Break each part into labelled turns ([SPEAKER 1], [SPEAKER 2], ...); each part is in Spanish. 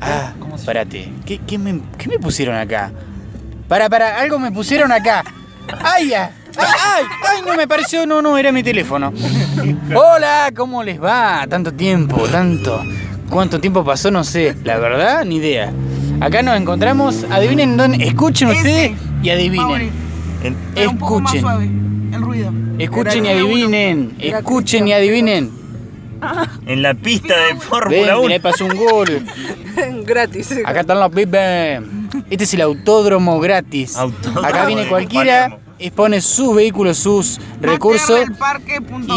[SPEAKER 1] Ah, espérate. ¿Qué, qué me, qué me pusieron acá? Para, para, algo me pusieron acá. ¡Ay, ya! ¡Ay, ay! ¡Ay, no me pareció! No, no, era mi teléfono. Hola, ¿cómo les va? Tanto tiempo, tanto. ¿Cuánto tiempo pasó? No sé. La verdad, ni idea. Acá nos encontramos. Adivinen dónde. Escuchen
[SPEAKER 2] Ese,
[SPEAKER 1] ustedes y adivinen.
[SPEAKER 2] Mauri,
[SPEAKER 1] En-
[SPEAKER 2] pero un poco más
[SPEAKER 1] Escuchen.
[SPEAKER 2] suave el ruido.
[SPEAKER 1] Escuchen y
[SPEAKER 2] Era el uno.
[SPEAKER 1] adivinen.
[SPEAKER 2] Era
[SPEAKER 1] Escuchen y
[SPEAKER 2] Cristian.
[SPEAKER 1] adivinen.
[SPEAKER 3] En la pista de
[SPEAKER 1] Ven,
[SPEAKER 3] Fórmula 1.
[SPEAKER 1] mirá, pasó un gol.
[SPEAKER 4] Gratis.
[SPEAKER 1] Acá están los pibes. Este es el autódromo gratis.
[SPEAKER 3] Autódromo
[SPEAKER 1] Acá
[SPEAKER 3] de
[SPEAKER 1] viene cualquiera,
[SPEAKER 3] Palermo.
[SPEAKER 1] expone sus vehículos, sus recursos.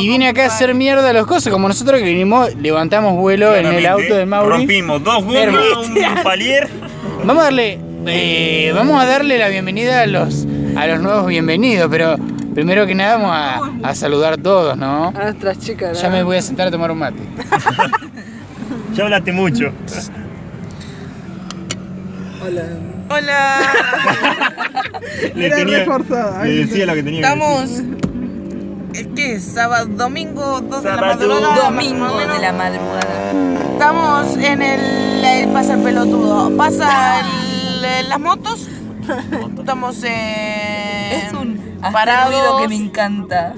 [SPEAKER 1] Y viene acá a hacer mierda los cosas, como nosotros que vinimos, levantamos vuelo en el
[SPEAKER 3] Claramente,
[SPEAKER 1] auto de Mauri.
[SPEAKER 3] Rompimos dos gomas, un palier.
[SPEAKER 1] Vamos a darle. eh, vamos a darle la bienvenida a los a los nuevos bienvenidos, pero primero que nada vamos a, a saludar todos, ¿no?
[SPEAKER 4] A nuestras chicas. ¿eh?
[SPEAKER 1] Ya me voy a sentar a tomar un mate.
[SPEAKER 3] Ya hablaste mucho.
[SPEAKER 4] Hola.
[SPEAKER 2] Hola,
[SPEAKER 3] Le,
[SPEAKER 2] Era reforzada,
[SPEAKER 3] le
[SPEAKER 2] ahí
[SPEAKER 3] decía lo que tenía
[SPEAKER 2] estamos. ¿Es que es? Sábado, domingo, 2 de la
[SPEAKER 3] Sábado.
[SPEAKER 2] madrugada. más o
[SPEAKER 5] Domingo
[SPEAKER 2] menos.
[SPEAKER 5] de la madrugada.
[SPEAKER 2] Estamos en el, el- Pasa el pelotudo. Pasa el- eh, las motos. Estamos en.
[SPEAKER 5] Es un
[SPEAKER 2] parados.
[SPEAKER 5] ruido que me encanta.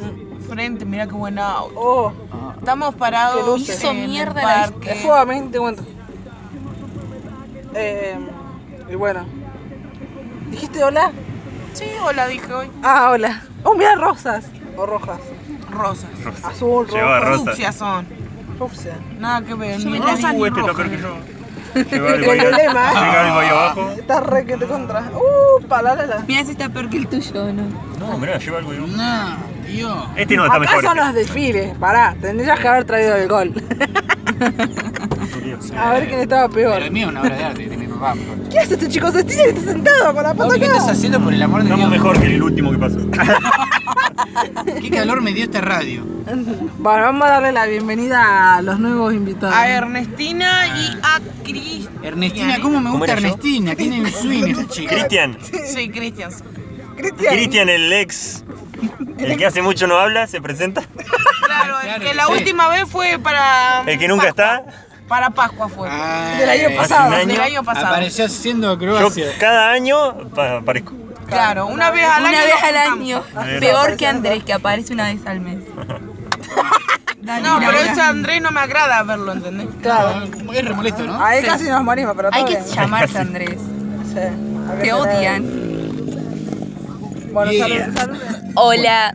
[SPEAKER 2] Frente, mira qué buen auto.
[SPEAKER 4] Oh,
[SPEAKER 2] Estamos parados.
[SPEAKER 4] Qué luces.
[SPEAKER 5] Hizo
[SPEAKER 2] en el
[SPEAKER 5] mierda la
[SPEAKER 2] parque.
[SPEAKER 4] suavemente cuento. Eh, y bueno. ¿Dijiste hola?
[SPEAKER 2] Sí, hola, dije hoy.
[SPEAKER 4] Ah, hola. Oh, mira rosas. O rojas.
[SPEAKER 2] Rosas.
[SPEAKER 3] que decir.
[SPEAKER 4] Azul,
[SPEAKER 3] Lleva
[SPEAKER 4] rojo.
[SPEAKER 3] Rosas.
[SPEAKER 2] Sucias son.
[SPEAKER 4] Rupsia.
[SPEAKER 2] Nada que ver. Ni
[SPEAKER 5] me la
[SPEAKER 2] rosas
[SPEAKER 3] Uh,
[SPEAKER 2] ni
[SPEAKER 3] este
[SPEAKER 2] rojas.
[SPEAKER 3] está peor que yo. Lleva algo ahí,
[SPEAKER 4] El lema.
[SPEAKER 3] lleva algo ahí abajo.
[SPEAKER 4] Está re que te contra. Uh, palala.
[SPEAKER 5] Mira si está peor que el tuyo o no.
[SPEAKER 3] No, mirá, lleva algo ahí abajo.
[SPEAKER 1] No, tío.
[SPEAKER 3] Este no está
[SPEAKER 4] Acá
[SPEAKER 3] mejor.
[SPEAKER 4] son los desfiles. Pará, tendrías que haber traído el gol.
[SPEAKER 3] este.
[SPEAKER 4] A ver quién estaba peor.
[SPEAKER 1] Pero el mío es una obra de arte de mi papá.
[SPEAKER 4] ¿Qué hace este chico? Se estira y está sentado con la pata
[SPEAKER 1] Papi, ¿qué estás
[SPEAKER 4] acá.
[SPEAKER 1] haciendo por el amor de
[SPEAKER 3] Estamos
[SPEAKER 1] Dios?
[SPEAKER 3] mejor que el último que pasó.
[SPEAKER 1] Qué calor me dio esta radio.
[SPEAKER 4] Bueno, vamos a darle la bienvenida a los nuevos invitados.
[SPEAKER 2] A Ernestina y a Cristian.
[SPEAKER 1] Ernestina, ¿cómo me
[SPEAKER 3] ¿Cómo
[SPEAKER 1] gusta
[SPEAKER 3] era yo?
[SPEAKER 1] Ernestina? Tiene un swing esta chica.
[SPEAKER 3] Cristian,
[SPEAKER 2] Sí, Cristian.
[SPEAKER 4] Cristian.
[SPEAKER 3] Cristian el ex. El que hace mucho no habla, se presenta.
[SPEAKER 2] Claro, el
[SPEAKER 1] Claro,
[SPEAKER 2] que la
[SPEAKER 1] sí.
[SPEAKER 2] última vez fue para.
[SPEAKER 3] El que nunca está. Ah,
[SPEAKER 2] Para Pascua fue.
[SPEAKER 4] Del año
[SPEAKER 3] Hace
[SPEAKER 4] pasado.
[SPEAKER 3] un año.
[SPEAKER 2] Del año pasado.
[SPEAKER 1] Apareció haciendo
[SPEAKER 3] Yo
[SPEAKER 1] acrobacia.
[SPEAKER 3] cada año pa- aparezco.
[SPEAKER 2] Claro, una vez al año.
[SPEAKER 5] Una vez al
[SPEAKER 2] lo
[SPEAKER 5] año.
[SPEAKER 3] Ahí
[SPEAKER 5] Peor que Andrés, que aparece una vez al mes. Dale,
[SPEAKER 2] No, pero
[SPEAKER 5] Laura.
[SPEAKER 2] ese Andrés no me agrada verlo, ¿entendés?
[SPEAKER 4] Claro. Ah.
[SPEAKER 1] Es remolesto, ¿no?
[SPEAKER 4] Ahí casi nos morimos, pero todo
[SPEAKER 5] Hay que
[SPEAKER 4] bien.
[SPEAKER 5] llamarse Andrés.
[SPEAKER 4] Sí, hay que
[SPEAKER 5] Te
[SPEAKER 4] tener-
[SPEAKER 5] odian.
[SPEAKER 4] Bueno,
[SPEAKER 1] Yeah.
[SPEAKER 4] salud, salud.
[SPEAKER 5] Hola.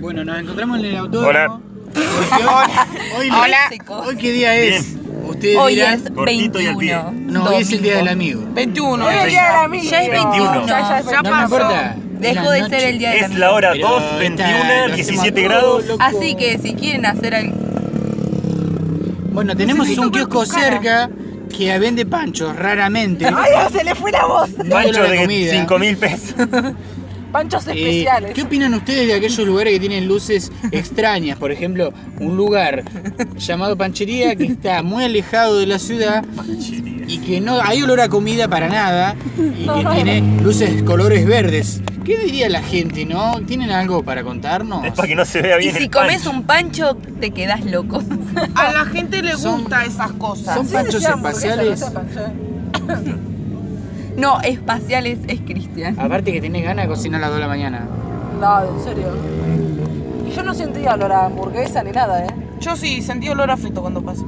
[SPEAKER 1] Bueno, nos encontramos en el autódromo.
[SPEAKER 3] Hola.
[SPEAKER 1] Hoy, hoy-
[SPEAKER 5] Hola.
[SPEAKER 1] hoy qué día es. Ustedes
[SPEAKER 5] Hoy
[SPEAKER 1] dirán,
[SPEAKER 5] es
[SPEAKER 3] cortito y al pie.
[SPEAKER 5] 21.
[SPEAKER 1] no, hoy es el día del amigo.
[SPEAKER 2] 21.
[SPEAKER 4] Hoy es el día del amigo.
[SPEAKER 5] Ya es
[SPEAKER 3] 21.
[SPEAKER 4] Ya, ya es
[SPEAKER 1] No
[SPEAKER 2] Ya
[SPEAKER 4] 21.
[SPEAKER 1] me
[SPEAKER 2] pasó.
[SPEAKER 1] importa.
[SPEAKER 5] Dejó de ser el día del
[SPEAKER 3] Es
[SPEAKER 5] amigo.
[SPEAKER 3] la hora
[SPEAKER 1] Pero
[SPEAKER 3] 2,
[SPEAKER 1] esta
[SPEAKER 3] 21,
[SPEAKER 1] lo
[SPEAKER 3] 17
[SPEAKER 1] hacemos todo
[SPEAKER 3] grados.
[SPEAKER 1] loco.
[SPEAKER 5] Así que si quieren hacer algo.
[SPEAKER 1] Bueno, tenemos
[SPEAKER 5] Necesito
[SPEAKER 1] un
[SPEAKER 5] ver tu
[SPEAKER 1] kiosco
[SPEAKER 5] cara.
[SPEAKER 1] cerca que vende panchos raramente.
[SPEAKER 4] Ay, se le fue la voz.
[SPEAKER 1] No
[SPEAKER 3] Pancho
[SPEAKER 1] olor a
[SPEAKER 3] de
[SPEAKER 1] comida.
[SPEAKER 3] 5 mil pesos.
[SPEAKER 4] Panchos
[SPEAKER 1] Eh,
[SPEAKER 4] especiales.
[SPEAKER 1] ¿Qué opinan ustedes de aquellos lugares que tienen luces extrañas? Por ejemplo, un lugar llamado Panchería que está muy alejado de la ciudad y que no hay olor a comida para nada y que tiene luces colores verdes. ¿Qué diría la gente, no? ¿Tienen algo para contarnos?
[SPEAKER 3] Es para que no se vea
[SPEAKER 5] Y
[SPEAKER 3] bien
[SPEAKER 5] si
[SPEAKER 3] el
[SPEAKER 5] comes
[SPEAKER 3] pancho.
[SPEAKER 5] un pancho, te quedas loco.
[SPEAKER 2] A la gente le
[SPEAKER 1] Son-
[SPEAKER 2] gusta esas cosas.
[SPEAKER 1] son-
[SPEAKER 4] Sí,
[SPEAKER 1] panchos
[SPEAKER 4] decían, porque
[SPEAKER 1] espaciales.
[SPEAKER 4] eso no sepan, che.
[SPEAKER 5] No, espaciales es Cristian.
[SPEAKER 1] Aparte que tenés ganas de cocinar a las 2 de la mañana.
[SPEAKER 4] No, en serio. Y yo no sentía olor a hamburguesa ni nada, ¿eh?
[SPEAKER 2] Yo sí sentí olor a frito cuando pasé.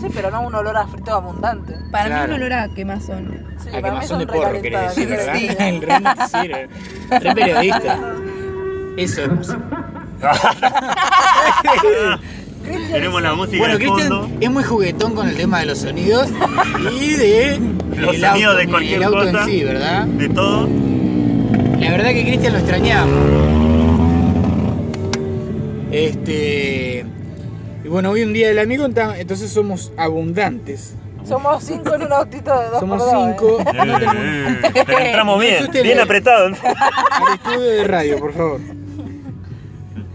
[SPEAKER 4] Sí, pero no un olor a frito abundante.
[SPEAKER 5] Para
[SPEAKER 1] Claro.
[SPEAKER 5] mí un olor a quemazón.
[SPEAKER 4] Sí,
[SPEAKER 1] a
[SPEAKER 4] para mí
[SPEAKER 1] quemazón Ah, de
[SPEAKER 4] son
[SPEAKER 1] porro, querés
[SPEAKER 4] recalentadas,
[SPEAKER 1] decir, ¿verdad?
[SPEAKER 4] ¿qué
[SPEAKER 1] El re noticiero. Re periodista. Eso es.
[SPEAKER 3] Tenemos la música
[SPEAKER 1] Bueno,
[SPEAKER 3] de fondo.
[SPEAKER 1] Cristian es muy juguetón con el tema de los sonidos y de
[SPEAKER 3] Los
[SPEAKER 1] el
[SPEAKER 3] sonidos de
[SPEAKER 1] y
[SPEAKER 3] cualquier
[SPEAKER 1] el auto
[SPEAKER 3] cosa.
[SPEAKER 1] en sí, ¿verdad?
[SPEAKER 3] De todo.
[SPEAKER 1] La verdad que Cristian lo extrañamos. Este y bueno, hoy un día del amigo, enta- entonces somos abundantes.
[SPEAKER 4] te- Somos cinco en un autito de dos
[SPEAKER 1] Somos
[SPEAKER 4] por dos, ¿eh?
[SPEAKER 1] cinco.
[SPEAKER 3] Eh, eh, pero entramos
[SPEAKER 1] No
[SPEAKER 3] bien,
[SPEAKER 1] asusten,
[SPEAKER 3] bien
[SPEAKER 1] eh.
[SPEAKER 3] apretado.
[SPEAKER 1] Al estudio de radio, por favor.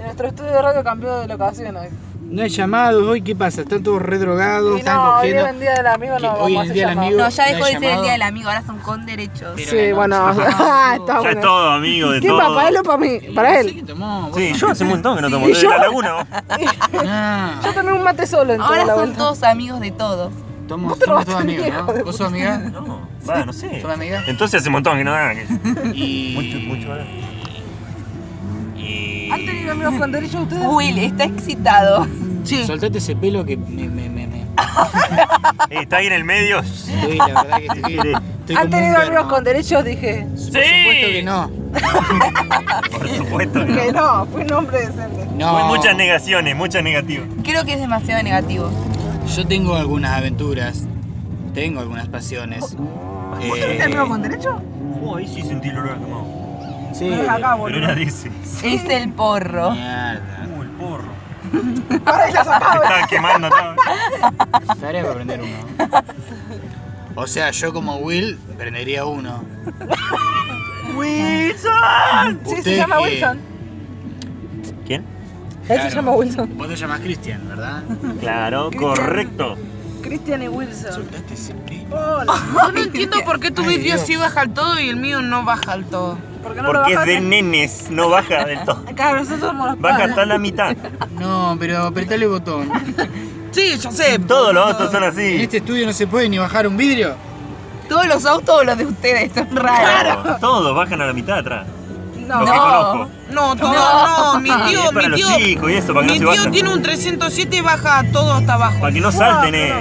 [SPEAKER 4] Nuestro estudio de radio cambió de locación hoy.
[SPEAKER 1] No hay llamados hoy, ¿qué pasa? Están todos redrogados,
[SPEAKER 4] Y
[SPEAKER 1] están
[SPEAKER 4] no, hoy
[SPEAKER 1] cogiendo.
[SPEAKER 4] en el día del amigo
[SPEAKER 1] Que
[SPEAKER 4] no
[SPEAKER 1] hoy en
[SPEAKER 4] vamos
[SPEAKER 1] el
[SPEAKER 4] a
[SPEAKER 1] día del
[SPEAKER 4] llamar.
[SPEAKER 1] amigo-
[SPEAKER 5] No, ya dejó
[SPEAKER 1] ¿la
[SPEAKER 5] de ser el
[SPEAKER 1] llamado?
[SPEAKER 5] día del amigo, ahora son con derechos.
[SPEAKER 1] Pero-
[SPEAKER 4] Sí, bueno, ah, está
[SPEAKER 3] Ya es
[SPEAKER 4] bueno.
[SPEAKER 3] todo, amigo, de
[SPEAKER 4] ¿Quién
[SPEAKER 3] todo.
[SPEAKER 4] para él o para mí? Para
[SPEAKER 1] Sí,
[SPEAKER 4] él.
[SPEAKER 1] que tomó, vos
[SPEAKER 3] Sí, yo hace un montón que no tomo.
[SPEAKER 4] ¿Y
[SPEAKER 3] Desde
[SPEAKER 4] yo?
[SPEAKER 3] la laguna. vos.
[SPEAKER 1] tomás. Nah.
[SPEAKER 4] Yo tomé un mate solo en toda
[SPEAKER 5] Ahora
[SPEAKER 4] la
[SPEAKER 5] son
[SPEAKER 4] vuelta.
[SPEAKER 5] todos amigos de todos.
[SPEAKER 1] Tomo, somos todos amigos, ¿no? ¿Vos sos amiga?
[SPEAKER 3] No, va, no sé.
[SPEAKER 1] ¿Son amigas?
[SPEAKER 3] Entonces hace un montón que no dan. que- Mucho,
[SPEAKER 1] Y.
[SPEAKER 3] mucho. ¿verdad? Y.
[SPEAKER 4] ¿Han tenido amigos con derecho ustedes?
[SPEAKER 5] Will, está excitado.
[SPEAKER 2] Sí.
[SPEAKER 1] Soltate ese pelo que me. me, me, me-
[SPEAKER 3] Eh, está ahí en el medio.
[SPEAKER 1] Estoy, la verdad que estoy. estoy
[SPEAKER 4] ¿Han
[SPEAKER 1] como un
[SPEAKER 4] tenido amigos
[SPEAKER 1] perro.
[SPEAKER 4] con derechos? Dije.
[SPEAKER 1] Por supuesto que no.
[SPEAKER 3] Por supuesto.
[SPEAKER 4] Que
[SPEAKER 3] ¿no?
[SPEAKER 4] no, fui un hombre decente.
[SPEAKER 1] No.
[SPEAKER 3] Muy- muchas negaciones, muchas negativas.
[SPEAKER 5] Creo que es demasiado negativo.
[SPEAKER 1] Yo tengo algunas aventuras. Tengo algunas pasiones.
[SPEAKER 4] ¿Vos
[SPEAKER 1] Eh,
[SPEAKER 4] tenés amigos con derecho?
[SPEAKER 3] Oh, ahí sí sentí el olor a quemado.
[SPEAKER 1] Sí.
[SPEAKER 4] No es acá,
[SPEAKER 3] Pero
[SPEAKER 4] boludo.
[SPEAKER 3] era dice.
[SPEAKER 5] Es el porro.
[SPEAKER 1] Mierda.
[SPEAKER 3] Uh, el porro.
[SPEAKER 4] Ahora ya
[SPEAKER 3] Se
[SPEAKER 4] sacaba.
[SPEAKER 3] estaba quemando todo.
[SPEAKER 1] Tarea para prender uno. O sea, yo como Will prendería uno.
[SPEAKER 3] ¡Wilson!
[SPEAKER 4] Sí, se
[SPEAKER 1] Usted
[SPEAKER 4] llama
[SPEAKER 1] que-
[SPEAKER 4] Wilson.
[SPEAKER 3] ¿Quién?
[SPEAKER 4] Él se
[SPEAKER 1] Claro.
[SPEAKER 4] llama Wilson.
[SPEAKER 1] Vos te llamás Christian, ¿verdad?
[SPEAKER 3] Claro, correcto.
[SPEAKER 4] Cristian y Wilson.
[SPEAKER 1] Soltaste ese pelo.
[SPEAKER 4] Hola.
[SPEAKER 2] Yo no entiendo por qué tu
[SPEAKER 1] Ay,
[SPEAKER 2] vídeo
[SPEAKER 1] Dios.
[SPEAKER 2] sí baja al todo y el mío no baja al todo.
[SPEAKER 4] ¿Por qué no lo
[SPEAKER 3] Porque es de
[SPEAKER 4] bajaste?
[SPEAKER 3] nenes, no baja del todo.
[SPEAKER 4] Claro, nosotros somos los
[SPEAKER 3] Baja
[SPEAKER 4] padres.
[SPEAKER 3] hasta la mitad.
[SPEAKER 1] No, pero apretale el botón.
[SPEAKER 2] Sí, yo sé.
[SPEAKER 3] Todos los autos son
[SPEAKER 1] En
[SPEAKER 3] así.
[SPEAKER 1] este estudio no se puede ni bajar un vidrio.
[SPEAKER 5] Todos los autos, los de ustedes, son raros.
[SPEAKER 3] Claro. Todos bajan a la mitad atrás.
[SPEAKER 4] No.
[SPEAKER 3] Los que conozco.
[SPEAKER 2] No, todo no.
[SPEAKER 5] No.
[SPEAKER 2] Mi
[SPEAKER 3] Y
[SPEAKER 2] tío,
[SPEAKER 3] es
[SPEAKER 2] mi
[SPEAKER 3] para los
[SPEAKER 2] tío.
[SPEAKER 3] chicos y eso, para que
[SPEAKER 2] Mi
[SPEAKER 3] no se
[SPEAKER 2] tío
[SPEAKER 3] vayan.
[SPEAKER 2] tiene un 307 y baja todo hasta abajo.
[SPEAKER 3] Para que no salten, eh.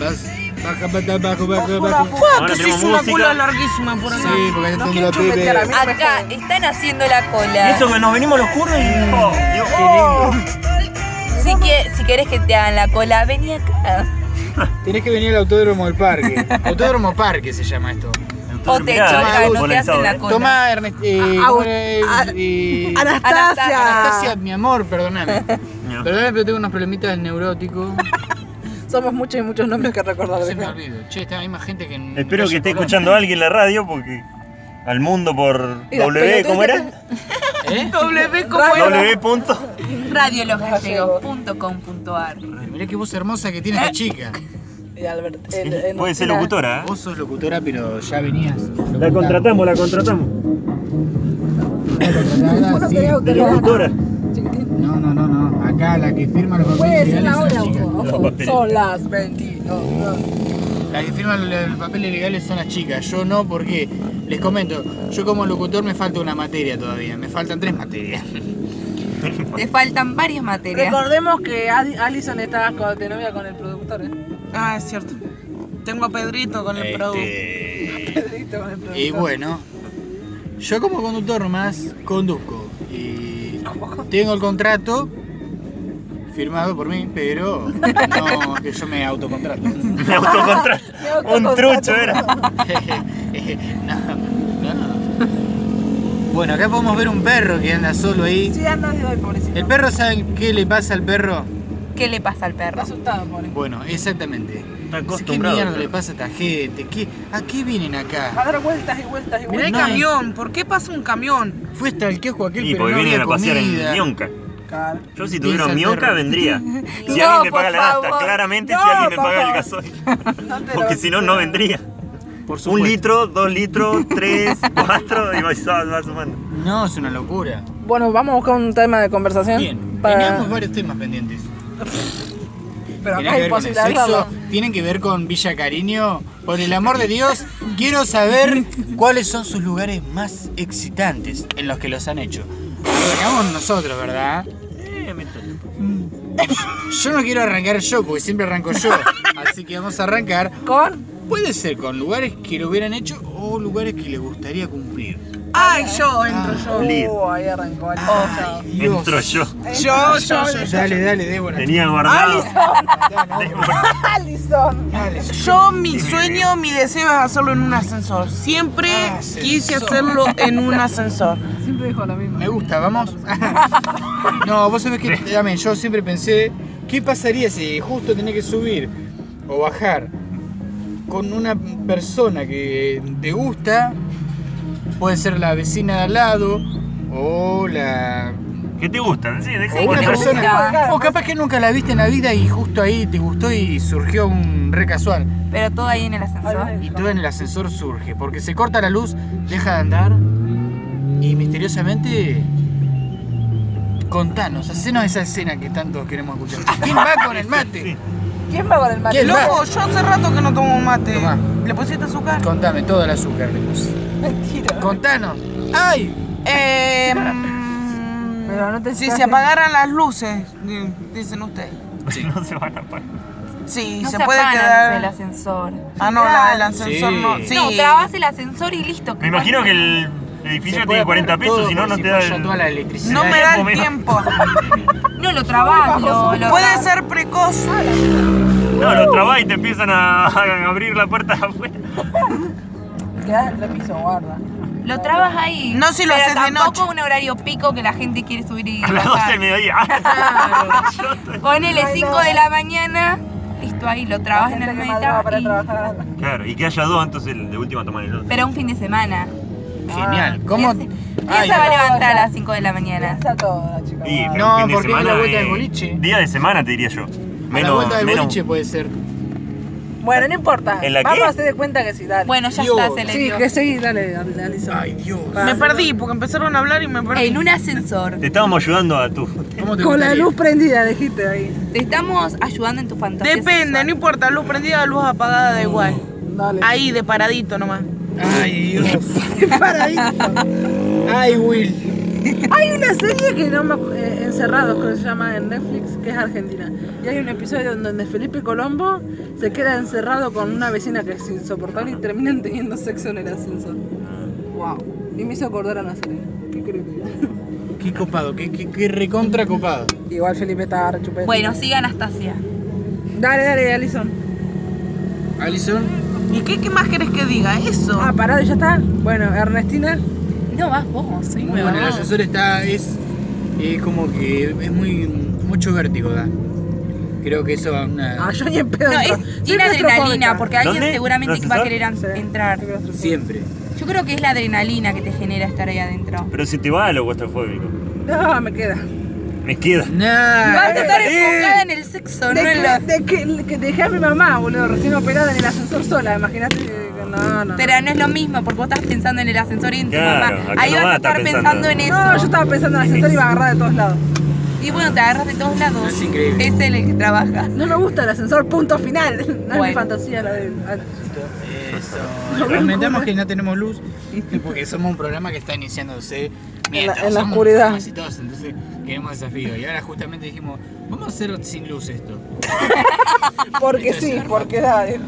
[SPEAKER 1] Vas, baja, baja, bajo, bajo,
[SPEAKER 4] Oscura
[SPEAKER 1] bajo.
[SPEAKER 4] fu-
[SPEAKER 2] ¡Fua!
[SPEAKER 3] Ahora
[SPEAKER 2] Que se
[SPEAKER 3] tenemos
[SPEAKER 2] hizo una
[SPEAKER 3] música.
[SPEAKER 2] cola larguísima por acá.
[SPEAKER 1] Sí, porque está
[SPEAKER 4] No
[SPEAKER 1] todo
[SPEAKER 4] quiero
[SPEAKER 1] la
[SPEAKER 4] chupetear a mí.
[SPEAKER 1] pibe.
[SPEAKER 5] Acá están haciendo la
[SPEAKER 3] Y
[SPEAKER 5] cola.
[SPEAKER 3] eso que nos venimos los curros y. Oh, Dios, qué lindo.
[SPEAKER 5] Si, que, si querés que te hagan la cola, vení acá.
[SPEAKER 1] Tenés que venir al autódromo del parque. Autódromo parque se llama esto.
[SPEAKER 5] O te
[SPEAKER 3] Mirá,
[SPEAKER 5] chocan,
[SPEAKER 3] ahí
[SPEAKER 5] no te
[SPEAKER 3] polarizado,
[SPEAKER 5] hacen
[SPEAKER 3] eh.
[SPEAKER 5] la cola.
[SPEAKER 1] Tomá, Ernest. Eh,
[SPEAKER 4] Ah,
[SPEAKER 1] ¿cómo era?
[SPEAKER 4] ah,
[SPEAKER 1] Eh, Anastasia,
[SPEAKER 4] Anastasia.
[SPEAKER 1] mi amor, perdóname.
[SPEAKER 3] Mirá.
[SPEAKER 1] Perdóname, pero tengo unos problemitas neuróticos.
[SPEAKER 4] Somos muchos y muchos nombres que recordar.
[SPEAKER 1] No se me
[SPEAKER 4] deja.
[SPEAKER 1] olvido. Che, está, hay más gente que. en
[SPEAKER 3] Espero
[SPEAKER 1] calle
[SPEAKER 3] que esté
[SPEAKER 1] Colón.
[SPEAKER 3] escuchando alguien la radio porque. Al mundo por
[SPEAKER 4] Y las
[SPEAKER 3] W, ¿cómo era?
[SPEAKER 4] pelotudas
[SPEAKER 1] ¿Eh?
[SPEAKER 2] W como
[SPEAKER 4] Raro.
[SPEAKER 3] W punto.
[SPEAKER 5] Radiolosgallegos.com.ar
[SPEAKER 1] Mirá que voz hermosa que tiene esta chica.
[SPEAKER 4] Y Albert- el- el-
[SPEAKER 3] Puede ser
[SPEAKER 4] la-
[SPEAKER 3] locutora. ¿eh?
[SPEAKER 1] Vos sos locutora, pero ya venías.
[SPEAKER 3] la contratamos.
[SPEAKER 4] Vos no tenés autoridad. Chiquitín.
[SPEAKER 1] No, no, no, no. Acá la que firma los
[SPEAKER 4] Puede
[SPEAKER 1] papeles
[SPEAKER 4] decir
[SPEAKER 1] legales es
[SPEAKER 4] la hora,
[SPEAKER 1] la chica.
[SPEAKER 4] vos.
[SPEAKER 3] Los papeles.
[SPEAKER 4] Son las 22.
[SPEAKER 1] Las que firman lo- los papeles legales son las chicas. Yo no, porque les comento, yo como locutor me falta una materia todavía. Me faltan tres materias.
[SPEAKER 5] Te faltan varias materias.
[SPEAKER 4] Recordemos que Adi- Alison estaba co- de novia con el productor, ¿eh?
[SPEAKER 2] Ah, es cierto. Tengo a Pedrito con el producto.
[SPEAKER 1] Este,
[SPEAKER 4] Pedrito con el productor.
[SPEAKER 1] Y bueno, yo como conductor nomás conduzco. Y tengo el contrato firmado por mí, pero no que yo me autocontrato.
[SPEAKER 3] Me autocontra-
[SPEAKER 4] Me autocontrato.
[SPEAKER 3] Un trucho era.
[SPEAKER 1] no, no. Bueno, acá podemos ver un perro que anda solo ahí.
[SPEAKER 4] Sí, anda de hoy, pobrecito.
[SPEAKER 1] ¿El perro saben qué le pasa al perro?
[SPEAKER 5] ¿Qué le pasa al perro?
[SPEAKER 4] Está asustado, pobre.
[SPEAKER 1] Bueno, exactamente.
[SPEAKER 3] Está
[SPEAKER 1] ¿Qué
[SPEAKER 3] acostumbrado.
[SPEAKER 1] mierda le pasa a esta gente? ¿Qué, ¿A qué vienen
[SPEAKER 4] Va
[SPEAKER 1] acá?
[SPEAKER 4] a dar vueltas y vueltas y
[SPEAKER 1] Mirá
[SPEAKER 2] Mirá el
[SPEAKER 1] no
[SPEAKER 4] vueltas.
[SPEAKER 1] hay-
[SPEAKER 2] camión. ¿Por qué pasa un camión?
[SPEAKER 1] Fue hasta el quejo aquel
[SPEAKER 3] Y
[SPEAKER 1] pero
[SPEAKER 3] porque
[SPEAKER 1] no
[SPEAKER 3] vienen
[SPEAKER 1] había
[SPEAKER 3] a pasear
[SPEAKER 1] comida.
[SPEAKER 3] en Mionca.
[SPEAKER 4] Claro.
[SPEAKER 3] Yo si
[SPEAKER 1] Piensa
[SPEAKER 3] tuviera
[SPEAKER 1] el
[SPEAKER 3] un Mionca
[SPEAKER 1] perro.
[SPEAKER 3] vendría. Si
[SPEAKER 5] No,
[SPEAKER 3] alguien me
[SPEAKER 5] por
[SPEAKER 3] paga la gasta,
[SPEAKER 5] favor.
[SPEAKER 3] claramente si
[SPEAKER 4] No,
[SPEAKER 3] alguien me
[SPEAKER 4] por
[SPEAKER 3] paga el
[SPEAKER 4] favor.
[SPEAKER 3] gasoil.
[SPEAKER 4] No te lo
[SPEAKER 3] Porque si no, no
[SPEAKER 4] creo.
[SPEAKER 3] vendría.
[SPEAKER 1] Por
[SPEAKER 3] Un
[SPEAKER 1] supuesto.
[SPEAKER 3] litro, dos litros, tres, cuatro y vas, vas sumando.
[SPEAKER 1] No, es una locura.
[SPEAKER 4] Bueno, vamos a buscar un tema de conversación.
[SPEAKER 1] Bien,
[SPEAKER 4] para-
[SPEAKER 1] teníamos varios temas pendientes. Tienen
[SPEAKER 4] Pero
[SPEAKER 1] que
[SPEAKER 4] acá es
[SPEAKER 1] ver con el
[SPEAKER 4] imposible
[SPEAKER 1] sexo,
[SPEAKER 4] hablarlo.
[SPEAKER 1] tienen que ver con Villa Cariño. Por el amor de Dios, quiero saber cuáles son sus lugares más excitantes en los que los han hecho. Lo sacamos nosotros, ¿verdad?
[SPEAKER 3] Eh,
[SPEAKER 1] Mm. Yo no quiero arrancar yo, porque siempre arranco yo. Así que vamos a arrancar.
[SPEAKER 4] Con.
[SPEAKER 1] Puede ser con lugares que lo hubieran hecho o lugares que les gustaría cumplir.
[SPEAKER 2] Ay, yo entro yo.
[SPEAKER 3] Lead.
[SPEAKER 4] Uh, ahí arrancó. Alison, chao.
[SPEAKER 1] Dios.
[SPEAKER 3] Entro yo.
[SPEAKER 2] Yo, yo, yo.
[SPEAKER 1] Dale, dale, Débora.
[SPEAKER 3] Tenía guardado.
[SPEAKER 4] Alison.
[SPEAKER 1] Dale.
[SPEAKER 2] Yo, mi sueño, mi deseo es hacerlo en un ascensor. Siempre
[SPEAKER 1] Ascensor.
[SPEAKER 2] quise hacerlo en un ascensor.
[SPEAKER 4] Siempre dijo lo mismo.
[SPEAKER 1] Me gusta, vamos. no, vos sabés que también yo siempre pensé, ¿qué pasaría si justo tenés que subir o bajar con una persona que te gusta? Puede ser la vecina de al lado o la...
[SPEAKER 3] ¿Qué te gustan? Sí, deja
[SPEAKER 1] o
[SPEAKER 5] que
[SPEAKER 1] una
[SPEAKER 5] te
[SPEAKER 1] persona
[SPEAKER 4] gusta.
[SPEAKER 1] o capaz que nunca la viste en la vida y justo ahí te gustó y surgió un re casual.
[SPEAKER 5] Pero todo ahí en el ascensor.
[SPEAKER 1] Y todo en el ascensor surge, porque se corta la luz, deja de andar y misteriosamente contanos, hacenos esa escena que tanto queremos escuchar. ¿Quién va con el mate?
[SPEAKER 4] ¿Quién va con el mate?
[SPEAKER 1] ¿Quién va?
[SPEAKER 2] Loco, yo hace rato que no tomo mate.
[SPEAKER 1] Tomá.
[SPEAKER 2] ¿Le pusiste azúcar?
[SPEAKER 1] Contame todo el azúcar, le puse.
[SPEAKER 4] Mentira.
[SPEAKER 1] Contanos. ¡Ay!
[SPEAKER 2] Eh, mm,
[SPEAKER 4] Pero no te
[SPEAKER 2] si
[SPEAKER 4] fijaste.
[SPEAKER 2] se apagaran las luces, di- dicen ustedes.
[SPEAKER 3] No se van a parar.
[SPEAKER 2] Sí,
[SPEAKER 5] No
[SPEAKER 2] se, puede quedar.
[SPEAKER 5] el ascensor.
[SPEAKER 2] Ah, no, la del ascensor
[SPEAKER 1] Sí.
[SPEAKER 2] no. Sí.
[SPEAKER 5] No, trabas el ascensor y listo.
[SPEAKER 3] Me imagino que el edificio tiene 40 pesos, si no, no te da el...
[SPEAKER 1] toda la electricidad.
[SPEAKER 2] No me da el
[SPEAKER 3] Menos.
[SPEAKER 2] tiempo.
[SPEAKER 5] No, lo trabas, lo, lo-
[SPEAKER 2] Puede ser precoz.
[SPEAKER 3] No,
[SPEAKER 1] Uh.
[SPEAKER 3] lo trabás y te empiezan a, a abrir la puerta de afuera.
[SPEAKER 4] Quedás entre piso, guarda.
[SPEAKER 5] lo trabas ahí.
[SPEAKER 2] No, si lo
[SPEAKER 5] Pero
[SPEAKER 2] haces de
[SPEAKER 5] tampoco
[SPEAKER 2] noche.
[SPEAKER 5] un horario pico que la gente quiere subir y
[SPEAKER 3] A las 12 del
[SPEAKER 5] bajar.
[SPEAKER 3] mediodía.
[SPEAKER 5] Ponele 5 de la mañana, listo ahí, lo
[SPEAKER 4] La
[SPEAKER 5] trabas en
[SPEAKER 4] gente
[SPEAKER 5] el
[SPEAKER 4] que madruga
[SPEAKER 5] meta
[SPEAKER 4] para
[SPEAKER 5] y-
[SPEAKER 4] trabajar a la-
[SPEAKER 3] Claro, y que haya dos, entonces de última toman el otro.
[SPEAKER 5] Pero un fin de semana.
[SPEAKER 1] Genial.
[SPEAKER 4] Ah,
[SPEAKER 1] ¿Cómo?
[SPEAKER 5] ¿Quién se- ¿Quién
[SPEAKER 1] Ay,
[SPEAKER 5] se va a levantar a las 5 de la mañana?
[SPEAKER 4] Piensa todo, la chica.
[SPEAKER 3] Y,
[SPEAKER 4] guarda.
[SPEAKER 3] pero
[SPEAKER 1] No,
[SPEAKER 3] un fin de
[SPEAKER 1] porque es la
[SPEAKER 3] semana
[SPEAKER 1] vuelta
[SPEAKER 3] de-
[SPEAKER 1] del boliche.
[SPEAKER 3] Día de semana, te diría yo.
[SPEAKER 1] a la vuelta del boliche puede ser.
[SPEAKER 4] Bueno, no importa.
[SPEAKER 3] ¿En la
[SPEAKER 4] Vamos
[SPEAKER 3] qué?
[SPEAKER 4] a hacer de cuenta que sí, dale.
[SPEAKER 5] Bueno, ya
[SPEAKER 1] Dios.
[SPEAKER 5] está, se le
[SPEAKER 4] sí,
[SPEAKER 5] dio.
[SPEAKER 4] que sí, dale, dale, dale, Alison.
[SPEAKER 1] Ay, Dios.
[SPEAKER 2] Me perdí porque empezaron a hablar y me perdí.
[SPEAKER 5] En un ascensor.
[SPEAKER 3] Te estábamos ayudando a tu...
[SPEAKER 1] ¿Cómo te
[SPEAKER 4] Con la
[SPEAKER 1] gustaría?
[SPEAKER 4] luz prendida, dijiste ahí.
[SPEAKER 5] Te estamos ayudando en tu fantasía.
[SPEAKER 2] Depende, no
[SPEAKER 5] sexual.
[SPEAKER 2] importa, luz prendida, luz apagada, da igual.
[SPEAKER 4] Dale.
[SPEAKER 2] Ahí, de paradito nomás.
[SPEAKER 1] Ay, Dios.
[SPEAKER 4] Para ahí.
[SPEAKER 1] Ay, Will.
[SPEAKER 4] Hay una serie que no me acu- eh, Encerrados, creo que se llama en Netflix, que es argentina. Y hay un episodio en donde Felipe Colombo se queda encerrado con una vecina que es insoportable y terminan teniendo sexo en el ascensor. Wow. Y me hizo acordar a la serie. ¿Qué crees que diga?
[SPEAKER 1] Qué copado, qué, qué, qué recontra copado.
[SPEAKER 4] Igual Felipe estaba rechupado.
[SPEAKER 5] Bueno, sigue Anastasia.
[SPEAKER 4] Dale, dale, Alison.
[SPEAKER 1] Alison.
[SPEAKER 2] ¿Y qué, qué más querés que diga? Eso.
[SPEAKER 4] Ah, parado, ya está. Bueno, Ernestina.
[SPEAKER 5] No, vas vos, soy
[SPEAKER 1] Muy bueno, el ascensor está. Es, es como que es muy. mucho vértigo, da. Creo que eso va a una.
[SPEAKER 4] Ah, yo ni en pedo.
[SPEAKER 5] No,
[SPEAKER 4] entro.
[SPEAKER 5] es,
[SPEAKER 4] Soy
[SPEAKER 5] tiene adrenalina,
[SPEAKER 4] claustrofóbica.
[SPEAKER 5] porque alguien
[SPEAKER 3] ¿Dónde?
[SPEAKER 5] seguramente
[SPEAKER 3] ¿El
[SPEAKER 5] va a
[SPEAKER 3] ascensor?
[SPEAKER 5] querer an-
[SPEAKER 4] Sí.
[SPEAKER 5] entrar.
[SPEAKER 4] Soy claustrofóbica.
[SPEAKER 1] Siempre.
[SPEAKER 5] Yo creo que es la adrenalina que te genera estar ahí adentro.
[SPEAKER 3] Pero si te va a lo claustrofóbico.
[SPEAKER 4] No, me queda.
[SPEAKER 3] Me queda.
[SPEAKER 5] Vas a
[SPEAKER 1] Nah.
[SPEAKER 5] estar enfocada en el sexo, no
[SPEAKER 4] De
[SPEAKER 5] en la
[SPEAKER 4] que, de que- que dejé a mi mamá, boludo, recién operada en el ascensor sola, imagínate. que- No, no.
[SPEAKER 5] Pero no es lo mismo porque vos estás pensando en el ascensor y en tu
[SPEAKER 3] Claro,
[SPEAKER 5] mamá.
[SPEAKER 3] acá
[SPEAKER 5] Ahí
[SPEAKER 3] no
[SPEAKER 5] vas
[SPEAKER 3] vas
[SPEAKER 5] a
[SPEAKER 3] a
[SPEAKER 5] estar
[SPEAKER 3] estar
[SPEAKER 5] pensando en eso.
[SPEAKER 4] No, yo estaba pensando en el ascensor y iba a agarrar de todos lados.
[SPEAKER 5] Y bueno, te agarras de todos lados.
[SPEAKER 1] Es increíble.
[SPEAKER 5] Es él el que trabaja.
[SPEAKER 4] No me gusta el ascensor, punto final. No es mi
[SPEAKER 5] Bueno.
[SPEAKER 4] fantasía la de.
[SPEAKER 1] Eso. Lamentamos que no tenemos luz porque somos un programa que está iniciándose mientras
[SPEAKER 4] en la
[SPEAKER 1] somos
[SPEAKER 4] oscuridad.
[SPEAKER 1] más y todos, entonces queremos desafío. Y ahora justamente dijimos, vamos a hacer sin luz esto.
[SPEAKER 4] Porque sí, porque dale.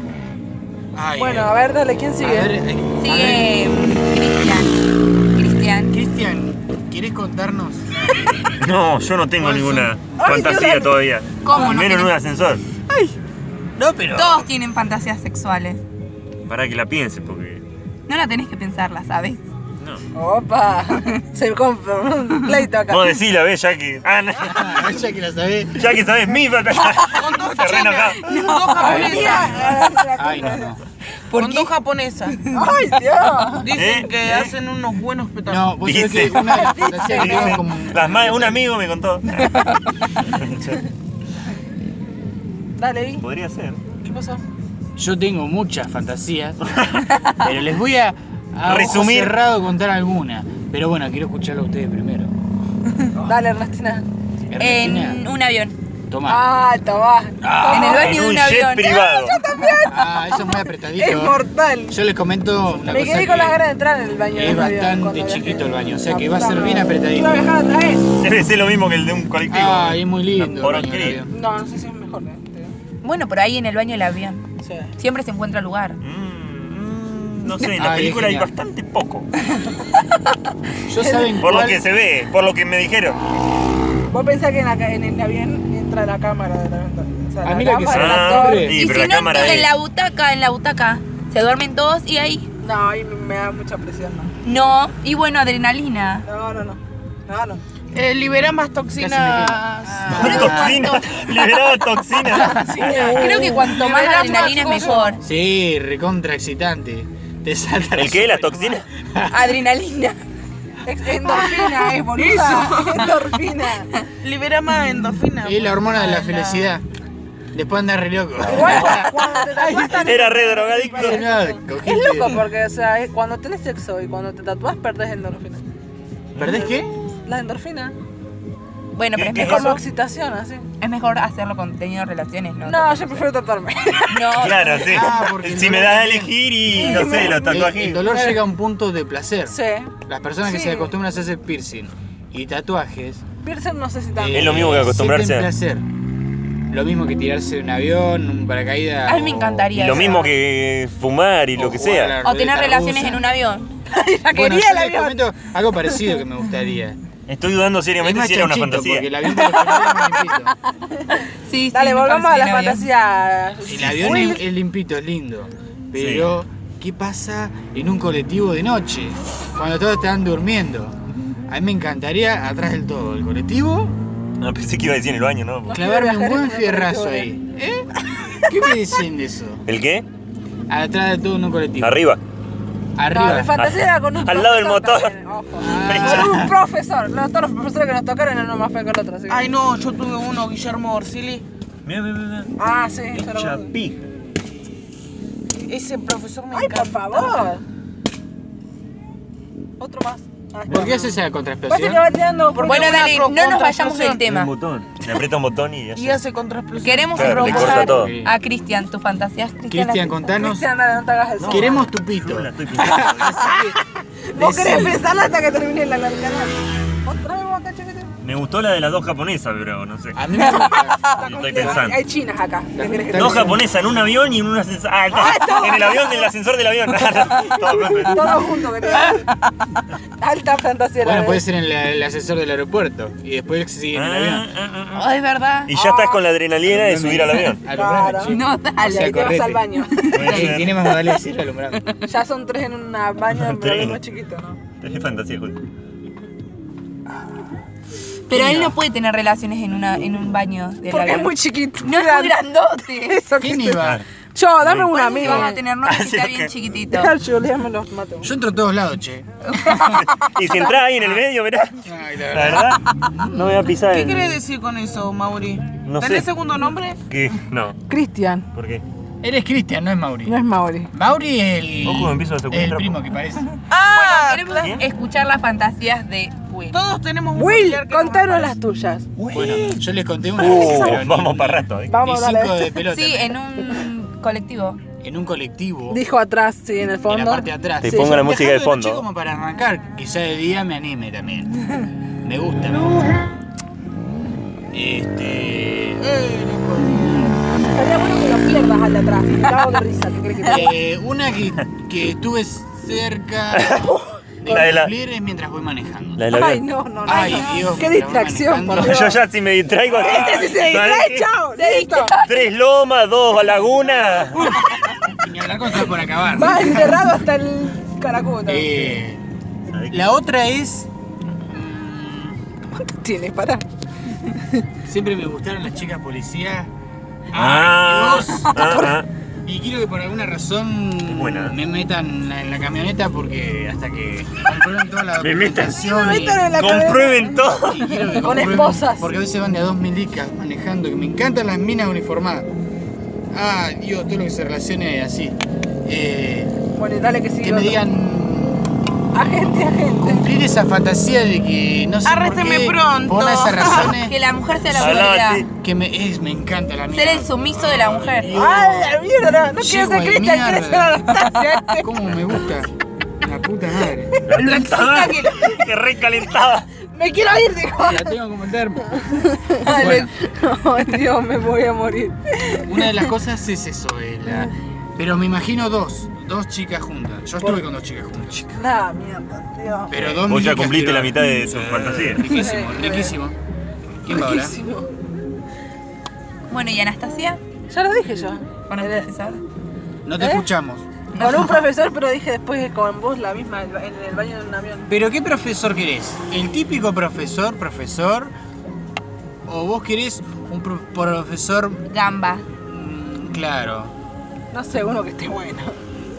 [SPEAKER 1] Ay, eh.
[SPEAKER 4] Bueno,
[SPEAKER 1] Dios.
[SPEAKER 4] a ver, dale, ¿quién
[SPEAKER 1] A ver,
[SPEAKER 4] sigue?
[SPEAKER 1] eh, a ver,
[SPEAKER 5] Sigue em, Cristian. Cristian.
[SPEAKER 1] Cristian, ¿quieres contarnos?
[SPEAKER 3] No, yo no tengo
[SPEAKER 1] Ay,
[SPEAKER 3] ninguna
[SPEAKER 4] Dios,
[SPEAKER 3] fantasía
[SPEAKER 4] dale.
[SPEAKER 3] todavía.
[SPEAKER 5] ¿Cómo no
[SPEAKER 3] Menos en un
[SPEAKER 5] tenés?
[SPEAKER 3] ascensor.
[SPEAKER 1] No, pero.
[SPEAKER 5] Todos tienen fantasías sexuales.
[SPEAKER 3] Para que la piense, porque.
[SPEAKER 5] No la tenés que pensar, la sabes.
[SPEAKER 3] No.
[SPEAKER 4] Opa, se compró un pleito acá.
[SPEAKER 3] Vos decís la ves ya que. Ah, no.
[SPEAKER 1] Ah, ya que la sabés.
[SPEAKER 3] Ya que sabes mi fantasía. Te re enojás.
[SPEAKER 2] Dos japonesas.
[SPEAKER 1] Ay, no, no.
[SPEAKER 2] Con dos japonesas.
[SPEAKER 4] ¡Ay, Dios!
[SPEAKER 2] Dicen
[SPEAKER 3] ¿Eh?
[SPEAKER 2] que
[SPEAKER 3] ¿Eh?
[SPEAKER 2] hacen unos buenos espectáculos.
[SPEAKER 1] No, vos sabés que
[SPEAKER 3] Dice.
[SPEAKER 1] una de las fantasías que tengo
[SPEAKER 3] Dice,
[SPEAKER 1] como.
[SPEAKER 3] las ma- un amigo me contó.
[SPEAKER 4] Dale, ¿y?
[SPEAKER 3] Podría ser.
[SPEAKER 4] ¿Qué pasó?
[SPEAKER 1] Yo tengo muchas fantasías, pero les voy a, a
[SPEAKER 3] Resumir.
[SPEAKER 1] resumir cerrado contar alguna. Pero bueno, quiero escucharlo a ustedes primero.
[SPEAKER 4] Dale, Ernestina.
[SPEAKER 5] En
[SPEAKER 1] Ernestina,
[SPEAKER 5] un avión.
[SPEAKER 1] toma.
[SPEAKER 4] Ah, tomá.
[SPEAKER 5] En el baño
[SPEAKER 3] en
[SPEAKER 5] de
[SPEAKER 3] un
[SPEAKER 5] un
[SPEAKER 3] jet
[SPEAKER 5] avión.
[SPEAKER 3] privado.
[SPEAKER 1] Ah, eso es muy apretadito.
[SPEAKER 4] Es mortal.
[SPEAKER 1] Yo les comento una
[SPEAKER 4] Me
[SPEAKER 1] cosa
[SPEAKER 4] quedé
[SPEAKER 1] que
[SPEAKER 4] con las ganas de entrar en el baño.
[SPEAKER 1] es
[SPEAKER 4] del avión cuando
[SPEAKER 1] bastante
[SPEAKER 4] viajé.
[SPEAKER 1] chiquito el baño, o sea
[SPEAKER 4] La
[SPEAKER 1] que va a
[SPEAKER 4] puta
[SPEAKER 1] ser bien
[SPEAKER 4] madre.
[SPEAKER 1] apretadito.
[SPEAKER 4] ¿La viajada otra vez?
[SPEAKER 3] Debe ser lo mismo que el de un colectivo.
[SPEAKER 1] Ah, es muy lindo el
[SPEAKER 3] Por
[SPEAKER 1] baño del
[SPEAKER 3] aquí.
[SPEAKER 1] avión.
[SPEAKER 4] No, no sé si es mejor. ¿eh? Te-
[SPEAKER 5] Bueno, por ahí en el baño del avión.
[SPEAKER 4] o sea,
[SPEAKER 5] Siempre se encuentra lugar.
[SPEAKER 3] Mm, mm, No sé, en la
[SPEAKER 1] Ay,
[SPEAKER 3] película hay
[SPEAKER 1] genial.
[SPEAKER 3] bastante poco.
[SPEAKER 1] Yo saben
[SPEAKER 3] Por lo
[SPEAKER 1] cuál,
[SPEAKER 3] que se ve, por lo que me dijeron.
[SPEAKER 4] Vos pensás que en, la ca- en el avión entra la cámara de la ventana. O sea,
[SPEAKER 1] A
[SPEAKER 4] la
[SPEAKER 1] mí lo que
[SPEAKER 4] cámara,
[SPEAKER 1] se-
[SPEAKER 4] el
[SPEAKER 1] Ah,
[SPEAKER 4] actor.
[SPEAKER 3] sí.
[SPEAKER 5] y
[SPEAKER 3] pero
[SPEAKER 5] si
[SPEAKER 3] la
[SPEAKER 5] no,
[SPEAKER 3] cámara
[SPEAKER 5] entonces en
[SPEAKER 3] es-
[SPEAKER 5] la butaca, en la butaca. Se duermen todos y ahí.
[SPEAKER 4] No, ahí me- me da mucha presión, ¿no?
[SPEAKER 5] No. Y bueno, adrenalina.
[SPEAKER 4] No, no, no. No, no.
[SPEAKER 2] Eh, libera más
[SPEAKER 1] Casi
[SPEAKER 3] Ah.
[SPEAKER 2] toxinas.
[SPEAKER 3] Toxina, liberaba toxina.
[SPEAKER 5] Creo que cuanto más
[SPEAKER 2] Liberás
[SPEAKER 5] adrenalina es
[SPEAKER 2] más
[SPEAKER 5] mejor.
[SPEAKER 1] Sí, recontra excitante. Te salta
[SPEAKER 3] ¿El
[SPEAKER 1] la
[SPEAKER 3] qué? ¿La
[SPEAKER 1] super-
[SPEAKER 3] toxina?
[SPEAKER 5] Adrenalina.
[SPEAKER 4] Es- Endorfina, eh, boluda. Endorfina.
[SPEAKER 2] Libera más endorfina.
[SPEAKER 1] Es la hormona de la
[SPEAKER 2] Ah,
[SPEAKER 1] felicidad. Después andas re loco.
[SPEAKER 4] Igual cu- cuando te tatuás tan-
[SPEAKER 3] Era re drogadicto.
[SPEAKER 1] No,
[SPEAKER 4] Es
[SPEAKER 1] cogiste-
[SPEAKER 4] loco porque, o sea, es- cuando tenés sexo y cuando te tatuás perdés endorfina.
[SPEAKER 1] ¿Perdés qué?
[SPEAKER 4] La endorfina.
[SPEAKER 5] Bueno, pero es
[SPEAKER 3] ¿Qué es
[SPEAKER 5] mejor,
[SPEAKER 4] Como excitación, así.
[SPEAKER 5] es mejor hacerlo con teniendo relaciones, ¿no?
[SPEAKER 4] No, yo prefiero tatuarme.
[SPEAKER 5] No,
[SPEAKER 3] Claro, sí.
[SPEAKER 1] Ah, porque el
[SPEAKER 3] si me
[SPEAKER 1] dolor
[SPEAKER 3] das a
[SPEAKER 1] también.
[SPEAKER 3] elegir y no sé, los
[SPEAKER 1] El,
[SPEAKER 3] tatuajes.
[SPEAKER 1] el dolor llega a un punto de placer.
[SPEAKER 4] sí.
[SPEAKER 1] Las personas que
[SPEAKER 4] Sí.
[SPEAKER 1] se acostumbran a hacerse piercing y tatuajes.
[SPEAKER 4] Piercing no sé si tanto.
[SPEAKER 1] eh,
[SPEAKER 3] Es lo mismo que acostumbrarse
[SPEAKER 1] sienten
[SPEAKER 3] a-
[SPEAKER 1] placer. Lo mismo que tirarse de un avión, un paracaídas.
[SPEAKER 5] Ay, me
[SPEAKER 1] o-
[SPEAKER 5] encantaría.
[SPEAKER 3] Y lo mismo que fumar y
[SPEAKER 1] o
[SPEAKER 3] lo que
[SPEAKER 1] jugar a la
[SPEAKER 3] sea.
[SPEAKER 5] o tener
[SPEAKER 1] ruleta
[SPEAKER 5] relaciones
[SPEAKER 1] rusa.
[SPEAKER 5] en un avión.
[SPEAKER 1] Bueno, yo les comento algo parecido que me gustaría.
[SPEAKER 3] Estoy dudando
[SPEAKER 1] Es
[SPEAKER 3] seriamente
[SPEAKER 1] más
[SPEAKER 3] si este era una
[SPEAKER 1] chanchito,
[SPEAKER 3] fantasía.
[SPEAKER 1] Porque el avión te lo genera más limpito.
[SPEAKER 5] Sí, sí.
[SPEAKER 4] Dale,
[SPEAKER 5] nunca
[SPEAKER 4] volvamos
[SPEAKER 5] me
[SPEAKER 4] a la
[SPEAKER 5] subí en avión.
[SPEAKER 4] fantasía.
[SPEAKER 1] El avión es, es limpito, es lindo. Pero, ¿qué pasa en un colectivo de noche? Cuando todos están durmiendo. A mí me encantaría, atrás del todo, el colectivo,
[SPEAKER 3] Ah, pensé que iba a decir en el baño, ¿no?
[SPEAKER 1] clavarme un
[SPEAKER 4] quiero viajar en
[SPEAKER 1] buen
[SPEAKER 4] un
[SPEAKER 1] fierrazo
[SPEAKER 4] colectivo,
[SPEAKER 1] ahí. ¿Eh? ¿Qué me dicen de eso?
[SPEAKER 3] ¿El qué?
[SPEAKER 1] Atrás del todo en un colectivo.
[SPEAKER 3] Arriba.
[SPEAKER 1] Arriba.
[SPEAKER 4] No, mi fantasía era con un
[SPEAKER 3] Al lado del
[SPEAKER 4] profesor
[SPEAKER 3] motor.
[SPEAKER 4] también, ojo.
[SPEAKER 1] Ah.
[SPEAKER 4] Con un profesor. No, todos los profesores que nos tocaron eran más feos que el otro. Así que-
[SPEAKER 2] Ay, no, yo tuve uno, Guillermo Orsili.
[SPEAKER 3] Mira, mira,
[SPEAKER 4] Ah, sí, yo
[SPEAKER 3] mira.
[SPEAKER 4] lo-
[SPEAKER 3] Chapí.
[SPEAKER 2] Ese profesor me
[SPEAKER 4] Ay,
[SPEAKER 2] encanta.
[SPEAKER 4] por favor. Otro más. Ah, Pues
[SPEAKER 1] ¿Por qué
[SPEAKER 4] está.
[SPEAKER 1] haces esa
[SPEAKER 4] Parece
[SPEAKER 1] contraexplosión?
[SPEAKER 4] que va tirando por
[SPEAKER 5] Bueno,
[SPEAKER 4] una-
[SPEAKER 5] dale, no nos vayamos del
[SPEAKER 3] Un
[SPEAKER 5] tema.
[SPEAKER 3] botón. Le aprieta un botón y
[SPEAKER 2] Y
[SPEAKER 3] ya.
[SPEAKER 2] hace contraexplosión.
[SPEAKER 5] Queremos
[SPEAKER 3] Claro, le corta
[SPEAKER 5] provocar
[SPEAKER 3] todo.
[SPEAKER 5] a Cristian, tus fantasías, Cristian.
[SPEAKER 1] Cristian,
[SPEAKER 5] las-
[SPEAKER 1] contanos.
[SPEAKER 4] Cristian, dale, no te hagas eso.
[SPEAKER 1] Queremos tu pito.
[SPEAKER 3] Yo la estoy pintando.
[SPEAKER 4] Vos querés
[SPEAKER 1] Decime.
[SPEAKER 4] pensarla hasta que termine la carcajada. Otra vez vamos acá, chiquito.
[SPEAKER 3] Me gustó la de las dos japonesas, pero no sé.
[SPEAKER 1] A mí me gusta.
[SPEAKER 3] Estoy pensando.
[SPEAKER 4] Hay chinas acá. ¿Qué querés que te
[SPEAKER 3] Dos
[SPEAKER 4] diga?
[SPEAKER 3] japonesas en un avión y en un ascensor. Ah, está. En el avión, en el ascensor del avión. Todo perfecto.
[SPEAKER 4] Todo junto que te Alta fantasía. la
[SPEAKER 1] Bueno,
[SPEAKER 4] verdad.
[SPEAKER 1] puede ser en la- el ascensor del aeropuerto y después sigue en el
[SPEAKER 3] Ah,
[SPEAKER 1] avión.
[SPEAKER 3] ah, ah,
[SPEAKER 5] Oh, es verdad.
[SPEAKER 3] ah. Y ya estás con la adrenalina de Ah, eh, subir al avión.
[SPEAKER 1] Alumbrame,
[SPEAKER 4] Claro.
[SPEAKER 1] chico.
[SPEAKER 5] No, dale.
[SPEAKER 1] O sea,
[SPEAKER 4] Y ahí te vas
[SPEAKER 1] correte.
[SPEAKER 4] al baño.
[SPEAKER 3] Puede
[SPEAKER 1] Sí,
[SPEAKER 3] ser.
[SPEAKER 1] tiene más vale decir alumbrame.
[SPEAKER 4] Ya son tres en un baño, pero
[SPEAKER 3] Tres.
[SPEAKER 4] es más chiquito, ¿no?
[SPEAKER 3] Es fantasía, Julio.
[SPEAKER 5] Pero él no puede tener relaciones en, una, en un baño del
[SPEAKER 4] Porque
[SPEAKER 5] avión.
[SPEAKER 4] es muy chiquito.
[SPEAKER 5] No es muy grandote.
[SPEAKER 4] Eso que
[SPEAKER 1] ¿Quién
[SPEAKER 4] se-
[SPEAKER 1] iba?
[SPEAKER 4] Yo, dame un
[SPEAKER 5] ¿Cuándo te
[SPEAKER 4] amigo.
[SPEAKER 5] Vas a tener novio que
[SPEAKER 3] Así
[SPEAKER 5] está
[SPEAKER 3] que-
[SPEAKER 5] bien chiquitito.
[SPEAKER 4] Deja Julia, me los mato.
[SPEAKER 1] Yo entro a todos lados, che.
[SPEAKER 3] Y si entras ahí en el medio, verás.
[SPEAKER 1] Ay,
[SPEAKER 3] La verdad, no voy a pisar
[SPEAKER 2] ¿Qué
[SPEAKER 3] en.
[SPEAKER 2] querés decir con eso, Mauri?
[SPEAKER 3] No
[SPEAKER 2] ¿Tenés
[SPEAKER 3] sé.
[SPEAKER 2] segundo nombre?
[SPEAKER 3] ¿Qué? No,
[SPEAKER 4] Cristian,
[SPEAKER 3] ¿por qué?
[SPEAKER 1] Él es Cristian, no es Mauri.
[SPEAKER 4] no es Mauri.
[SPEAKER 1] Mauri es el,
[SPEAKER 3] Ojo, me empiezo a secuestrar,
[SPEAKER 1] el
[SPEAKER 3] po.
[SPEAKER 1] primo que parece.
[SPEAKER 2] Ah,
[SPEAKER 5] Queremos
[SPEAKER 3] ¿Quién?
[SPEAKER 5] escuchar las fantasías de Will.
[SPEAKER 2] todos tenemos un
[SPEAKER 4] Will,
[SPEAKER 2] familiar que
[SPEAKER 4] contanos
[SPEAKER 2] nos
[SPEAKER 4] las tuyas.
[SPEAKER 1] Bueno, yo les conté una
[SPEAKER 3] Uh,
[SPEAKER 1] pero ni-
[SPEAKER 3] vamos para rato, eh.
[SPEAKER 4] Vamos,
[SPEAKER 1] ni
[SPEAKER 4] dale.
[SPEAKER 1] cinco de pelota.
[SPEAKER 5] Sí, en un colectivo.
[SPEAKER 1] En un colectivo,
[SPEAKER 4] Dijo atrás, sí, en el
[SPEAKER 1] en la
[SPEAKER 4] fondo.
[SPEAKER 1] parte de atrás.
[SPEAKER 3] Te
[SPEAKER 4] Sí,
[SPEAKER 3] pongo
[SPEAKER 4] yo
[SPEAKER 3] la música de
[SPEAKER 1] Dejándolo, che,
[SPEAKER 3] fondo.
[SPEAKER 1] como para arrancar, quizá de día me anime también. Me gusta, me gusta. Este.
[SPEAKER 4] Estaría bueno que lo pierdas al de atrás. Me cago de risa, ¿qué crees que te
[SPEAKER 1] Eh, una que, que estuve cerca de
[SPEAKER 3] La de la-
[SPEAKER 1] cumplir es mientras voy manejando.
[SPEAKER 3] La del
[SPEAKER 4] Ay,
[SPEAKER 3] avión.
[SPEAKER 4] no, no, no.
[SPEAKER 1] Ay,
[SPEAKER 4] no.
[SPEAKER 1] Dios,
[SPEAKER 4] Qué
[SPEAKER 1] pero voy
[SPEAKER 4] distracción, por
[SPEAKER 1] manejando.
[SPEAKER 4] Dios.
[SPEAKER 3] Yo ya si me distraigo.
[SPEAKER 4] Este sí se distrae, chao. Listo.
[SPEAKER 3] Tres lomas, dos lagunas.
[SPEAKER 1] Y ni hablar con todo por acabar.
[SPEAKER 4] Va enterrado hasta el caracuta.
[SPEAKER 1] Eh, la otra es. mm,
[SPEAKER 4] ¿Cuánto tienes? Pará.
[SPEAKER 1] Siempre me gustaron las chicas policías.
[SPEAKER 3] Ah,
[SPEAKER 1] Ay, Dios.
[SPEAKER 3] ah, ah.
[SPEAKER 1] Y quiero que por alguna razón
[SPEAKER 3] Buena.
[SPEAKER 1] me metan en la, en la camioneta porque hasta que comprueben toda la
[SPEAKER 3] Me metan.
[SPEAKER 1] documentación. y-
[SPEAKER 4] Mételo en la cabeza.
[SPEAKER 3] Comprueben todo.
[SPEAKER 1] y quiero que
[SPEAKER 4] Con
[SPEAKER 1] comprueben,
[SPEAKER 4] esposas.
[SPEAKER 1] Porque a veces van de a dos milicas manejando, que me encantan las minas uniformadas. Ah, Dios, todo lo que se relacione así. Eh,
[SPEAKER 4] Bueno, dale que sigue.
[SPEAKER 1] que me
[SPEAKER 4] otro.
[SPEAKER 1] digan
[SPEAKER 4] Agente, agente.
[SPEAKER 1] cumplir esa fantasía de que no sé
[SPEAKER 2] Arrésteme
[SPEAKER 1] por qué,
[SPEAKER 2] pronto.
[SPEAKER 1] por una de esas
[SPEAKER 5] Que
[SPEAKER 1] razones
[SPEAKER 5] la mujer sea la
[SPEAKER 1] Ah,
[SPEAKER 3] Hablaba
[SPEAKER 5] autoridad.
[SPEAKER 3] así.
[SPEAKER 1] que me, es, me encanta la mina.
[SPEAKER 5] Ser el sumiso de la mujer.
[SPEAKER 4] ¡Ay, Ah, la mierda! No quiero
[SPEAKER 1] Chico
[SPEAKER 4] ser
[SPEAKER 1] de
[SPEAKER 4] Cristian, quiero
[SPEAKER 1] mierda.
[SPEAKER 4] ser Anastasia.
[SPEAKER 1] Cómo me gusta. La puta madre.
[SPEAKER 3] La puta madre, Que recalentaba.
[SPEAKER 4] Me quiero ir, dijo.
[SPEAKER 1] La tengo que comentar.
[SPEAKER 4] Ay,
[SPEAKER 1] Bueno,
[SPEAKER 4] me- Ay, Dios, me voy a morir.
[SPEAKER 1] una de las cosas es eso, eh, la- pero me imagino dos, dos chicas juntas. Yo estuve con dos chicas juntas.
[SPEAKER 4] Nah, mierda, Dios.
[SPEAKER 1] Pero dos
[SPEAKER 3] Vos ya
[SPEAKER 1] milicas,
[SPEAKER 3] cumpliste
[SPEAKER 1] pero-
[SPEAKER 3] la mitad de tus fantasías.
[SPEAKER 1] Eh, Riquísimo,
[SPEAKER 4] Sí,
[SPEAKER 1] riquísimo. ¿Quién va ahora?
[SPEAKER 4] Riquísimo.
[SPEAKER 5] Bueno, ¿y Anastasia?
[SPEAKER 4] Ya lo dije yo.
[SPEAKER 5] Bueno, profesor.
[SPEAKER 1] No te
[SPEAKER 4] ¿Eh?
[SPEAKER 1] escuchamos.
[SPEAKER 4] Con un profesor, pero dije después con vos la misma en el baño de un avión.
[SPEAKER 1] ¿Pero qué profesor querés? ¿El típico profesor, profesor? ¿O vos querés un pro- profesor,
[SPEAKER 5] Gamba.
[SPEAKER 1] mm, claro?
[SPEAKER 4] No sé, uno que esté bueno.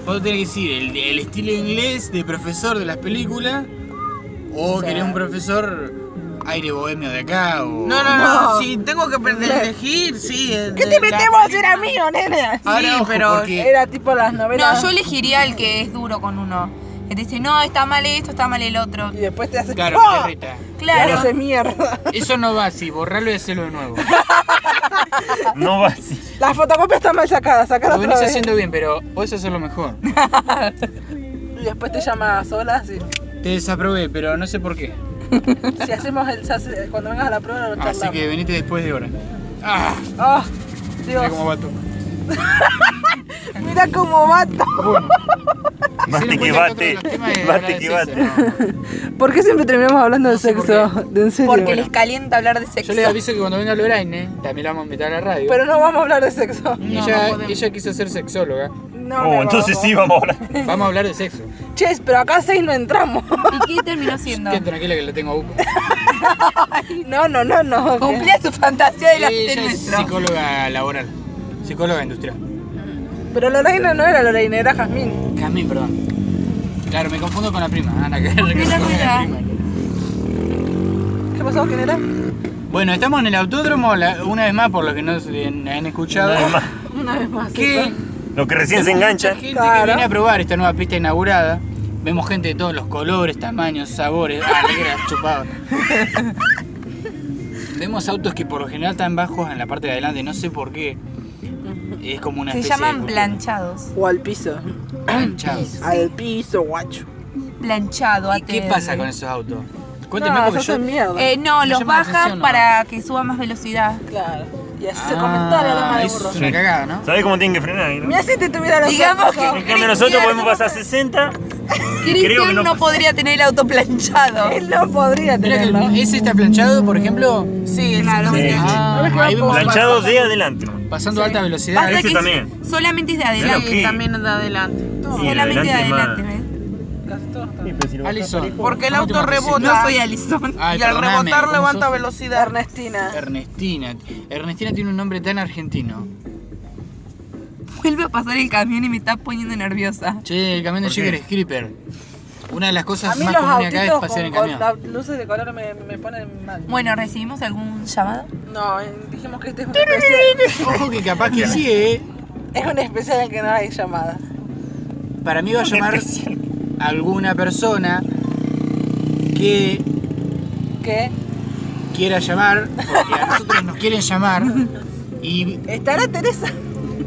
[SPEAKER 1] Vos tenés que decir el, el estilo inglés de profesor de las películas o querés un profesor aire bohemio de acá o...
[SPEAKER 2] No, no, no,
[SPEAKER 4] No.
[SPEAKER 2] si tengo que aprender a elegir, sí. eh,
[SPEAKER 4] ¿Qué te metemos a ser amigo, nena?
[SPEAKER 1] Ahora,
[SPEAKER 2] sí,
[SPEAKER 1] ojo,
[SPEAKER 2] pero
[SPEAKER 1] porque
[SPEAKER 4] Era tipo las
[SPEAKER 5] No,
[SPEAKER 4] novelas.
[SPEAKER 5] yo elegiría el que es duro con uno. Que te dice, no, está mal esto, está mal el otro.
[SPEAKER 4] Y después te hace.
[SPEAKER 1] Claro,
[SPEAKER 4] ¡Ah!
[SPEAKER 1] perrita.
[SPEAKER 4] Te
[SPEAKER 5] Claro.
[SPEAKER 4] hace mierda.
[SPEAKER 1] Eso no va así, borrarlo y hacerlo de nuevo.
[SPEAKER 3] No va así.
[SPEAKER 4] La fotocopia está mal sacada, sacala
[SPEAKER 1] Lo
[SPEAKER 4] otra
[SPEAKER 1] venís
[SPEAKER 4] vez.
[SPEAKER 1] haciendo bien, pero podés hacerlo mejor.
[SPEAKER 4] Y después te llama a solas y
[SPEAKER 1] Te desaprobé, pero no sé por qué.
[SPEAKER 4] si hacemos el, si hace- cuando vengas a la prueba lo charlamos.
[SPEAKER 1] Ah, Así que venite después de hora. Ah,
[SPEAKER 4] Ah,
[SPEAKER 1] mira
[SPEAKER 4] Dios,
[SPEAKER 1] cómo va todo.
[SPEAKER 4] mira cómo mata.
[SPEAKER 1] Sí,
[SPEAKER 3] Bate
[SPEAKER 1] no
[SPEAKER 3] que
[SPEAKER 1] podía tocar
[SPEAKER 3] bate.
[SPEAKER 1] los temas de
[SPEAKER 3] Bate que
[SPEAKER 1] ahora de
[SPEAKER 3] bate.
[SPEAKER 1] sexo, no.
[SPEAKER 4] ¿Por qué siempre terminamos hablando de
[SPEAKER 1] sé por
[SPEAKER 4] sexo? De en serio.
[SPEAKER 5] Porque les calienta hablar de
[SPEAKER 1] Yo
[SPEAKER 5] sexo.
[SPEAKER 1] les aviso que cuando venga Loraine, también la vamos a invitar a la radio.
[SPEAKER 4] Pero no vamos a hablar de sexo.
[SPEAKER 1] Y ella, ella quiso ser sexóloga.
[SPEAKER 4] No,
[SPEAKER 3] Oh,
[SPEAKER 4] no,
[SPEAKER 3] entonces
[SPEAKER 4] vamos.
[SPEAKER 3] sí, vamos a hablar.
[SPEAKER 1] Vamos a hablar de sexo.
[SPEAKER 4] Che, pero acá seis no entramos.
[SPEAKER 5] ¿Y qué terminó siendo?
[SPEAKER 1] Qué tranquila que le tengo a Buco.
[SPEAKER 4] No, no, no, no.
[SPEAKER 5] Cumplía su fantasía de la
[SPEAKER 1] Ella es
[SPEAKER 5] nuestro.
[SPEAKER 1] psicóloga laboral. Psicóloga industrial.
[SPEAKER 4] Pero Lorena no era Lorena, era Jazmín.
[SPEAKER 1] Jazmín, perdón. Claro, me confundo con la prima. Ana, que con la
[SPEAKER 5] Mira, mira.
[SPEAKER 1] prima.
[SPEAKER 4] ¿Qué pasó? ¿Quién era?
[SPEAKER 1] Bueno, estamos en el autódromo, la- una vez más, por lo que no se- han escuchado.
[SPEAKER 3] Una vez más.
[SPEAKER 4] Una vez más.
[SPEAKER 1] que
[SPEAKER 3] Lo que recién se engancha.
[SPEAKER 1] Mucha gente
[SPEAKER 4] Claro.
[SPEAKER 1] que viene a probar esta nueva pista inaugurada. Vemos gente de todos los colores, tamaños, sabores. Ah, negra, chupado. Vemos autos que por lo general están bajos en la parte de adelante, no sé por qué. Es como una
[SPEAKER 5] Se
[SPEAKER 1] especie
[SPEAKER 5] llaman
[SPEAKER 1] de-
[SPEAKER 5] planchados.
[SPEAKER 4] O al piso.
[SPEAKER 1] planchados.
[SPEAKER 4] Al piso, guacho.
[SPEAKER 5] Planchado,
[SPEAKER 1] ¿Y qué
[SPEAKER 5] ATR.
[SPEAKER 1] pasa con esos autos? Cuénteme
[SPEAKER 4] No,
[SPEAKER 1] porque
[SPEAKER 4] se
[SPEAKER 1] yo...
[SPEAKER 4] hacen mierda.
[SPEAKER 5] Eh, no,
[SPEAKER 1] Me
[SPEAKER 5] los
[SPEAKER 1] llama la
[SPEAKER 5] bajan
[SPEAKER 1] atención, ¿no?
[SPEAKER 5] para que suba más velocidad.
[SPEAKER 4] Claro. Y así se
[SPEAKER 1] Ah,
[SPEAKER 4] comentó la dama de
[SPEAKER 1] eso
[SPEAKER 4] burro.
[SPEAKER 1] Es una cagada, ¿no?
[SPEAKER 3] ¿Sabés cómo tienen que frenar? ahí, no?
[SPEAKER 4] Mira si te tuviera los
[SPEAKER 5] Digamos
[SPEAKER 4] ojos.
[SPEAKER 5] que-
[SPEAKER 3] En cambio nosotros podemos pasar 60. Creo que
[SPEAKER 5] Cristian
[SPEAKER 3] no
[SPEAKER 5] no
[SPEAKER 3] pasa.
[SPEAKER 5] podría tener el auto planchado.
[SPEAKER 4] Él no podría
[SPEAKER 1] Mira que
[SPEAKER 4] tenerlo.
[SPEAKER 1] el- ese está planchado, por ejemplo.
[SPEAKER 5] Sí, claro.
[SPEAKER 3] Sí.
[SPEAKER 1] Ah, ahí vemos
[SPEAKER 3] Planchado Eh, de adelante.
[SPEAKER 1] pasando a alta velocidad.
[SPEAKER 5] Pasa
[SPEAKER 3] Ese
[SPEAKER 5] que
[SPEAKER 3] también.
[SPEAKER 5] solamente es de
[SPEAKER 3] Claro
[SPEAKER 5] adelante.
[SPEAKER 3] que-
[SPEAKER 2] También de adelante.
[SPEAKER 5] Todo.
[SPEAKER 3] Sí, de
[SPEAKER 5] solamente de
[SPEAKER 3] adelante
[SPEAKER 5] adelante,
[SPEAKER 3] es
[SPEAKER 5] ¿ves?
[SPEAKER 4] Casi todos están.
[SPEAKER 1] Alison.
[SPEAKER 2] Porque el
[SPEAKER 1] ¿cómo te
[SPEAKER 2] auto
[SPEAKER 1] llamas?
[SPEAKER 2] rebota.
[SPEAKER 5] No soy Alison.
[SPEAKER 1] Ay,
[SPEAKER 2] y al
[SPEAKER 1] perdóname,
[SPEAKER 2] rebotar
[SPEAKER 1] ¿cómo
[SPEAKER 2] levanta
[SPEAKER 1] sos?
[SPEAKER 2] velocidad.
[SPEAKER 4] Ernestina.
[SPEAKER 1] Ernestina. Ernestina tiene un nombre tan argentino.
[SPEAKER 5] Vuelve a pasar el camión y me está poniendo nerviosa.
[SPEAKER 1] Che, el camión de
[SPEAKER 3] ¿Por qué?
[SPEAKER 1] Jigger es Creeper. Una de las
[SPEAKER 4] A
[SPEAKER 1] cosas
[SPEAKER 4] mí
[SPEAKER 1] más
[SPEAKER 4] los
[SPEAKER 1] comunes acá es
[SPEAKER 4] autitos
[SPEAKER 1] pasear
[SPEAKER 4] con,
[SPEAKER 1] en
[SPEAKER 4] con
[SPEAKER 1] camión.
[SPEAKER 4] las luces de color me, me ponen mal.
[SPEAKER 5] Bueno, ¿recibimos algún llamado?
[SPEAKER 4] No, eh, dijimos que este es un especial.
[SPEAKER 1] Ojo que capaz que sí, eh.
[SPEAKER 4] es un especial en que no hay llamadas.
[SPEAKER 1] Para mí va a llamar alguna persona que
[SPEAKER 4] ¿Qué?
[SPEAKER 1] quiera llamar, porque a nosotros nos quieren llamar. Y
[SPEAKER 4] ¿Estará Teresa?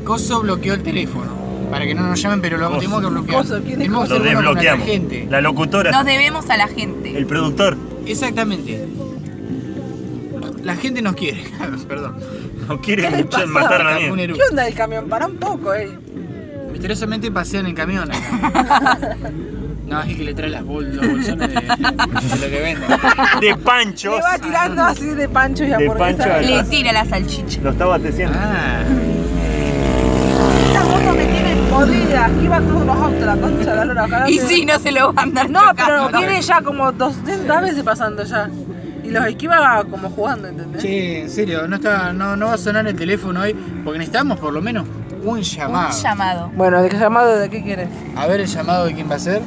[SPEAKER 1] Coso bloqueó el teléfono. Para que no nos llamen, pero lo
[SPEAKER 3] Coso.
[SPEAKER 1] tenemos que bloquear.
[SPEAKER 4] Coso, ¿quién es
[SPEAKER 1] Tenemos que
[SPEAKER 4] Coso?
[SPEAKER 1] ser
[SPEAKER 3] Lo
[SPEAKER 1] buenos con la
[SPEAKER 3] desbloqueamos.
[SPEAKER 1] gente.
[SPEAKER 3] La
[SPEAKER 5] Nos
[SPEAKER 3] locutora.
[SPEAKER 5] debemos a la gente.
[SPEAKER 3] El productor.
[SPEAKER 1] Exactamente. La gente nos quiere. Perdón.
[SPEAKER 3] No quiere
[SPEAKER 4] ¿Qué le
[SPEAKER 3] mucho
[SPEAKER 4] pasó?
[SPEAKER 3] matar a
[SPEAKER 1] Un
[SPEAKER 3] nadie.
[SPEAKER 1] eructo.
[SPEAKER 4] ¿Qué onda el camión? Para un poco, eh.
[SPEAKER 1] Misteriosamente pasean en camión. acá. No, es que le trae las bol- los bolsones de, de lo que venden.
[SPEAKER 3] De panchos.
[SPEAKER 4] Le va tirando así de pancho y
[SPEAKER 3] De pancho
[SPEAKER 4] hamburguesa.
[SPEAKER 3] al-
[SPEAKER 5] Le tira la salchicha.
[SPEAKER 3] Lo está bateciendo.
[SPEAKER 1] Ah,
[SPEAKER 4] Estas gorras me tienen podridas. Que iba todos los autos, la concha de la lora. Ojalá
[SPEAKER 5] Y
[SPEAKER 4] me-
[SPEAKER 5] sí, no se lo van a andar
[SPEAKER 4] No, pero
[SPEAKER 5] chocando.
[SPEAKER 4] viene ya como 200 veces pasando ya. Y los esquiva como jugando, ¿entendés?
[SPEAKER 1] che, en serio, no, está, no, no va a sonar el teléfono hoy porque necesitamos por lo menos un
[SPEAKER 5] Un
[SPEAKER 1] llamado.
[SPEAKER 5] llamado.
[SPEAKER 4] Bueno, ¿de qué llamado? ¿De qué quieres?
[SPEAKER 1] a ver el llamado de quién va a ser.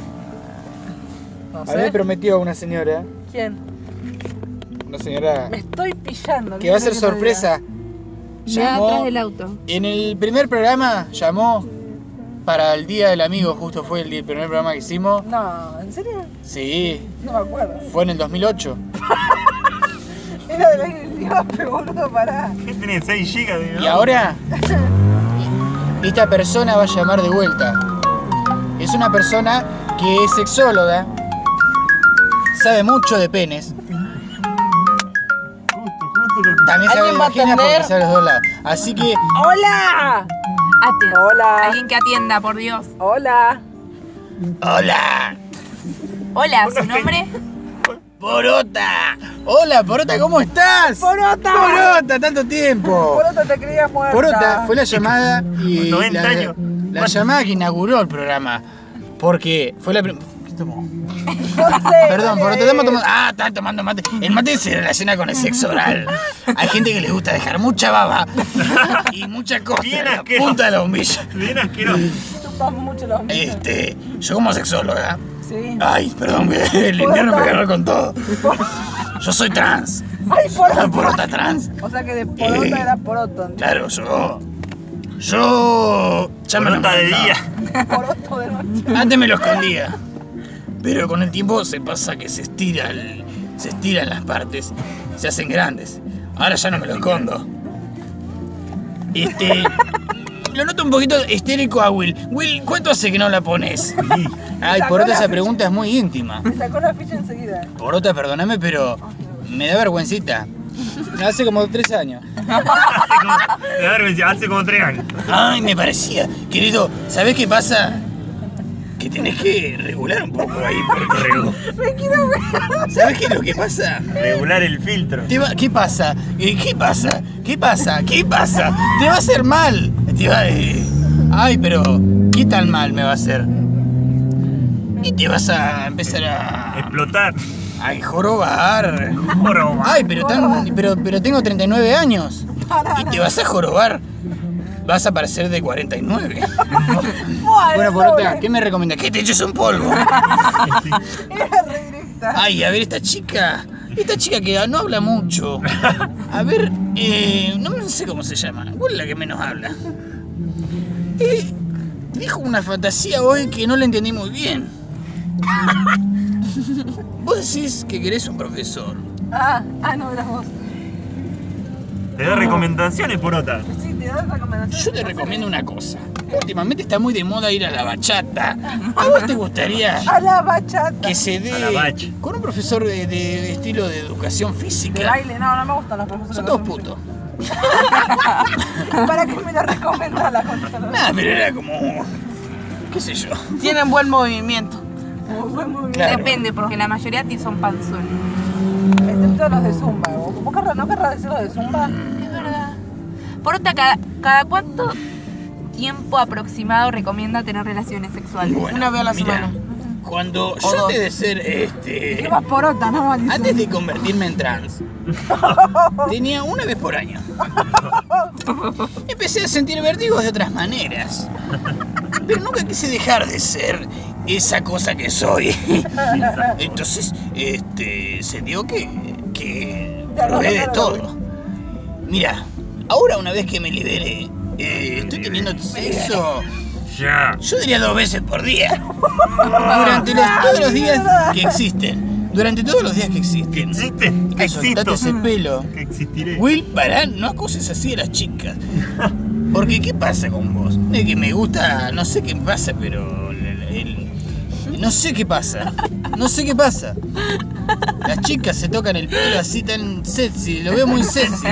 [SPEAKER 4] No
[SPEAKER 1] Había
[SPEAKER 4] sé.
[SPEAKER 1] prometido a una señora,
[SPEAKER 4] ¿Quién?
[SPEAKER 1] una señora
[SPEAKER 4] Me estoy pillando.
[SPEAKER 1] que va a ser
[SPEAKER 4] ¿qué querés que te diga?
[SPEAKER 1] sorpresa. Llamó,
[SPEAKER 5] auto.
[SPEAKER 1] en el primer programa llamó para el Día del Amigo, justo fue el di- primer programa que hicimos.
[SPEAKER 4] No, ¿en serio?
[SPEAKER 1] Sí,
[SPEAKER 4] No me acuerdo.
[SPEAKER 1] fue en el 2008.
[SPEAKER 4] Era del año del Diope, boludo, pará.
[SPEAKER 3] ¿Qué Este tiene 6 gigas? de-
[SPEAKER 1] Y ahora, esta persona va a llamar de vuelta. Es una persona que es sexóloga, sabe mucho de penes,
[SPEAKER 3] Justo, justo lo que-
[SPEAKER 1] también sabe de
[SPEAKER 4] ¿Alguien va a
[SPEAKER 1] vagina porque
[SPEAKER 4] atender?
[SPEAKER 1] sabe los dos lados. Así que,
[SPEAKER 4] ¡Hola! Hola.
[SPEAKER 5] Alguien que atienda, por Dios.
[SPEAKER 4] Hola.
[SPEAKER 1] ¡Hola!
[SPEAKER 5] Hola, ¿su nombre?
[SPEAKER 1] ¡Porota! ¡Hola, Porota, ¿cómo estás?
[SPEAKER 4] ¡Porota!
[SPEAKER 1] ¡Porota, tanto tiempo!
[SPEAKER 4] Porota te creías muerta.
[SPEAKER 1] Porota fue la llamada y
[SPEAKER 3] 90
[SPEAKER 1] la,
[SPEAKER 3] años.
[SPEAKER 1] la llamada que inauguró el programa. Porque fue la primera.
[SPEAKER 4] No sé,
[SPEAKER 1] Perdón,
[SPEAKER 4] dale,
[SPEAKER 1] por otro
[SPEAKER 4] dale.
[SPEAKER 1] tema tomando. Ah, están tomando mate. El mate se relaciona con el sexo oral. Hay gente que les gusta dejar mucha baba y mucha costa
[SPEAKER 3] Bien
[SPEAKER 1] en la
[SPEAKER 3] asqueroso.
[SPEAKER 1] punta de la bombilla.
[SPEAKER 3] Bien asqueroso.
[SPEAKER 4] Chupas mucho los hombres.
[SPEAKER 1] Este, yo como sexóloga.
[SPEAKER 4] Sí.
[SPEAKER 1] Ay, perdón, que el invierno me agarró con todo. Yo soy trans,
[SPEAKER 4] ¡Ay, porota!
[SPEAKER 1] por otra trans.
[SPEAKER 4] O sea que de porota
[SPEAKER 1] Eh.
[SPEAKER 4] era poroto. ¿entendés?
[SPEAKER 1] Claro, yo. Yo. ya me lo
[SPEAKER 3] Pelota de
[SPEAKER 1] mandaba.
[SPEAKER 3] día.
[SPEAKER 4] Poroto de noche.
[SPEAKER 1] Antes me lo escondía. Pero con el tiempo se pasa que se estira el- se estiran las partes, se hacen grandes. Ahora ya no me lo escondo. Este. Lo noto un poquito histérico a Will. Will, ¿cuánto hace que no la pones? Ay, por otra, esa pregunta es muy íntima.
[SPEAKER 4] Me sacó la ficha enseguida.
[SPEAKER 1] Por otra, perdóname, pero me da vergüencita. Hace como tres años.
[SPEAKER 3] Me da vergüenza, hace como tres años.
[SPEAKER 1] Ay, me parecía. Querido, ¿sabés qué pasa? Que tenés que regular un poco ahí porque ¿Sabés qué es lo que pasa?
[SPEAKER 3] Regular el filtro.
[SPEAKER 1] Te va- ¿Qué pasa? Eh, ¿Qué pasa? ¿Qué pasa? ¿Qué pasa? Te va a hacer mal. Te va, eh, Ay, pero ¿qué tan mal me va a hacer? Y te vas a empezar a,
[SPEAKER 3] Explotar.
[SPEAKER 1] a jorobar.
[SPEAKER 3] Oro.
[SPEAKER 1] Ay, pero, tan, pero, pero tengo 39 años. Y te vas a jorobar. Vas a parecer de 49. Bueno, por otra, ¿qué me recomiendas? Que te eches un polvo. Ay, a ver, esta chica. Esta chica que no habla mucho. A ver, eh, no sé cómo se llama. ¿Cuál es la que menos habla? Eh, dijo una fantasía hoy que no la entendí muy bien. Vos decís que querés un profesor.
[SPEAKER 4] Ah, ah, no, eras vos.
[SPEAKER 3] Te da recomendaciones por otra.
[SPEAKER 4] Sí, te das recomendaciones.
[SPEAKER 1] Yo te recomiendo una cosa. Últimamente está muy de moda ir a la bachata. ¿A vos te gustaría
[SPEAKER 4] A la bachata.
[SPEAKER 1] que se dé
[SPEAKER 3] A la bacha.
[SPEAKER 1] con un profesor de, de estilo de educación
[SPEAKER 4] De
[SPEAKER 1] física?
[SPEAKER 4] baile, no, no me gustan los profesores.
[SPEAKER 1] Son todos putos.
[SPEAKER 4] ¿Para qué me la recomendas la concha?
[SPEAKER 1] Nada, pero era como. qué sé yo.
[SPEAKER 2] Tienen buen movimiento.
[SPEAKER 4] Fue muy bien.
[SPEAKER 1] Claro.
[SPEAKER 5] Depende, porque la mayoría ti son panzones.
[SPEAKER 4] Excepto los de Zumba. ¿Vos querrás- no querrás decir los de Zumba?
[SPEAKER 5] Es verdad. Por otra, cada, cada cuánto tiempo aproximado recomienda tener relaciones sexuales.
[SPEAKER 1] Bueno,
[SPEAKER 2] Una vez a la
[SPEAKER 1] mirá,
[SPEAKER 2] semana.
[SPEAKER 1] Cuando
[SPEAKER 2] O
[SPEAKER 1] yo
[SPEAKER 2] dos.
[SPEAKER 1] antes de ser este.
[SPEAKER 4] Ibas por otra, no Marisa?
[SPEAKER 1] Antes de convertirme en trans, tenía una vez por año. Empecé a sentir vértigos de otras maneras. Pero nunca quise dejar de ser esa cosa que soy. Entonces, este, se dio que, que probé de todo. Mira, ahora una vez que me liberé, eh, estoy teniendo sexo.
[SPEAKER 3] Ya.
[SPEAKER 1] Yo diría dos veces por día. Durante los, todos los días que existen. Durante todos los días que existen.
[SPEAKER 3] ¿Existe?
[SPEAKER 1] Ay, soltate
[SPEAKER 3] Existo.
[SPEAKER 1] ese pelo.
[SPEAKER 3] Que existiré.
[SPEAKER 1] Will, pará, no acuses así a las chicas. Porque, ¿qué pasa con vos? De que me gusta, no sé qué pasa, pero. el- el- no sé qué pasa. No sé qué pasa. Las chicas se tocan el pelo así tan sexy, lo veo muy sexy.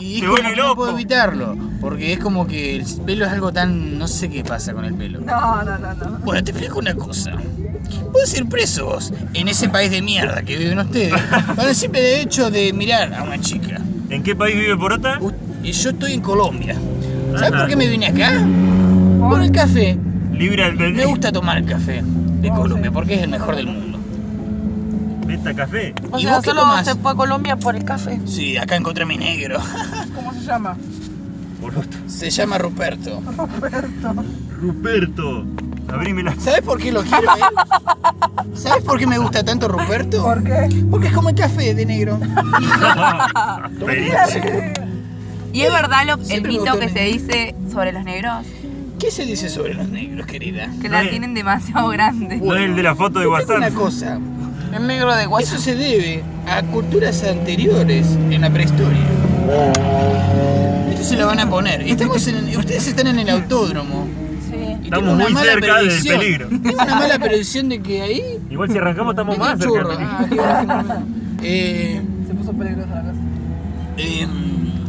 [SPEAKER 1] Y es
[SPEAKER 3] Te
[SPEAKER 1] como
[SPEAKER 3] vuelve
[SPEAKER 1] que no puedo
[SPEAKER 3] loco.
[SPEAKER 1] evitarlo. Porque es como que el pelo es algo tan. No sé qué pasa con el pelo.
[SPEAKER 4] No, no, no, no.
[SPEAKER 1] Bueno, te explico una cosa. Puedes ser preso vos en ese país de mierda que viven ustedes para el simple hecho de mirar a una chica.
[SPEAKER 3] ¿En qué país vive Porota?
[SPEAKER 1] U- Y yo estoy en Colombia. ¿Sabes
[SPEAKER 3] Ajá.
[SPEAKER 1] por qué me vine acá? Por el café.
[SPEAKER 3] Libre
[SPEAKER 1] Me
[SPEAKER 3] albedrío.
[SPEAKER 1] gusta tomar café de Colombia porque es el mejor del mundo.
[SPEAKER 3] Beta café.
[SPEAKER 2] O
[SPEAKER 1] ¿Y
[SPEAKER 2] sea,
[SPEAKER 1] vos qué
[SPEAKER 2] solo
[SPEAKER 1] tomás?
[SPEAKER 2] se fue a Colombia por el café.
[SPEAKER 1] Sí, acá encontré a mi negro.
[SPEAKER 4] ¿Cómo se llama?
[SPEAKER 3] Porota.
[SPEAKER 1] Se llama Ruperto.
[SPEAKER 3] Ruperto. Abrime la.
[SPEAKER 1] ¿Sabes por qué lo quiero? ¿Sabes por qué me gusta tanto Ruperto?
[SPEAKER 4] ¿Por qué?
[SPEAKER 1] Porque es como el café de negro.
[SPEAKER 3] Feliz.
[SPEAKER 5] ¿Y es verdad lo- el
[SPEAKER 1] Siempre me
[SPEAKER 5] mito
[SPEAKER 1] gustó
[SPEAKER 5] que
[SPEAKER 1] el
[SPEAKER 5] se dice sobre los negros?
[SPEAKER 1] ¿Qué se dice sobre los negros, querida?
[SPEAKER 5] Que la
[SPEAKER 3] Sí.
[SPEAKER 5] tienen demasiado grande.
[SPEAKER 3] No es el de la foto de
[SPEAKER 1] Yo tengo
[SPEAKER 3] WhatsApp.
[SPEAKER 1] Una cosa,
[SPEAKER 2] El negro de
[SPEAKER 1] Eso
[SPEAKER 2] WhatsApp.
[SPEAKER 1] se debe a culturas anteriores en la prehistoria. Esto se lo van a poner. Estamos en- ustedes están en el autódromo.
[SPEAKER 4] Sí.
[SPEAKER 1] Y
[SPEAKER 3] Estamos
[SPEAKER 1] tengo una
[SPEAKER 3] muy
[SPEAKER 1] mala
[SPEAKER 3] cerca del
[SPEAKER 1] predicción.
[SPEAKER 3] peligro.
[SPEAKER 1] Tengo una mala predicción de que ahí.
[SPEAKER 3] Igual si arrancamos estamos
[SPEAKER 1] viene
[SPEAKER 3] más
[SPEAKER 1] el
[SPEAKER 3] cerca del
[SPEAKER 1] churro.
[SPEAKER 3] peligro.
[SPEAKER 1] Ah, qué bueno. Eh,
[SPEAKER 4] Se puso peligrosa la cosa.
[SPEAKER 1] eh,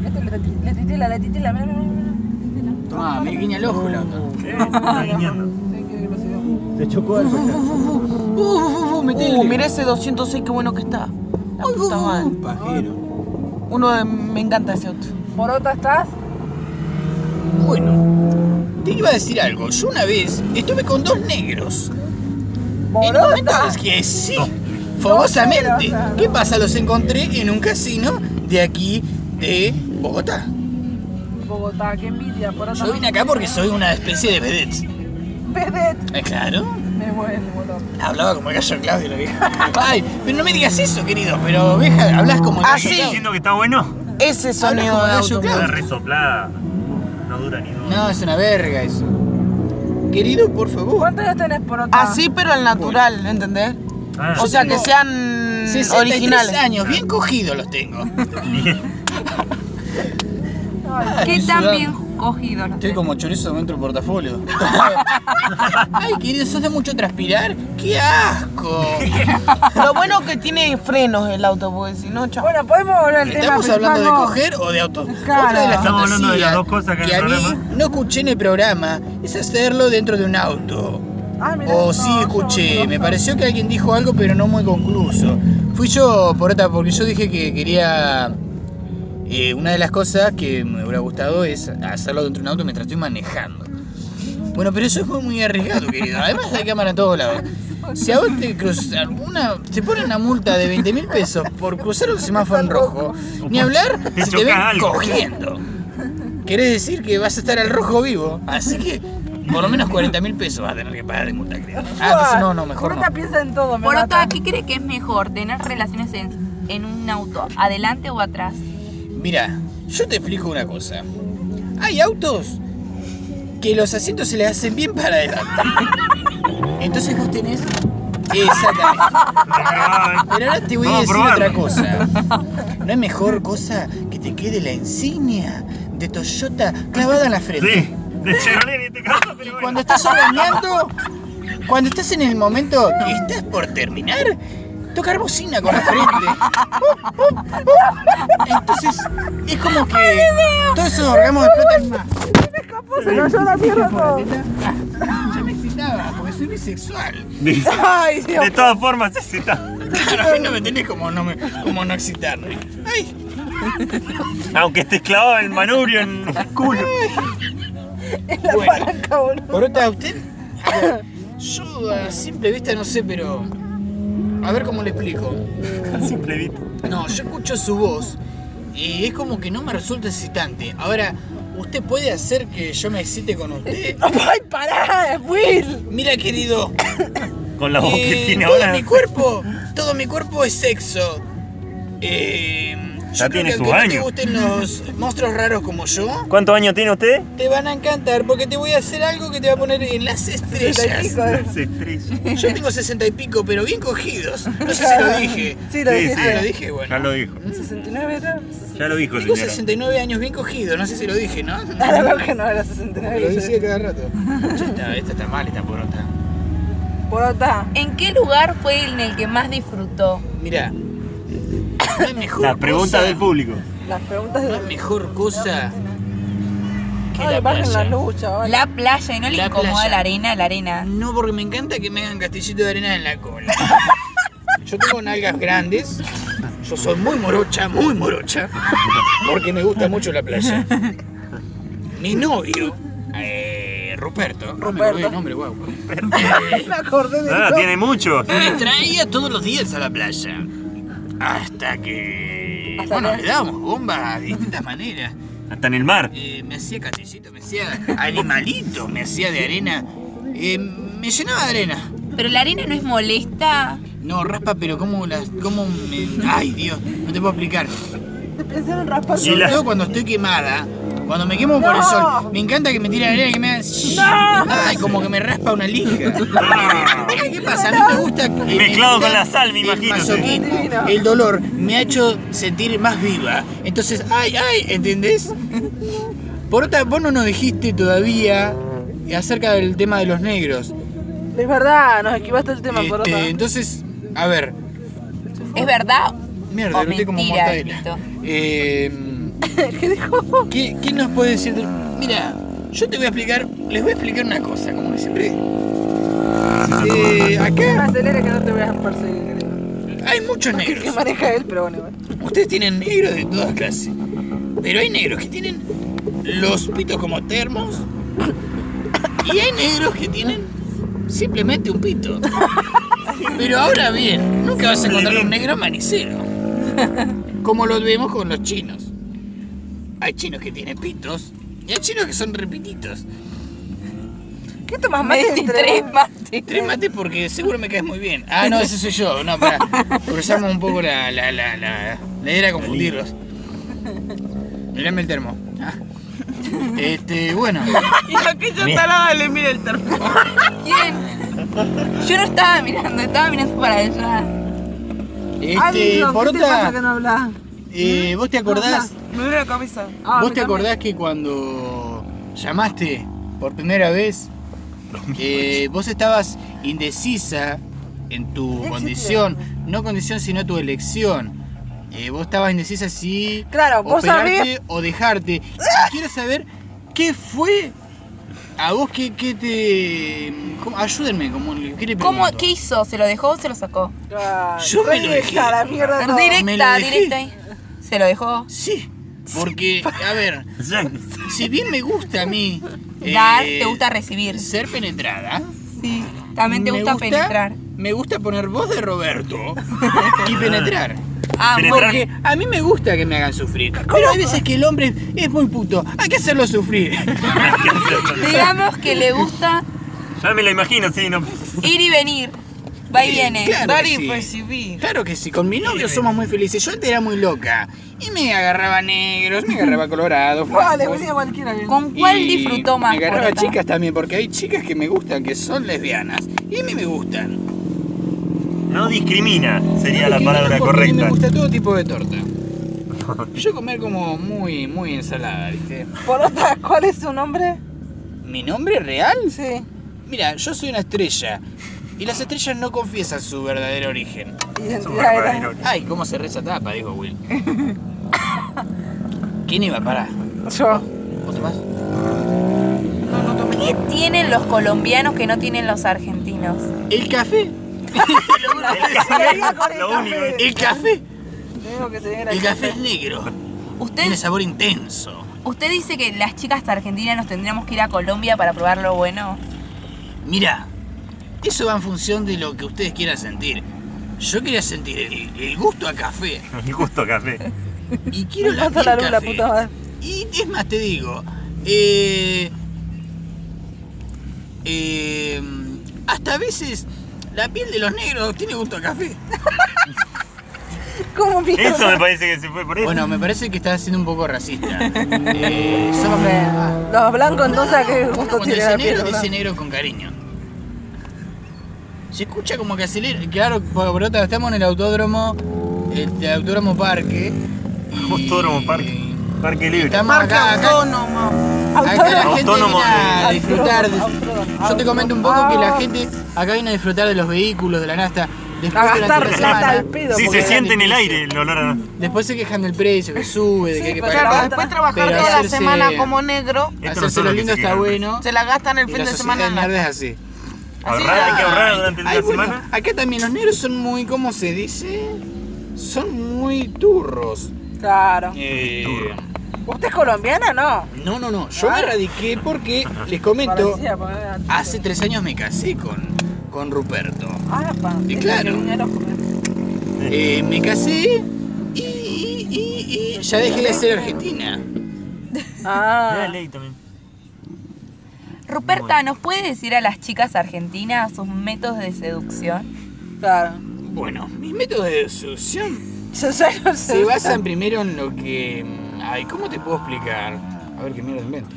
[SPEAKER 4] Este le titi- le titila, le titila, mira, mira, mira, mira. Titila.
[SPEAKER 1] tomá, me guiña el ojo la otra.
[SPEAKER 3] Eh, está guiñando.
[SPEAKER 4] Sí, qué velocidad.
[SPEAKER 3] Se chocó al
[SPEAKER 1] Uh, uh, uh, metele.
[SPEAKER 2] Uh, mira ese 206, qué bueno que está. La
[SPEAKER 1] Uh,
[SPEAKER 2] puta
[SPEAKER 1] uh,
[SPEAKER 2] madre.
[SPEAKER 1] uh, pajero.
[SPEAKER 2] Uno de- me encanta ese auto.
[SPEAKER 4] Morota, ¿estás?
[SPEAKER 1] Bueno, te iba a decir algo. Yo una vez estuve con dos negros. En momentos que sí, fogosamente.
[SPEAKER 4] Morota.
[SPEAKER 1] ¿Qué pasa? Los encontré en un casino de aquí, de Bogotá.
[SPEAKER 4] Bogotá, qué envidia. Morota.
[SPEAKER 1] Yo vine acá porque soy una especie de vedette.
[SPEAKER 4] Vedette.
[SPEAKER 1] Eh, Claro.
[SPEAKER 4] Me vuelvo loco.
[SPEAKER 1] Hablaba como el gallo Claudio, la vieja. Ay, pero no me digas eso, querido. Pero, vieja, hablas como el
[SPEAKER 2] Ah,
[SPEAKER 1] gallo
[SPEAKER 2] sí.
[SPEAKER 1] Claudio.
[SPEAKER 3] Diciendo que está bueno.
[SPEAKER 2] Ese
[SPEAKER 1] como
[SPEAKER 2] sonido de
[SPEAKER 1] gallo,
[SPEAKER 2] auto.
[SPEAKER 1] claro.
[SPEAKER 3] Está resoplada. No dura ni dos.
[SPEAKER 1] No, es una verga eso. querido, por favor.
[SPEAKER 4] ¿Cuántos años tenés por
[SPEAKER 1] Ah,
[SPEAKER 4] otra?
[SPEAKER 2] Así, pero al natural, ¿entendés?
[SPEAKER 3] Ah,
[SPEAKER 2] O sea, que
[SPEAKER 1] tengo
[SPEAKER 2] sean
[SPEAKER 1] 63
[SPEAKER 2] originales.
[SPEAKER 1] años, bien cogidos los tengo.
[SPEAKER 5] ¿Qué
[SPEAKER 1] estoy
[SPEAKER 5] tan
[SPEAKER 1] sudando.
[SPEAKER 5] bien cogido los
[SPEAKER 1] Estoy
[SPEAKER 5] tres?
[SPEAKER 1] como chorizo dentro del portafolio. Ay, querido, ¿sos de mucho transpirar? ¡Qué asco!
[SPEAKER 2] Lo bueno que tiene frenos el auto, porque si no, chao.
[SPEAKER 4] Bueno, podemos volver al tema.
[SPEAKER 1] ¿Estamos hablando de
[SPEAKER 4] flipamos.
[SPEAKER 1] coger o de auto?
[SPEAKER 4] Claro.
[SPEAKER 1] Otra de las
[SPEAKER 3] Estamos hablando de
[SPEAKER 1] fantasías
[SPEAKER 3] las dos cosas que
[SPEAKER 1] que,
[SPEAKER 3] hay en
[SPEAKER 1] a
[SPEAKER 3] el
[SPEAKER 1] mí
[SPEAKER 3] programa.
[SPEAKER 1] no escuché en el programa es hacerlo dentro de un auto.
[SPEAKER 4] Ah, mirá,
[SPEAKER 1] O
[SPEAKER 4] no,
[SPEAKER 1] Oh, sí
[SPEAKER 4] yo-
[SPEAKER 1] escuché,
[SPEAKER 4] yo-
[SPEAKER 1] me pareció que alguien dijo algo pero no muy concluso. Fui yo, por otra, porque yo dije que quería... eh, una de las cosas que me hubiera gustado es hacerlo dentro de un auto mientras estoy manejando. Bueno, pero eso es muy- muy arriesgado, querido. Además hay cámara en todos lados. Si a vos te cruzan una, te ponen una multa de 20 mil pesos por cruzar un semáforo en rojo, ni hablar,
[SPEAKER 3] Te
[SPEAKER 1] se te ven
[SPEAKER 3] choca algo.
[SPEAKER 1] cogiendo. Querés decir que vas a estar al rojo vivo, así que por lo menos 40 mil pesos vas a tener que pagar de multa, creo. Ah, entonces no, no, mejor no.
[SPEAKER 4] Brota piensa en todo, me
[SPEAKER 5] Porota,
[SPEAKER 4] mata.
[SPEAKER 5] ¿qué cree que es mejor? ¿Tener relaciones en, en un auto? ¿Adelante o atrás?
[SPEAKER 1] Mira, yo te explico una cosa. Hay autos que los asientos se les hacen bien para adelante. Entonces vos tenés... Exactamente.
[SPEAKER 3] Ah,
[SPEAKER 1] Pero ahora te voy a
[SPEAKER 3] Vamos a
[SPEAKER 1] decir
[SPEAKER 3] probarlo.
[SPEAKER 1] otra cosa. ¿No hay mejor cosa que te quede la insignia de Toyota clavada en la frente?
[SPEAKER 3] eh, Sí, de Chevrolet en este caso, pero
[SPEAKER 1] Cuando
[SPEAKER 3] bueno.
[SPEAKER 1] estás organeando, cuando estás en el momento que estás por terminar, tocar bocina con la frente. Entonces, es como que todos esos orgasmos explotan más.
[SPEAKER 4] Se cayó la mierda todo.
[SPEAKER 1] Yo me excitaba, porque soy bisexual.
[SPEAKER 3] De,
[SPEAKER 4] Ay, Dios.
[SPEAKER 3] de todas formas, sí, sí, está.
[SPEAKER 1] Claro, a mí no me tenés como no, me, como no excitarme. Ay,
[SPEAKER 3] Aunque estés clavado el manubrio en el culo.
[SPEAKER 1] bueno.
[SPEAKER 4] cabrón.
[SPEAKER 1] Por otra, usted. a ver, Yo a simple vista no sé, pero. A ver cómo le explico.
[SPEAKER 3] Simple vista.
[SPEAKER 1] No, yo escucho su voz y es como que no me resulta excitante. Ahora, ¿usted puede hacer que yo me excite con usted?
[SPEAKER 4] Ay, pará, Will.
[SPEAKER 1] Mira, querido,
[SPEAKER 3] Con la voz que
[SPEAKER 1] eh,
[SPEAKER 3] tiene
[SPEAKER 1] todo
[SPEAKER 3] ahora.
[SPEAKER 1] mi cuerpo, todo mi cuerpo es sexo. Eh,
[SPEAKER 3] Ya
[SPEAKER 1] yo creo
[SPEAKER 3] tiene
[SPEAKER 1] que
[SPEAKER 3] sus
[SPEAKER 1] aunque no te
[SPEAKER 3] años.
[SPEAKER 1] gusten los monstruos raros como yo,
[SPEAKER 3] ¿Cuántos años tiene usted?
[SPEAKER 1] te van a encantar porque te voy a hacer algo que te va a poner en las estrellas.
[SPEAKER 4] eh.
[SPEAKER 3] Las estrellas.
[SPEAKER 1] Yo tengo sesenta y pico, pero bien cogidos. No sé si lo dije.
[SPEAKER 4] Sí, lo
[SPEAKER 3] Sí,
[SPEAKER 4] dijiste.
[SPEAKER 1] Ah, lo dije, bueno.
[SPEAKER 3] Ya lo dijo.
[SPEAKER 4] 69 era.
[SPEAKER 3] Ya lo dijo,
[SPEAKER 1] Tengo
[SPEAKER 3] señora.
[SPEAKER 1] 69 años bien cogidos, no sé si lo dije, ¿no?
[SPEAKER 4] A la verga Ah, no era 69.
[SPEAKER 1] Lo decía cada rato. Ya está, esta está mal, esta porota.
[SPEAKER 4] Porota.
[SPEAKER 5] ¿En qué lugar fue en el que más disfrutó?
[SPEAKER 1] Mirá, no hay mejor
[SPEAKER 3] La pregunta
[SPEAKER 1] cosa,
[SPEAKER 3] del público.
[SPEAKER 4] Las preguntas
[SPEAKER 1] No hay
[SPEAKER 4] de.
[SPEAKER 1] mejor cosa que
[SPEAKER 4] Ay,
[SPEAKER 1] la
[SPEAKER 4] bajen la
[SPEAKER 1] playa.
[SPEAKER 4] luz, chaval.
[SPEAKER 5] La playa, ¿y no le
[SPEAKER 1] La
[SPEAKER 5] incomoda
[SPEAKER 1] playa.
[SPEAKER 5] la arena? La arena.
[SPEAKER 1] No, porque me encanta que me hagan castillito de arena en la cola. Yo tengo nalgas grandes. Yo soy muy morocha, muy morocha. Porque me gusta mucho la playa. Mi novio, eh, Ruperto. No me acordé el nombre, guau.
[SPEAKER 4] Me acordé de.
[SPEAKER 3] Ah, tiene mucho.
[SPEAKER 1] Me traía todos los días a la playa. Hasta que.
[SPEAKER 4] Hasta
[SPEAKER 1] bueno,
[SPEAKER 4] que-
[SPEAKER 1] le dábamos bombas de distintas maneras.
[SPEAKER 3] Hasta en el mar.
[SPEAKER 1] Eh, me hacía castillito, me hacía animalito, me hacía de arena. Eh, me llenaba de arena.
[SPEAKER 5] Pero la arena no es molesta.
[SPEAKER 1] No, raspa, pero cómo las. cómo me. Ay, Dios, no te puedo explicar.
[SPEAKER 4] Pensé en raspar.
[SPEAKER 3] Y
[SPEAKER 1] Sobre
[SPEAKER 3] la-
[SPEAKER 1] todo cuando estoy quemada, cuando me quemo por el
[SPEAKER 4] No.
[SPEAKER 1] sol, me encanta que me tiren arena y que me hagan. Ay, como que me raspa una lija.
[SPEAKER 3] Ah,
[SPEAKER 1] Ay, ¿Qué pasa? A mí me gusta. que-
[SPEAKER 3] Mezclado
[SPEAKER 1] me
[SPEAKER 3] con
[SPEAKER 1] gusta
[SPEAKER 3] la sal, me
[SPEAKER 1] el
[SPEAKER 3] imagino, sí.
[SPEAKER 1] masoquismo, el dolor me ha hecho sentir más viva. Entonces, ay, ay, ¿entendés? Por otra, vos no nos dijiste todavía acerca del tema de los negros.
[SPEAKER 4] Es verdad, nos esquivaste el tema,
[SPEAKER 1] Este,
[SPEAKER 4] porota.
[SPEAKER 1] entonces, a ver,
[SPEAKER 5] ¿Es verdad?
[SPEAKER 1] mierda,
[SPEAKER 5] Oh,
[SPEAKER 1] ahorita como
[SPEAKER 5] mentira,
[SPEAKER 1] mortadela.
[SPEAKER 5] Ernesto.
[SPEAKER 1] Eh, ¿Qué, ¿Qué nos puede decir? del- Mira, yo te voy a explicar, les voy a explicar una cosa, como que siempre. Eh,
[SPEAKER 4] Me
[SPEAKER 1] acá
[SPEAKER 4] acelera que no te voy a perseguir, creo.
[SPEAKER 1] hay muchos
[SPEAKER 5] Ah,
[SPEAKER 1] negros.
[SPEAKER 4] Que maneja él, pero bueno. igual.
[SPEAKER 1] Ustedes tienen negros de todas clases. Pero hay negros que tienen los pitos como termos. Y hay negros que tienen simplemente un pito. Pero ahora bien, nunca vas a encontrar un negro manicero. Como lo vemos con los chinos. Hay chinos que tienen pitos y hay chinos que son repititos.
[SPEAKER 4] ¿Qué tomas
[SPEAKER 5] Me
[SPEAKER 4] mate
[SPEAKER 5] diste
[SPEAKER 4] entre
[SPEAKER 5] tres
[SPEAKER 4] vos?
[SPEAKER 5] mates.
[SPEAKER 1] Tres mates porque seguro me caes muy bien. Ah, no, ese soy yo. No, para. Cruzamos un poco la. la. la. la. la idea era confundirlos. Mirame el termo. Ah. Este, bueno.
[SPEAKER 2] Y aquella tarada le mira el termo.
[SPEAKER 5] ¿Quién? Yo no estaba mirando, estaba mirando para allá.
[SPEAKER 1] Este,
[SPEAKER 4] Aldo, ¿qué te pasa que
[SPEAKER 1] Porota,
[SPEAKER 4] no hablas?
[SPEAKER 1] eh, ¿vos te acordás?
[SPEAKER 2] Me duele la cabeza.
[SPEAKER 4] Ah,
[SPEAKER 1] ¿Vos
[SPEAKER 4] me
[SPEAKER 1] te
[SPEAKER 4] cambié.
[SPEAKER 1] acordás que cuando llamaste por primera vez, eh, vos estabas indecisa en tu condición, no condición sino tu elección? Eh, vos estabas indecisa si
[SPEAKER 4] Claro, vos
[SPEAKER 1] operarte
[SPEAKER 4] sabés-
[SPEAKER 1] o dejarte. Y quiero saber qué fue a vos que, te... cómo- ayúdenme, ¿cómo, le- ¿qué le
[SPEAKER 5] ¿Cómo,
[SPEAKER 1] pregunto?
[SPEAKER 5] ¿Qué hizo? ¿Se lo dejó o se lo sacó?
[SPEAKER 4] Ay,
[SPEAKER 1] Yo me lo
[SPEAKER 4] directa,
[SPEAKER 1] dejé. Ah,
[SPEAKER 4] la mierda, no.
[SPEAKER 1] me lo
[SPEAKER 5] directa,
[SPEAKER 1] dejé.
[SPEAKER 5] directa ahí. ¿Se lo dejó?
[SPEAKER 1] Sí, porque, a ver,
[SPEAKER 3] Yankees.
[SPEAKER 1] si bien me gusta a mí...
[SPEAKER 5] Dar,
[SPEAKER 1] eh,
[SPEAKER 5] te gusta recibir.
[SPEAKER 1] ser penetrada.
[SPEAKER 5] Sí. También te
[SPEAKER 1] Me
[SPEAKER 5] gusta, penetrar.
[SPEAKER 1] Me gusta poner voz de Roberto y penetrar.
[SPEAKER 5] Ah,
[SPEAKER 3] Penetrar.
[SPEAKER 5] bueno.
[SPEAKER 1] Porque a mí me gusta que me hagan sufrir. Pero hay veces que el hombre es muy puto. Hay que hacerlo sufrir.
[SPEAKER 5] Digamos que le gusta
[SPEAKER 3] Ya me la imagino, sí, no.
[SPEAKER 5] ir y venir. Va y viene.
[SPEAKER 1] Claro
[SPEAKER 2] Dar
[SPEAKER 1] que
[SPEAKER 2] y
[SPEAKER 1] sí.
[SPEAKER 2] recibir.
[SPEAKER 1] Claro que sí, con mi novio somos muy felices. Yo antes era muy loca. Y me agarraba negros, me agarraba colorados.
[SPEAKER 4] Ah, le
[SPEAKER 1] blancos,
[SPEAKER 4] venía cualquiera bien.
[SPEAKER 5] ¿Con cuál
[SPEAKER 1] y
[SPEAKER 5] disfrutó más?
[SPEAKER 1] Me agarraba
[SPEAKER 5] Porota?
[SPEAKER 1] chicas también, porque hay chicas que me gustan, que son lesbianas. Y a mí me gustan.
[SPEAKER 3] No discrimina, sería
[SPEAKER 1] Porque
[SPEAKER 3] la
[SPEAKER 1] porque
[SPEAKER 3] palabra
[SPEAKER 1] a mí
[SPEAKER 3] correcta.
[SPEAKER 1] Me gusta todo tipo de torta. Yo comer como muy, muy ensalada, ¿viste?
[SPEAKER 4] Por otra, ¿cuál es su nombre?
[SPEAKER 1] ¿Mi nombre real?
[SPEAKER 4] Sí.
[SPEAKER 1] Mira, yo soy una estrella. Y las estrellas no confiesan su verdadero origen.
[SPEAKER 3] Es un
[SPEAKER 4] Identidad
[SPEAKER 3] verdadero.
[SPEAKER 4] era.
[SPEAKER 1] Ay, cómo se reza tapa, dijo Will. ¿Quién iba? Pará.
[SPEAKER 4] Yo.
[SPEAKER 1] ¿Vos tomás?
[SPEAKER 5] ¿Qué tienen los colombianos que no tienen los argentinos?
[SPEAKER 1] ¿El café?
[SPEAKER 3] Lo único es-
[SPEAKER 1] ¿El café?
[SPEAKER 4] Te digo que se viene
[SPEAKER 1] El
[SPEAKER 4] la
[SPEAKER 1] café es negro.
[SPEAKER 5] Usted,
[SPEAKER 1] Tiene sabor intenso.
[SPEAKER 5] usted dice que las chicas argentinas nos tendríamos que ir a Colombia para probar lo bueno.
[SPEAKER 1] Mirá, eso va en función de lo que ustedes quieran sentir. Yo quería sentir el, el gusto a café.
[SPEAKER 3] El gusto a café.
[SPEAKER 1] Y quiero
[SPEAKER 4] Me
[SPEAKER 1] la
[SPEAKER 4] encanta la luz, la
[SPEAKER 1] café.
[SPEAKER 4] puta madre.
[SPEAKER 1] Y es más, te digo, eh, eh, hasta a veces la piel de los negros tiene gusto a café.
[SPEAKER 4] ¿Cómo mierda?
[SPEAKER 3] Eso me parece que se fue por eso.
[SPEAKER 1] Bueno, me parece que estás siendo un poco racista. Eh, somos- ah,
[SPEAKER 4] Los blancos entonces a qué
[SPEAKER 1] Cuando
[SPEAKER 4] gusto tiene
[SPEAKER 1] dice
[SPEAKER 4] la
[SPEAKER 1] negro,
[SPEAKER 4] piel.
[SPEAKER 1] dice negro con cariño. Se escucha como que acelera. Claro, Brota, estamos en el autódromo, el, autódromo parque. y-
[SPEAKER 3] Autódromo Parque. Parque libre.
[SPEAKER 1] Estamos acá, acá,
[SPEAKER 2] Autónomo.
[SPEAKER 1] Acá la
[SPEAKER 4] Autónomo.
[SPEAKER 1] gente
[SPEAKER 3] Autónomo
[SPEAKER 1] viene a
[SPEAKER 4] de-
[SPEAKER 1] disfrutar. de-
[SPEAKER 4] Autónomo.
[SPEAKER 1] Yo te comento un poco que la
[SPEAKER 4] Ah.
[SPEAKER 1] gente acá viene a disfrutar de los vehículos, de la nasta. Después,
[SPEAKER 4] A gastar
[SPEAKER 1] durante la
[SPEAKER 4] plata
[SPEAKER 1] semana,
[SPEAKER 4] al pedo.
[SPEAKER 3] Sí,
[SPEAKER 4] porque
[SPEAKER 3] se siente en el
[SPEAKER 1] difícil.
[SPEAKER 3] aire el olor a...
[SPEAKER 1] después se quejan del precio, que sube, de que hay que
[SPEAKER 4] pero
[SPEAKER 1] pagar.
[SPEAKER 2] Claro,
[SPEAKER 4] Pero
[SPEAKER 2] después trabajar
[SPEAKER 1] pero
[SPEAKER 2] toda la
[SPEAKER 1] hacerse-
[SPEAKER 2] semana como negro,
[SPEAKER 3] Esto no
[SPEAKER 1] Hacerse
[SPEAKER 3] son
[SPEAKER 1] lo
[SPEAKER 3] los que
[SPEAKER 1] lindo
[SPEAKER 3] se
[SPEAKER 1] está
[SPEAKER 3] quejan.
[SPEAKER 1] bueno.
[SPEAKER 2] se la gastan el
[SPEAKER 1] y
[SPEAKER 2] fin
[SPEAKER 1] la
[SPEAKER 2] de
[SPEAKER 1] sociedad
[SPEAKER 2] semana en la
[SPEAKER 1] mierda es así.
[SPEAKER 3] Ahorrar, hay que ahorrar durante
[SPEAKER 1] Ay,
[SPEAKER 3] la
[SPEAKER 1] bueno,
[SPEAKER 3] semana.
[SPEAKER 1] acá también los negros son muy, ¿cómo se dice? Son muy turros.
[SPEAKER 4] Claro.
[SPEAKER 1] Eh,
[SPEAKER 4] ¿Usted es colombiana no?
[SPEAKER 1] no, no, no. Yo me radiqué porque, les comento,
[SPEAKER 4] Parecía, porque era chico.
[SPEAKER 1] hace tres años me casé con, con Ruperto.
[SPEAKER 4] Ah, pa.
[SPEAKER 1] Y
[SPEAKER 4] tenía
[SPEAKER 1] claro.
[SPEAKER 4] que venir a comer.
[SPEAKER 1] Eh, me casé y, y- y- y ya dejé de ser argentina.
[SPEAKER 4] Ah.
[SPEAKER 3] Era ley también.
[SPEAKER 5] Ruperta, ¿nos puede decir a las chicas argentinas sus métodos de seducción?
[SPEAKER 4] Claro.
[SPEAKER 1] Bueno, mis métodos de seducción
[SPEAKER 4] Yo ya no sé.
[SPEAKER 1] se basan primero en lo que... mm, Ay, ¿cómo te puedo explicar? A ver qué mierda invento.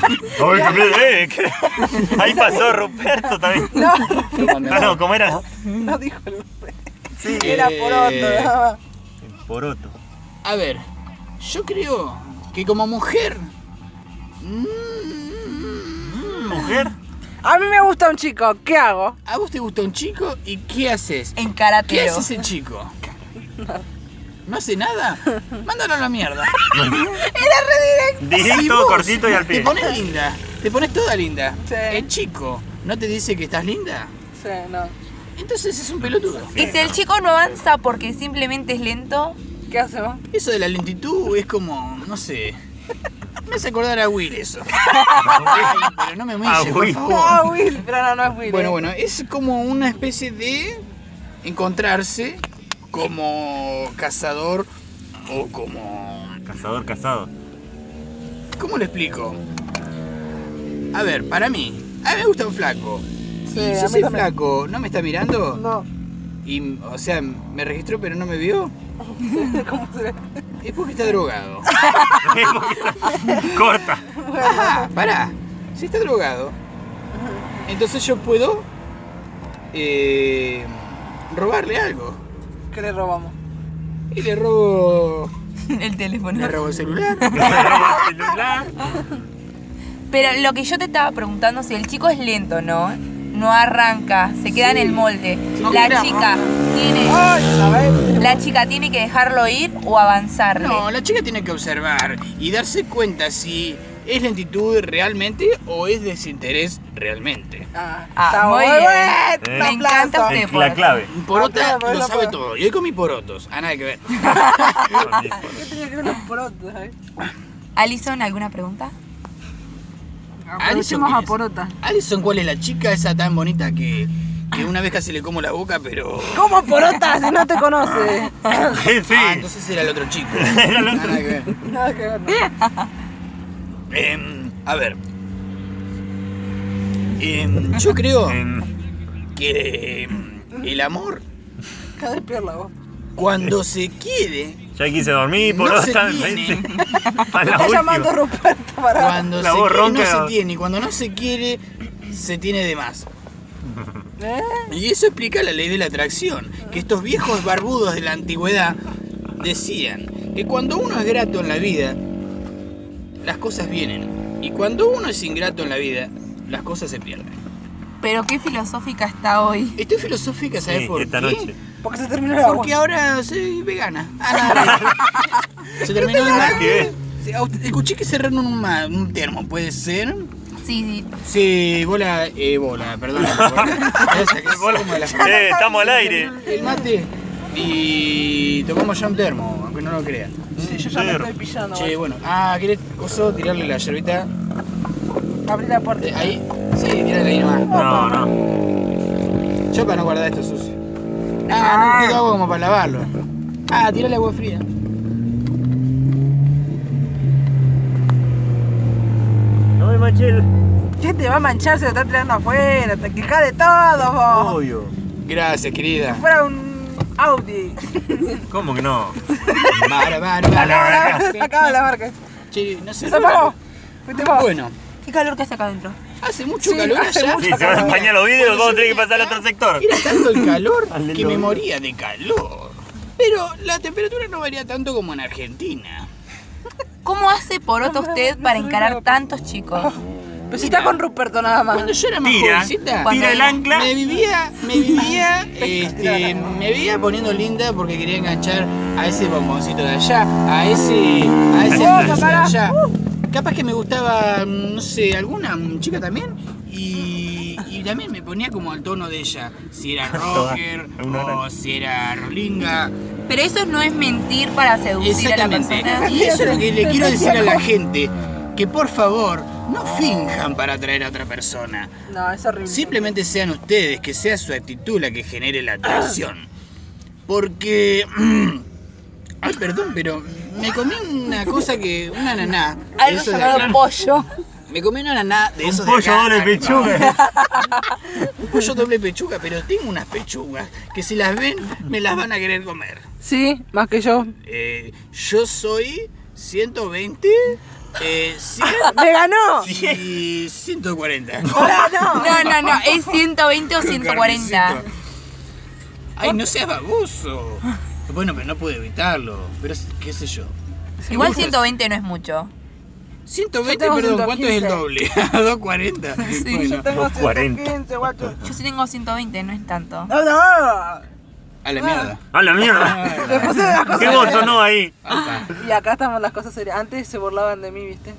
[SPEAKER 3] Ay, qué miedo, eh, que- Ahí pasó Ruperto también.
[SPEAKER 4] No,
[SPEAKER 3] No, no, ¿cómo era?
[SPEAKER 4] no dijo el nombre.
[SPEAKER 3] Sí.
[SPEAKER 4] Era por otro,
[SPEAKER 1] Eh,
[SPEAKER 4] nada más.
[SPEAKER 3] Poroto.
[SPEAKER 1] A ver, yo creo que como mujer... mm,
[SPEAKER 3] ¿Mujer?
[SPEAKER 4] A mí me gusta un chico, ¿qué hago?
[SPEAKER 1] ¿A vos te gusta un chico y qué haces? ¿Qué
[SPEAKER 5] Encaratero.
[SPEAKER 1] hace ese chico? ¿No hace nada? Mándalo a la mierda. Si
[SPEAKER 3] Directo,
[SPEAKER 1] vos
[SPEAKER 3] cortito y al
[SPEAKER 1] Te
[SPEAKER 3] pie.
[SPEAKER 1] pones linda, te pones toda linda.
[SPEAKER 4] Sí.
[SPEAKER 1] El chico no te dice que estás linda,
[SPEAKER 4] Sí, no.
[SPEAKER 1] entonces es un pelotudo.
[SPEAKER 5] Y si el chico no avanza porque simplemente es lento,
[SPEAKER 4] ¿Qué hacemos?
[SPEAKER 1] Eso de la lentitud es como, no sé. Me hace acordar a Will eso. Ay, pero no me
[SPEAKER 3] A
[SPEAKER 1] humilles, por
[SPEAKER 3] Will.
[SPEAKER 4] Ah,
[SPEAKER 1] favor.
[SPEAKER 4] Will, pero no, no es Will.
[SPEAKER 1] Bueno,
[SPEAKER 4] eh.
[SPEAKER 1] bueno, es como una especie de encontrarse como cazador o como
[SPEAKER 3] Cazador, casado.
[SPEAKER 1] ¿Cómo lo explico? A ver, para mí, a mí me gusta un flaco.
[SPEAKER 4] Sí,
[SPEAKER 1] y
[SPEAKER 4] a
[SPEAKER 1] si
[SPEAKER 4] mí
[SPEAKER 1] ese
[SPEAKER 4] también.
[SPEAKER 1] flaco no me está mirando,
[SPEAKER 4] No.
[SPEAKER 1] y, o sea, me registró pero no me vio,
[SPEAKER 4] ¿Cómo se ve? Ah,
[SPEAKER 1] Es porque está drogado.
[SPEAKER 3] Corta.
[SPEAKER 1] Ajá, Ah, pará. Si está drogado, entonces yo puedo eh, robarle algo.
[SPEAKER 4] ¿Qué le robamos?
[SPEAKER 1] Y le robo.
[SPEAKER 5] El teléfono.
[SPEAKER 1] Le robo el celular.
[SPEAKER 3] Celular.
[SPEAKER 5] Pero lo que yo te estaba preguntando, si el chico es lento, ¿no? No arranca, se queda en el molde.
[SPEAKER 1] No,
[SPEAKER 5] la
[SPEAKER 1] mira.
[SPEAKER 5] chica tiene. La chica tiene que dejarlo ir o avanzarle.
[SPEAKER 1] No, la chica tiene que observar y darse cuenta si es lentitud realmente o es desinterés realmente.
[SPEAKER 4] Ah,
[SPEAKER 5] Ah,
[SPEAKER 4] está
[SPEAKER 5] muy
[SPEAKER 4] muy
[SPEAKER 5] bien.
[SPEAKER 4] bien.
[SPEAKER 3] Me
[SPEAKER 5] encanta este
[SPEAKER 4] Aplauso.
[SPEAKER 5] usted.
[SPEAKER 3] Es La clave.
[SPEAKER 1] Porota
[SPEAKER 4] Ah, claro,
[SPEAKER 1] lo
[SPEAKER 4] no
[SPEAKER 1] sabe
[SPEAKER 4] puedo.
[SPEAKER 1] todo. Y hoy comí porotos. A nada que ver.
[SPEAKER 4] ¿Qué tenía que ver los porotos? eh?
[SPEAKER 5] Alison, ¿alguna pregunta?
[SPEAKER 4] Aprovechemos
[SPEAKER 1] ¿quién
[SPEAKER 4] a
[SPEAKER 1] es?
[SPEAKER 4] porota.
[SPEAKER 1] Alison, ¿cuál es la chica esa tan bonita que, que una vez casi le como la boca, pero.
[SPEAKER 4] ¿Cómo porota si no te conoce?
[SPEAKER 3] Sí.
[SPEAKER 1] Ah, entonces era el otro chico. Ah,
[SPEAKER 3] Era el otro.
[SPEAKER 1] Nada que ver.
[SPEAKER 4] Nada que ver. ¿no?
[SPEAKER 1] Em, a ver. Em, yo creo
[SPEAKER 3] Em,
[SPEAKER 1] que em, el amor,
[SPEAKER 4] Cada vez peor la voz.
[SPEAKER 1] cuando se quiere,
[SPEAKER 3] Ya quise dormir, por
[SPEAKER 1] No
[SPEAKER 3] otra
[SPEAKER 1] se
[SPEAKER 3] está
[SPEAKER 1] tiene.
[SPEAKER 3] Para la
[SPEAKER 4] Está llamando
[SPEAKER 3] última.
[SPEAKER 4] Ruperto para.
[SPEAKER 1] Cuando
[SPEAKER 3] La
[SPEAKER 1] se
[SPEAKER 3] voz
[SPEAKER 1] quiere
[SPEAKER 3] ronca.
[SPEAKER 1] no se tiene y cuando no se quiere se tiene de más.
[SPEAKER 4] ¿Eh?
[SPEAKER 1] Y eso explica la ley de la atracción, que estos viejos barbudos de la antigüedad decían que cuando uno es grato en la vida, las cosas vienen. Y cuando uno es ingrato en la vida, las cosas se pierden.
[SPEAKER 5] Pero qué filosófica está hoy.
[SPEAKER 1] Estoy filosófica, ¿sabes
[SPEAKER 3] Sí,
[SPEAKER 1] por
[SPEAKER 3] esta
[SPEAKER 1] qué?
[SPEAKER 3] noche.
[SPEAKER 4] Porque se terminó la voz.
[SPEAKER 1] Porque ahora soy vegana. Ah, no, se terminó el
[SPEAKER 3] Nada que ver.
[SPEAKER 1] mate. Sí, a usted- Escuché que cerraron un, ma- un termo, ¿puede ser?
[SPEAKER 5] Sí, sí.
[SPEAKER 1] Sí, bola, eh, bola, perdón. bola. Como de la-
[SPEAKER 3] Eh, estamos al aire.
[SPEAKER 1] El mate y tomamos ya un termo, aunque no lo crea.
[SPEAKER 4] Sí, yo ya me estoy pillando.
[SPEAKER 1] Che, bueno. Ah, ¿querés coso tirarle la yerbita?
[SPEAKER 4] boludo. Abrí la puerta.
[SPEAKER 1] Eh, Ahí. Sí, tirarle ahí nomás.
[SPEAKER 3] No, no.
[SPEAKER 1] Yo para no guardar esto sucio. Ah, no tengo agua como para lavarlo. Ah, tirale agua fría.
[SPEAKER 3] No me manché el.
[SPEAKER 4] ¿Qué te va a manchar si lo estás tirando afuera? Te quejas de todo, vos.
[SPEAKER 3] Obvio.
[SPEAKER 1] Gracias, querida.
[SPEAKER 4] Fuera un Audi.
[SPEAKER 3] ¿Cómo que no?
[SPEAKER 1] Vara, vara, vara.
[SPEAKER 4] Se acaba la marca.
[SPEAKER 1] Che, no sé.
[SPEAKER 4] Se paró. Fuiste vos.
[SPEAKER 1] Bueno,
[SPEAKER 5] Qué calor que hace acá adentro.
[SPEAKER 1] hace mucho
[SPEAKER 4] Sí,
[SPEAKER 1] calor
[SPEAKER 4] hace
[SPEAKER 1] allá.
[SPEAKER 3] Sí, se van a empañar los vídeos, vamos a tener que pasar al otro sector.
[SPEAKER 1] Era tanto el calor que
[SPEAKER 3] Aleluya.
[SPEAKER 1] me moría de calor. Pero la temperatura no varía tanto como en Argentina.
[SPEAKER 5] ¿Cómo hace Poroto usted para encarar tantos chicos?
[SPEAKER 4] Pero si está con Ruperto nada más.
[SPEAKER 1] Cuando yo era más
[SPEAKER 3] Tira,
[SPEAKER 1] jovencita,
[SPEAKER 5] Cuando
[SPEAKER 3] tira el
[SPEAKER 5] era-
[SPEAKER 3] ancla.
[SPEAKER 1] me vivía, me vivía, este, me vivía poniendo linda porque quería enganchar a ese bomboncito de allá, a ese, a ese
[SPEAKER 4] Vos,
[SPEAKER 1] dulce de
[SPEAKER 4] pará. Uh.
[SPEAKER 1] allá. Capaz que me gustaba, mm, no sé, alguna chica también y, y también me ponía como al tono de ella, si era rocker
[SPEAKER 3] Una
[SPEAKER 1] o
[SPEAKER 3] gran-
[SPEAKER 1] si era rolinga.
[SPEAKER 5] Pero eso no es mentir para seducir a la
[SPEAKER 1] Exactamente.
[SPEAKER 5] persona.
[SPEAKER 1] Y eso es lo que le quiero decir a la gente, que por favor no finjan para atraer a otra persona.
[SPEAKER 4] No, es horrible.
[SPEAKER 1] Simplemente sean ustedes, que sea su actitud la que genere la atracción. Porque... Ay, perdón, pero me comí una cosa que... Una naná. de
[SPEAKER 5] Algo
[SPEAKER 1] esos de
[SPEAKER 5] llamado
[SPEAKER 1] acá.
[SPEAKER 5] pollo.
[SPEAKER 1] Me comí una naná de esos
[SPEAKER 3] Un
[SPEAKER 1] de
[SPEAKER 3] pollo
[SPEAKER 1] acá.
[SPEAKER 3] doble pechuga.
[SPEAKER 1] Un pollo doble pechuga, pero tengo unas pechugas que si las ven me las van a querer comer.
[SPEAKER 4] Sí, más que yo.
[SPEAKER 1] Eh, yo soy 120, eh, 100
[SPEAKER 4] ¡Me ganó!
[SPEAKER 1] y 140.
[SPEAKER 4] Pará, no.
[SPEAKER 5] No, no, no, es 120 o 140.
[SPEAKER 1] Carnicito. Ay, no seas baboso. Bueno, pero no pude evitarlo. Pero es- qué sé yo.
[SPEAKER 5] Igual 120 no es mucho.
[SPEAKER 1] 120,
[SPEAKER 4] Yo tengo
[SPEAKER 1] perdón, ¿cuánto es el
[SPEAKER 4] 115.
[SPEAKER 1] doble? 240. Bueno,
[SPEAKER 4] Tengo
[SPEAKER 3] Los 40.
[SPEAKER 4] 115, guacho.
[SPEAKER 5] Yo sí tengo 120, no es tanto.
[SPEAKER 4] No, no.
[SPEAKER 1] a la mierda.
[SPEAKER 3] A la mierda.
[SPEAKER 4] Le puse las cosas
[SPEAKER 3] ¿Qué voz sonó ahí?
[SPEAKER 4] Y acá estamos las cosas serias. Antes se burlaban de mí, ¿viste?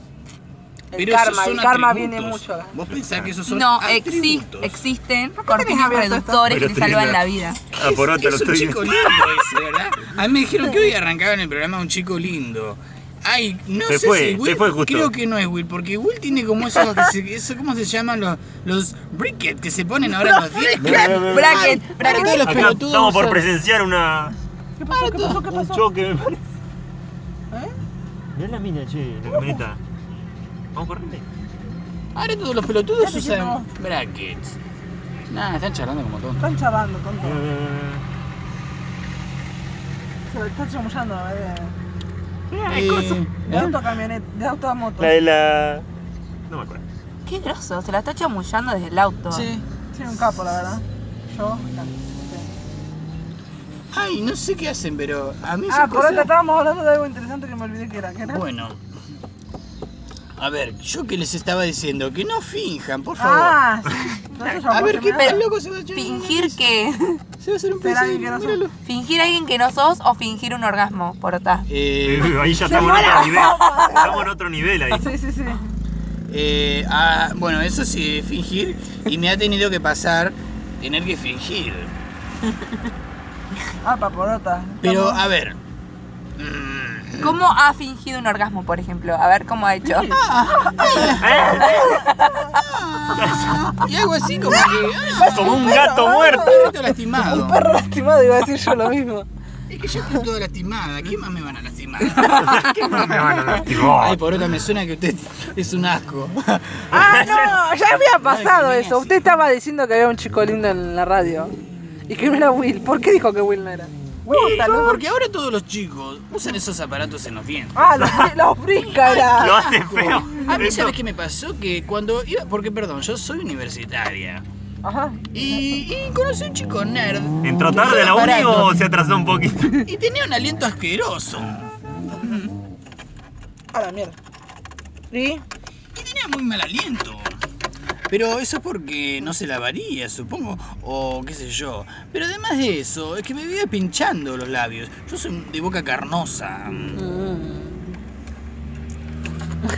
[SPEAKER 4] El
[SPEAKER 1] Pero esos
[SPEAKER 4] karma,
[SPEAKER 1] son
[SPEAKER 4] el karma
[SPEAKER 1] atributos.
[SPEAKER 4] viene mucho acá.
[SPEAKER 1] Vos pensás que esos son
[SPEAKER 5] No, exi-
[SPEAKER 1] atributos.
[SPEAKER 5] existen
[SPEAKER 4] tenés
[SPEAKER 5] cortinas
[SPEAKER 4] abierto
[SPEAKER 5] reductores
[SPEAKER 3] esto?
[SPEAKER 5] que te
[SPEAKER 3] Pero
[SPEAKER 5] salvan
[SPEAKER 3] tenés la-
[SPEAKER 5] la vida.
[SPEAKER 3] Ah, por otra lo
[SPEAKER 1] es un
[SPEAKER 3] estoy
[SPEAKER 1] chico lindo ese, ¿verdad? A mí me dijeron que hoy arrancaba en el programa un chico lindo. Ay, no
[SPEAKER 3] Se
[SPEAKER 1] sé
[SPEAKER 3] fue,
[SPEAKER 1] si
[SPEAKER 3] se
[SPEAKER 1] Will,
[SPEAKER 3] fue justo.
[SPEAKER 1] creo que no es Will, porque Will tiene como esos, que se- eso, ¿cómo se llaman los, los briquet que se ponen ahora en los dientes?
[SPEAKER 3] Bracket,
[SPEAKER 1] Ay,
[SPEAKER 5] bracket.
[SPEAKER 1] ahora todos los
[SPEAKER 3] Acá
[SPEAKER 1] pelotudos
[SPEAKER 3] estamos por
[SPEAKER 1] usan-
[SPEAKER 3] presenciar una.
[SPEAKER 4] ¿Qué pasó? ¿Qué pasó? ¿Qué
[SPEAKER 3] Un
[SPEAKER 4] pasó?
[SPEAKER 3] choque, me parece. Mirá la mina, che, la camioneta. Vamos corriendo.
[SPEAKER 1] Ahora todos los pelotudos
[SPEAKER 4] Ya te
[SPEAKER 1] usan brackets. Nah, están charlando como tontos.
[SPEAKER 4] Están charlando, tonto. Se están chamullando, ¿verdad?
[SPEAKER 6] Eh,
[SPEAKER 4] De
[SPEAKER 6] ¿ah?
[SPEAKER 4] auto a camioneta, de auto a moto.
[SPEAKER 3] La de la. No me acuerdo.
[SPEAKER 5] Qué groso, se la está chamullando desde el auto.
[SPEAKER 4] Sí, sí, un capo, la verdad. Yo, la- sí.
[SPEAKER 1] Ay, no sé qué hacen, pero a mí
[SPEAKER 4] Ah,
[SPEAKER 1] esas
[SPEAKER 4] por
[SPEAKER 1] cosas-
[SPEAKER 4] otra, estábamos hablando de algo interesante que me olvidé que era. ¿Qué era?
[SPEAKER 1] Bueno. A ver, yo que les estaba diciendo, que no finjan, por favor.
[SPEAKER 4] Ah, sí. Entonces,
[SPEAKER 1] a ver,
[SPEAKER 4] porque
[SPEAKER 1] ¿qué
[SPEAKER 4] me-
[SPEAKER 1] tal loco se va a hacer?
[SPEAKER 5] Fingir que.
[SPEAKER 1] Se va a hacer un
[SPEAKER 4] Será
[SPEAKER 1] PC,
[SPEAKER 4] alguien que no
[SPEAKER 1] míralo.
[SPEAKER 5] Fingir a alguien que no sos o fingir un orgasmo, porta.
[SPEAKER 1] Eh,
[SPEAKER 3] Ahí ya estamos en otro nivel. Estamos en otro nivel ahí.
[SPEAKER 4] Sí, sí, sí.
[SPEAKER 1] eh, ah, bueno, eso sí, fingir. Y me ha tenido que pasar tener que fingir.
[SPEAKER 4] Ah, paporota.
[SPEAKER 1] Pero, a ver. Mm,
[SPEAKER 5] ¿Cómo ha fingido un orgasmo, por ejemplo? A ver cómo ha hecho.
[SPEAKER 3] ¿Eh?
[SPEAKER 1] Ah, Y algo así como que. ah,
[SPEAKER 3] Como un gato muerto.
[SPEAKER 1] perrito lastimado.
[SPEAKER 4] Perro lastimado, iba a decir yo lo mismo.
[SPEAKER 1] Es que yo estoy toda lastimada. ¿Qué más me van a lastimar?
[SPEAKER 3] ¿Qué más me van a
[SPEAKER 1] Ay,
[SPEAKER 3] lastimar?
[SPEAKER 1] por otra, me suena que usted es un asco.
[SPEAKER 4] Ah, no, ya había pasado
[SPEAKER 1] Ay,
[SPEAKER 4] eso. Usted estaba diciendo que había un chico lindo en la radio. Y que no era Will. ¿Por qué dijo que Will no era? Will, tal vez.
[SPEAKER 1] Porque ahora todos los chicos usan esos aparatos en los dientes.
[SPEAKER 4] Ah, los, los brisca
[SPEAKER 3] Lo
[SPEAKER 4] era.
[SPEAKER 3] hace feo.
[SPEAKER 1] A mí,
[SPEAKER 3] Eso-
[SPEAKER 1] ¿sabes qué me pasó? Que cuando iba. Porque, perdón, yo soy universitaria.
[SPEAKER 4] Ajá.
[SPEAKER 1] Y, y conocí a un chico nerd.
[SPEAKER 3] ¿Entró tarde
[SPEAKER 1] Usaba
[SPEAKER 3] la uni
[SPEAKER 1] aparatos.
[SPEAKER 3] o se atrasó un poquito?
[SPEAKER 1] Y tenía un aliento asqueroso.
[SPEAKER 4] A la mierda. ¿Y?
[SPEAKER 1] Y tenía muy mal aliento. Pero eso es porque no se lavaría, supongo, o qué sé yo. Pero además de eso, es que me vivía pinchando los labios. Yo soy de boca carnosa.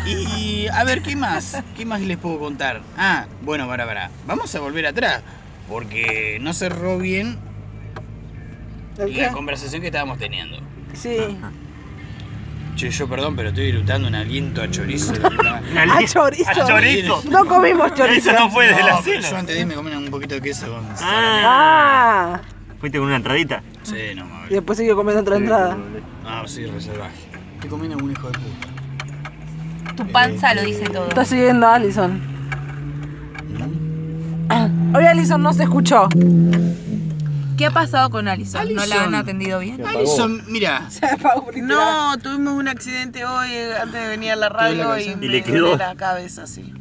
[SPEAKER 1] Y a ver, ¿qué más? ¿Qué más les puedo contar? Ah, bueno, para, para. Vamos a volver atrás. Porque no cerró bien
[SPEAKER 4] ¿El
[SPEAKER 1] la
[SPEAKER 4] qué?
[SPEAKER 1] conversación que estábamos teniendo.
[SPEAKER 4] Sí.
[SPEAKER 1] Che, yo perdón, pero estoy disfrutando un aliento a chorizo. de verdad.
[SPEAKER 4] A chorizo.
[SPEAKER 3] A chorizo.
[SPEAKER 4] No comimos chorizo.
[SPEAKER 3] Eso no fue de la
[SPEAKER 1] No, pero Yo
[SPEAKER 3] cena.
[SPEAKER 1] antes de irme comí un poquito de queso con
[SPEAKER 4] Ah.
[SPEAKER 3] Fuiste con una entradita.
[SPEAKER 1] Sí, no mames.
[SPEAKER 4] Y después siguió comiendo otra entrada.
[SPEAKER 1] Ah, sí, reservaje. Estoy comiendo un hijo de puta.
[SPEAKER 5] Tu panza lo dice todo.
[SPEAKER 4] Está siguiendo a Allison. Hoy Allison no se escuchó.
[SPEAKER 5] ¿Qué ha pasado con Alison? ¿No la
[SPEAKER 1] Alison.
[SPEAKER 5] han atendido bien?
[SPEAKER 1] Alison, mira,
[SPEAKER 2] No, tuvimos un accidente hoy eh, antes de venir a la radio y, me
[SPEAKER 3] le quedó.
[SPEAKER 2] duele la cabeza, así.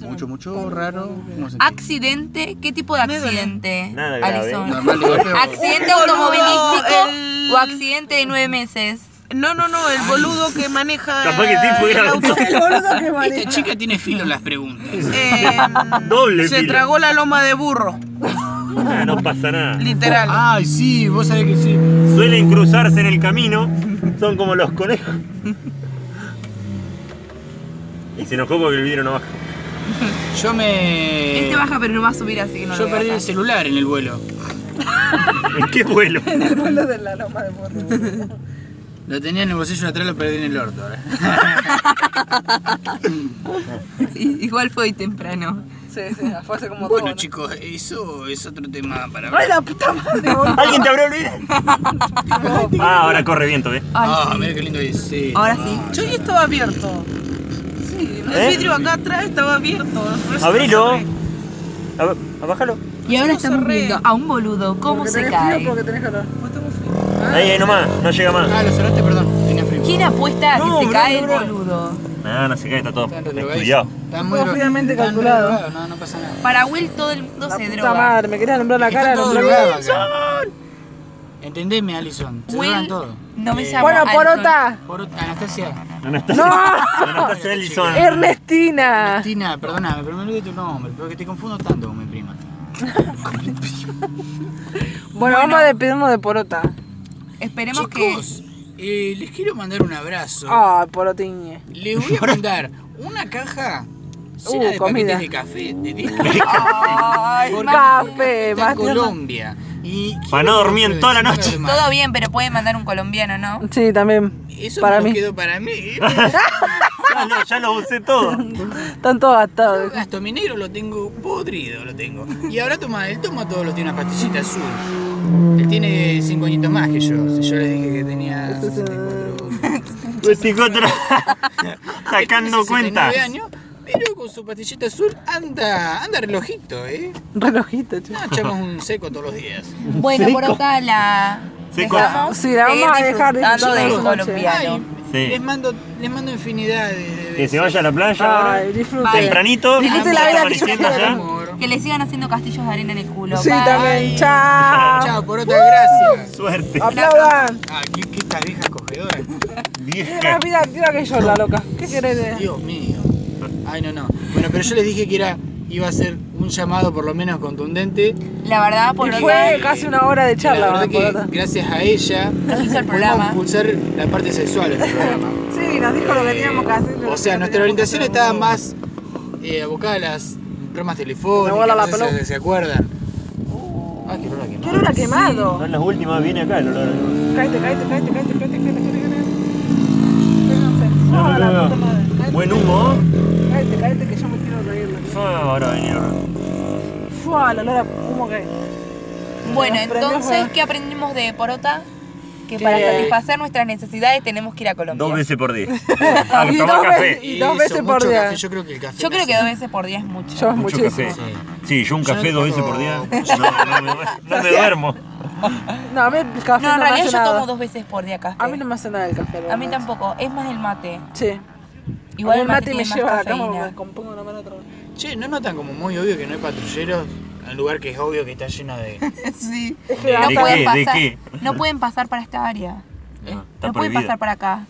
[SPEAKER 1] mucho, mucho raro. ¿Cómo se
[SPEAKER 5] ¿Accidente? ¿Qué tipo de accidente,
[SPEAKER 3] Nada grave.
[SPEAKER 5] Alison?
[SPEAKER 1] Normal de golpe.
[SPEAKER 5] ¿Accidente
[SPEAKER 2] Un boludo,
[SPEAKER 5] automovilístico
[SPEAKER 2] el-
[SPEAKER 5] o accidente de nueve meses?
[SPEAKER 2] No, no, no, el boludo que maneja
[SPEAKER 3] Capaz que sí,
[SPEAKER 2] el
[SPEAKER 3] pudiera-
[SPEAKER 2] auto
[SPEAKER 4] El boludo que
[SPEAKER 1] Esta
[SPEAKER 4] maneja.
[SPEAKER 1] chica tiene filo en las preguntas.
[SPEAKER 2] eh,
[SPEAKER 3] Doble
[SPEAKER 2] se
[SPEAKER 3] filo.
[SPEAKER 2] tragó la loma de burro,
[SPEAKER 3] Ah, no pasa nada.
[SPEAKER 2] literal.
[SPEAKER 1] Ay, sí, vos sabés que sí.
[SPEAKER 3] Suelen cruzarse en el camino. Son como los conejos. Y se enojó porque el vidrio no baja.
[SPEAKER 1] Yo me.
[SPEAKER 5] Este baja pero no va a subir así que no lo
[SPEAKER 1] Yo
[SPEAKER 5] voy a
[SPEAKER 1] perdí el
[SPEAKER 5] bajar.
[SPEAKER 1] celular en el vuelo.
[SPEAKER 3] ¿En qué vuelo?
[SPEAKER 4] El boludo de la loma de burro.
[SPEAKER 1] Lo tenía en el bolsillo de atrás, lo perdí en el orto. eh. ahora.
[SPEAKER 5] I- Igual fue hoy temprano.
[SPEAKER 4] Sí, sí, fue hace como
[SPEAKER 1] Bueno,
[SPEAKER 4] todo, ¿no?
[SPEAKER 1] chicos, eso es otro tema para
[SPEAKER 4] ¡Ay,
[SPEAKER 1] hablar.
[SPEAKER 4] la puta madre, boludo!
[SPEAKER 3] ¿Alguien te habrá olvidado? Ah, ahora corre viento, ¿ves?
[SPEAKER 5] Ay,
[SPEAKER 1] Ah,
[SPEAKER 5] sí.
[SPEAKER 1] mira qué lindo es. Sí.
[SPEAKER 5] Ahora sí.
[SPEAKER 2] Yo ya estaba abierto.
[SPEAKER 3] ¿Eh?
[SPEAKER 2] El vidrio acá atrás estaba abierto. por eso
[SPEAKER 3] Abrilo.
[SPEAKER 2] no cerré.
[SPEAKER 3] Ab- Abájalo.
[SPEAKER 5] Y ahora
[SPEAKER 2] Yo
[SPEAKER 5] estamos
[SPEAKER 2] cerré.
[SPEAKER 5] viendo a un boludo cómo
[SPEAKER 4] Porque
[SPEAKER 5] se
[SPEAKER 4] tenés frío,
[SPEAKER 5] cae.
[SPEAKER 4] porque tenés calor.
[SPEAKER 3] Ahí, ahí nomás. No llega más.
[SPEAKER 1] Ah, lo cerraste, perdón. Tenía frío.
[SPEAKER 5] ¿Quién apuesta a que
[SPEAKER 3] No,
[SPEAKER 5] se
[SPEAKER 3] bro,
[SPEAKER 5] cae el
[SPEAKER 3] bro.
[SPEAKER 5] boludo?
[SPEAKER 3] Ah, No, no se cae, está todo
[SPEAKER 1] Están
[SPEAKER 3] estudiado.
[SPEAKER 1] drogadísimos. Están muy
[SPEAKER 4] Todo
[SPEAKER 1] dro-
[SPEAKER 4] fríamente
[SPEAKER 1] están re
[SPEAKER 4] calculado.
[SPEAKER 1] drogados, No, no pasa nada.
[SPEAKER 5] Para Will todo el mundo
[SPEAKER 4] La
[SPEAKER 5] se
[SPEAKER 4] puta
[SPEAKER 5] droga.
[SPEAKER 4] madre, me quería nombrar la cara,
[SPEAKER 1] Está todo
[SPEAKER 4] nombrar
[SPEAKER 1] drogado acá. Entendeme, Alison. Se
[SPEAKER 5] Will
[SPEAKER 1] drogan todo.
[SPEAKER 5] No me
[SPEAKER 1] Eh,
[SPEAKER 5] llamo
[SPEAKER 4] Bueno,
[SPEAKER 5] Alison.
[SPEAKER 4] porota.
[SPEAKER 1] Por Anastasia.
[SPEAKER 3] Anastasia.
[SPEAKER 4] ¡No!
[SPEAKER 3] Anastasia Ellison.
[SPEAKER 4] Ernestina.
[SPEAKER 1] Cristina, perdóname, pero me olvidé tu nombre, porque te confundo tanto con mi prima.
[SPEAKER 4] Bueno, vamos a despedirnos de Porota.
[SPEAKER 5] Esperemos que
[SPEAKER 1] Chicos, eh, les quiero mandar un abrazo.
[SPEAKER 4] Ay, Porotiñe.
[SPEAKER 1] Les voy a mandar una caja llena
[SPEAKER 4] Uh,
[SPEAKER 1] de
[SPEAKER 4] comida.
[SPEAKER 1] paquetes de café de té. Porque
[SPEAKER 4] Café,
[SPEAKER 1] está
[SPEAKER 4] más
[SPEAKER 1] en Colombia. Y
[SPEAKER 3] Para no dormir en toda la
[SPEAKER 1] quiero
[SPEAKER 3] noche.
[SPEAKER 1] decirle a
[SPEAKER 5] todo
[SPEAKER 1] los
[SPEAKER 5] bien, pero puede mandar un colombiano, ¿no?
[SPEAKER 4] Sí, también.
[SPEAKER 1] demás, Eso
[SPEAKER 4] para
[SPEAKER 1] para
[SPEAKER 4] mí.
[SPEAKER 1] quedó para mí.
[SPEAKER 3] Ya lo- Ah, ya lo usé todo.
[SPEAKER 4] Están todos gastados.
[SPEAKER 1] Gasto mi negro lo tengo podrido, lo tengo. Y ahora toma, él toma todos los tiene una pastillita azul. Él tiene cinco añitos más que yo. Si yo le dije que tenía 64
[SPEAKER 3] 24. Pues Sacando
[SPEAKER 4] Este,
[SPEAKER 1] Él tiene 69
[SPEAKER 3] cuenta.
[SPEAKER 1] años, pero con su pastillita azul anda, anda relojito, ¿eh?
[SPEAKER 4] Relojito, chicos.
[SPEAKER 1] No echamos un seco todos los días.
[SPEAKER 5] Bueno, porota la
[SPEAKER 3] Seco.
[SPEAKER 5] dejamos
[SPEAKER 4] Sí, la vamos
[SPEAKER 5] seguir
[SPEAKER 4] a dejar
[SPEAKER 5] disfrutando
[SPEAKER 4] disfrutando
[SPEAKER 5] del
[SPEAKER 4] de su noche.
[SPEAKER 5] colombiano.
[SPEAKER 1] Ay,
[SPEAKER 3] Sí.
[SPEAKER 1] Les mando, les mando infinidad de, de-
[SPEAKER 3] Que se vaya a la playa ahora,
[SPEAKER 4] Ay, disfruten.
[SPEAKER 3] tempranito,
[SPEAKER 4] Disfruten la
[SPEAKER 3] está
[SPEAKER 4] vela que yo
[SPEAKER 3] amaneciendo
[SPEAKER 4] quiero del
[SPEAKER 3] ya.
[SPEAKER 4] amor.
[SPEAKER 5] Que le sigan haciendo castillos de arena en el culo.
[SPEAKER 4] Sí,
[SPEAKER 5] bye.
[SPEAKER 4] también. Chao.
[SPEAKER 1] Chao, por otra gracias.
[SPEAKER 3] Suerte.
[SPEAKER 4] Aplaudan.
[SPEAKER 1] Ah, qué, qué estas viejas cogedoras.
[SPEAKER 4] Tiene más
[SPEAKER 3] Vieja.
[SPEAKER 4] vida activa que yo, la loca. ¿Qué querés de.?
[SPEAKER 1] Dios mío. Ay, no, no. Bueno, pero yo les dije que era, iba a ser un llamado por lo menos contundente.
[SPEAKER 5] La verdad, por
[SPEAKER 4] Y
[SPEAKER 5] otra
[SPEAKER 4] fue casi una hora de
[SPEAKER 1] la
[SPEAKER 4] charla,
[SPEAKER 1] verdad
[SPEAKER 4] por otra.
[SPEAKER 1] que gracias a ella
[SPEAKER 5] hizo el
[SPEAKER 1] podemos
[SPEAKER 5] programa.
[SPEAKER 1] impulsar la parte sexual del programa.
[SPEAKER 4] Sí, nos dijo lo que teníamos que hacer.
[SPEAKER 1] O sea, nuestra orientación estaba más eh, abocada a las bromas telefónicas,
[SPEAKER 4] Me vuela
[SPEAKER 1] no
[SPEAKER 4] la
[SPEAKER 1] sé si
[SPEAKER 4] pelota.
[SPEAKER 1] se, se acuerdan.
[SPEAKER 4] Uh.
[SPEAKER 1] Ay, qué olor a quemado.
[SPEAKER 4] ¿Qué olor ha quemado?
[SPEAKER 3] Son las últimas, viene acá el olor.
[SPEAKER 4] Cállate, cállate, cállate, cállate, cállate, cállate, cállate.
[SPEAKER 3] No, no,
[SPEAKER 4] Ah, la
[SPEAKER 3] no.
[SPEAKER 4] puta madre. Cállate,
[SPEAKER 3] Buen humo.
[SPEAKER 4] Cállate, cállate, que yo me quiero reír. la
[SPEAKER 3] ¿no? Ah, Ahora viene el olor.
[SPEAKER 4] que- Fua, el olor a humo que hay.
[SPEAKER 5] Bueno,
[SPEAKER 4] Nos prendió
[SPEAKER 5] entonces,
[SPEAKER 4] fuego.
[SPEAKER 5] ¿qué aprendimos de Porota? Que
[SPEAKER 4] Que-
[SPEAKER 5] para satisfacer nuestras necesidades tenemos que ir a Colombia.
[SPEAKER 3] Dos veces por día. A
[SPEAKER 4] Y
[SPEAKER 3] tomar
[SPEAKER 4] dos
[SPEAKER 3] café.
[SPEAKER 4] veces- y dos
[SPEAKER 1] Eso,
[SPEAKER 4] veces por
[SPEAKER 1] mucho
[SPEAKER 4] día.
[SPEAKER 1] café, Yo creo que el café.
[SPEAKER 5] Yo creo que
[SPEAKER 1] nace.
[SPEAKER 5] dos veces por día es mucho.
[SPEAKER 4] Yo es
[SPEAKER 3] Mucho
[SPEAKER 4] muchísimo.
[SPEAKER 3] café. Sí, yo un
[SPEAKER 1] Yo
[SPEAKER 3] café
[SPEAKER 1] no
[SPEAKER 3] dos veces
[SPEAKER 1] tomo-
[SPEAKER 3] por día. No, no, me- no me duermo.
[SPEAKER 4] No, a mí el café
[SPEAKER 5] No,
[SPEAKER 4] no,
[SPEAKER 5] en
[SPEAKER 4] me
[SPEAKER 5] realidad
[SPEAKER 4] hace
[SPEAKER 5] yo tomo
[SPEAKER 4] nada.
[SPEAKER 5] dos veces por día café.
[SPEAKER 4] A mí no me hace nada el café. la
[SPEAKER 5] A mí
[SPEAKER 4] verdad.
[SPEAKER 5] tampoco, es más el mate.
[SPEAKER 4] Sí.
[SPEAKER 5] Igual
[SPEAKER 4] el mate me
[SPEAKER 5] tiene más
[SPEAKER 4] lleva a la
[SPEAKER 5] cafeína.
[SPEAKER 4] cama, me descompongo una mano otra vez.
[SPEAKER 1] Che, ¿no notan como muy obvio que no hay patrulleros? En un lugar que es obvio que está lleno de.
[SPEAKER 5] Sí.
[SPEAKER 4] Es que
[SPEAKER 3] ¿De,
[SPEAKER 5] No
[SPEAKER 3] de
[SPEAKER 5] pueden,
[SPEAKER 3] qué? ¿De
[SPEAKER 5] pasar,
[SPEAKER 3] qué?
[SPEAKER 5] no pueden pasar para esta área.
[SPEAKER 3] No,
[SPEAKER 5] Eh, No,
[SPEAKER 3] está
[SPEAKER 5] pueden
[SPEAKER 3] prohibido.
[SPEAKER 5] pasar para acá.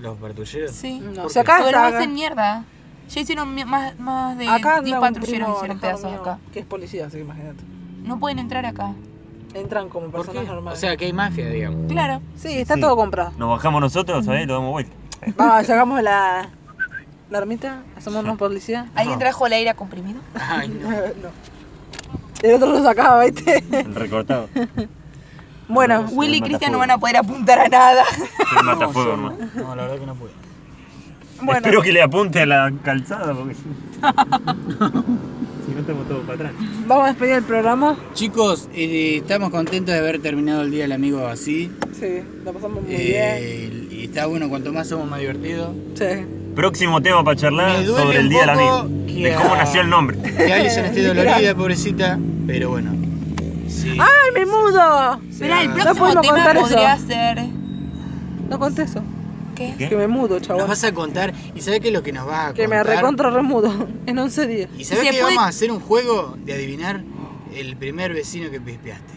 [SPEAKER 1] ¿Los patrulleros?
[SPEAKER 5] Sí.
[SPEAKER 4] Mm, No,
[SPEAKER 1] ¿Por
[SPEAKER 4] si
[SPEAKER 1] qué?
[SPEAKER 4] acá
[SPEAKER 5] Porque no
[SPEAKER 4] está,
[SPEAKER 5] hacen mierda. Ya hicieron mi- más, más de
[SPEAKER 4] acá
[SPEAKER 5] 10
[SPEAKER 4] anda un
[SPEAKER 5] patrulleros
[SPEAKER 4] primo
[SPEAKER 5] hicieron
[SPEAKER 4] enojado
[SPEAKER 5] pedazos
[SPEAKER 4] mío,
[SPEAKER 5] acá.
[SPEAKER 4] Que es policía, así que imagínate.
[SPEAKER 5] No pueden entrar acá.
[SPEAKER 4] Entran como
[SPEAKER 1] ¿Por qué?
[SPEAKER 4] personas normales.
[SPEAKER 1] O sea, que hay mafia, digamos.
[SPEAKER 5] Claro.
[SPEAKER 4] sí, está
[SPEAKER 3] sí.
[SPEAKER 4] todo comprado.
[SPEAKER 3] Nos bajamos nosotros, ¿sabes? Lo damos vuelta.
[SPEAKER 4] Vamos, sacamos la, la ermita, hacemos una policía.
[SPEAKER 5] ¿Alguien trajo el aire a comprimido?
[SPEAKER 1] Ay, no.
[SPEAKER 4] No. El otro lo sacaba, ¿viste?
[SPEAKER 3] El recortado.
[SPEAKER 4] Bueno,
[SPEAKER 5] Willy y
[SPEAKER 3] matafuego.
[SPEAKER 5] Cristian no van a poder apuntar a nada.
[SPEAKER 3] El matafuego, hermano.
[SPEAKER 1] No, la verdad que no puedo.
[SPEAKER 4] bueno.
[SPEAKER 3] Espero que le apunte a la calzada porque si si no estamos todos para atrás.
[SPEAKER 4] Vamos a despedir el programa.
[SPEAKER 1] Chicos, eh, estamos contentos de haber terminado el día del amigo así.
[SPEAKER 4] Sí, la pasamos muy
[SPEAKER 1] Eh, y está bueno, cuanto más somos más divertidos.
[SPEAKER 4] bien. Sí.
[SPEAKER 3] Próximo tema para charlar
[SPEAKER 1] Me duele
[SPEAKER 3] sobre
[SPEAKER 1] un
[SPEAKER 3] el Día del
[SPEAKER 1] poco
[SPEAKER 3] Amigo.
[SPEAKER 1] que
[SPEAKER 3] De cómo
[SPEAKER 1] a-
[SPEAKER 3] nació el nombre.
[SPEAKER 1] Que Alison esté dolorida, pobrecita, pero bueno. Sí.
[SPEAKER 5] Ah,
[SPEAKER 4] ¡Ay, me mudo!
[SPEAKER 5] Mirá, el
[SPEAKER 1] No
[SPEAKER 5] próximo
[SPEAKER 4] podemos
[SPEAKER 5] tema
[SPEAKER 4] contar eso.
[SPEAKER 5] podría ser.
[SPEAKER 4] No conté eso.
[SPEAKER 5] ¿Qué?
[SPEAKER 3] ¿Qué?
[SPEAKER 4] Que me mudo,
[SPEAKER 1] Nos
[SPEAKER 4] chabón.
[SPEAKER 1] vas a contar, y sabes qué es lo que nos vas a
[SPEAKER 4] Que me
[SPEAKER 1] contar?
[SPEAKER 4] recontra remudo. En 11 días.
[SPEAKER 1] Y sabes
[SPEAKER 5] Se
[SPEAKER 1] que
[SPEAKER 5] puede-
[SPEAKER 1] vamos a hacer un juego de adivinar el primer vecino que pispeaste.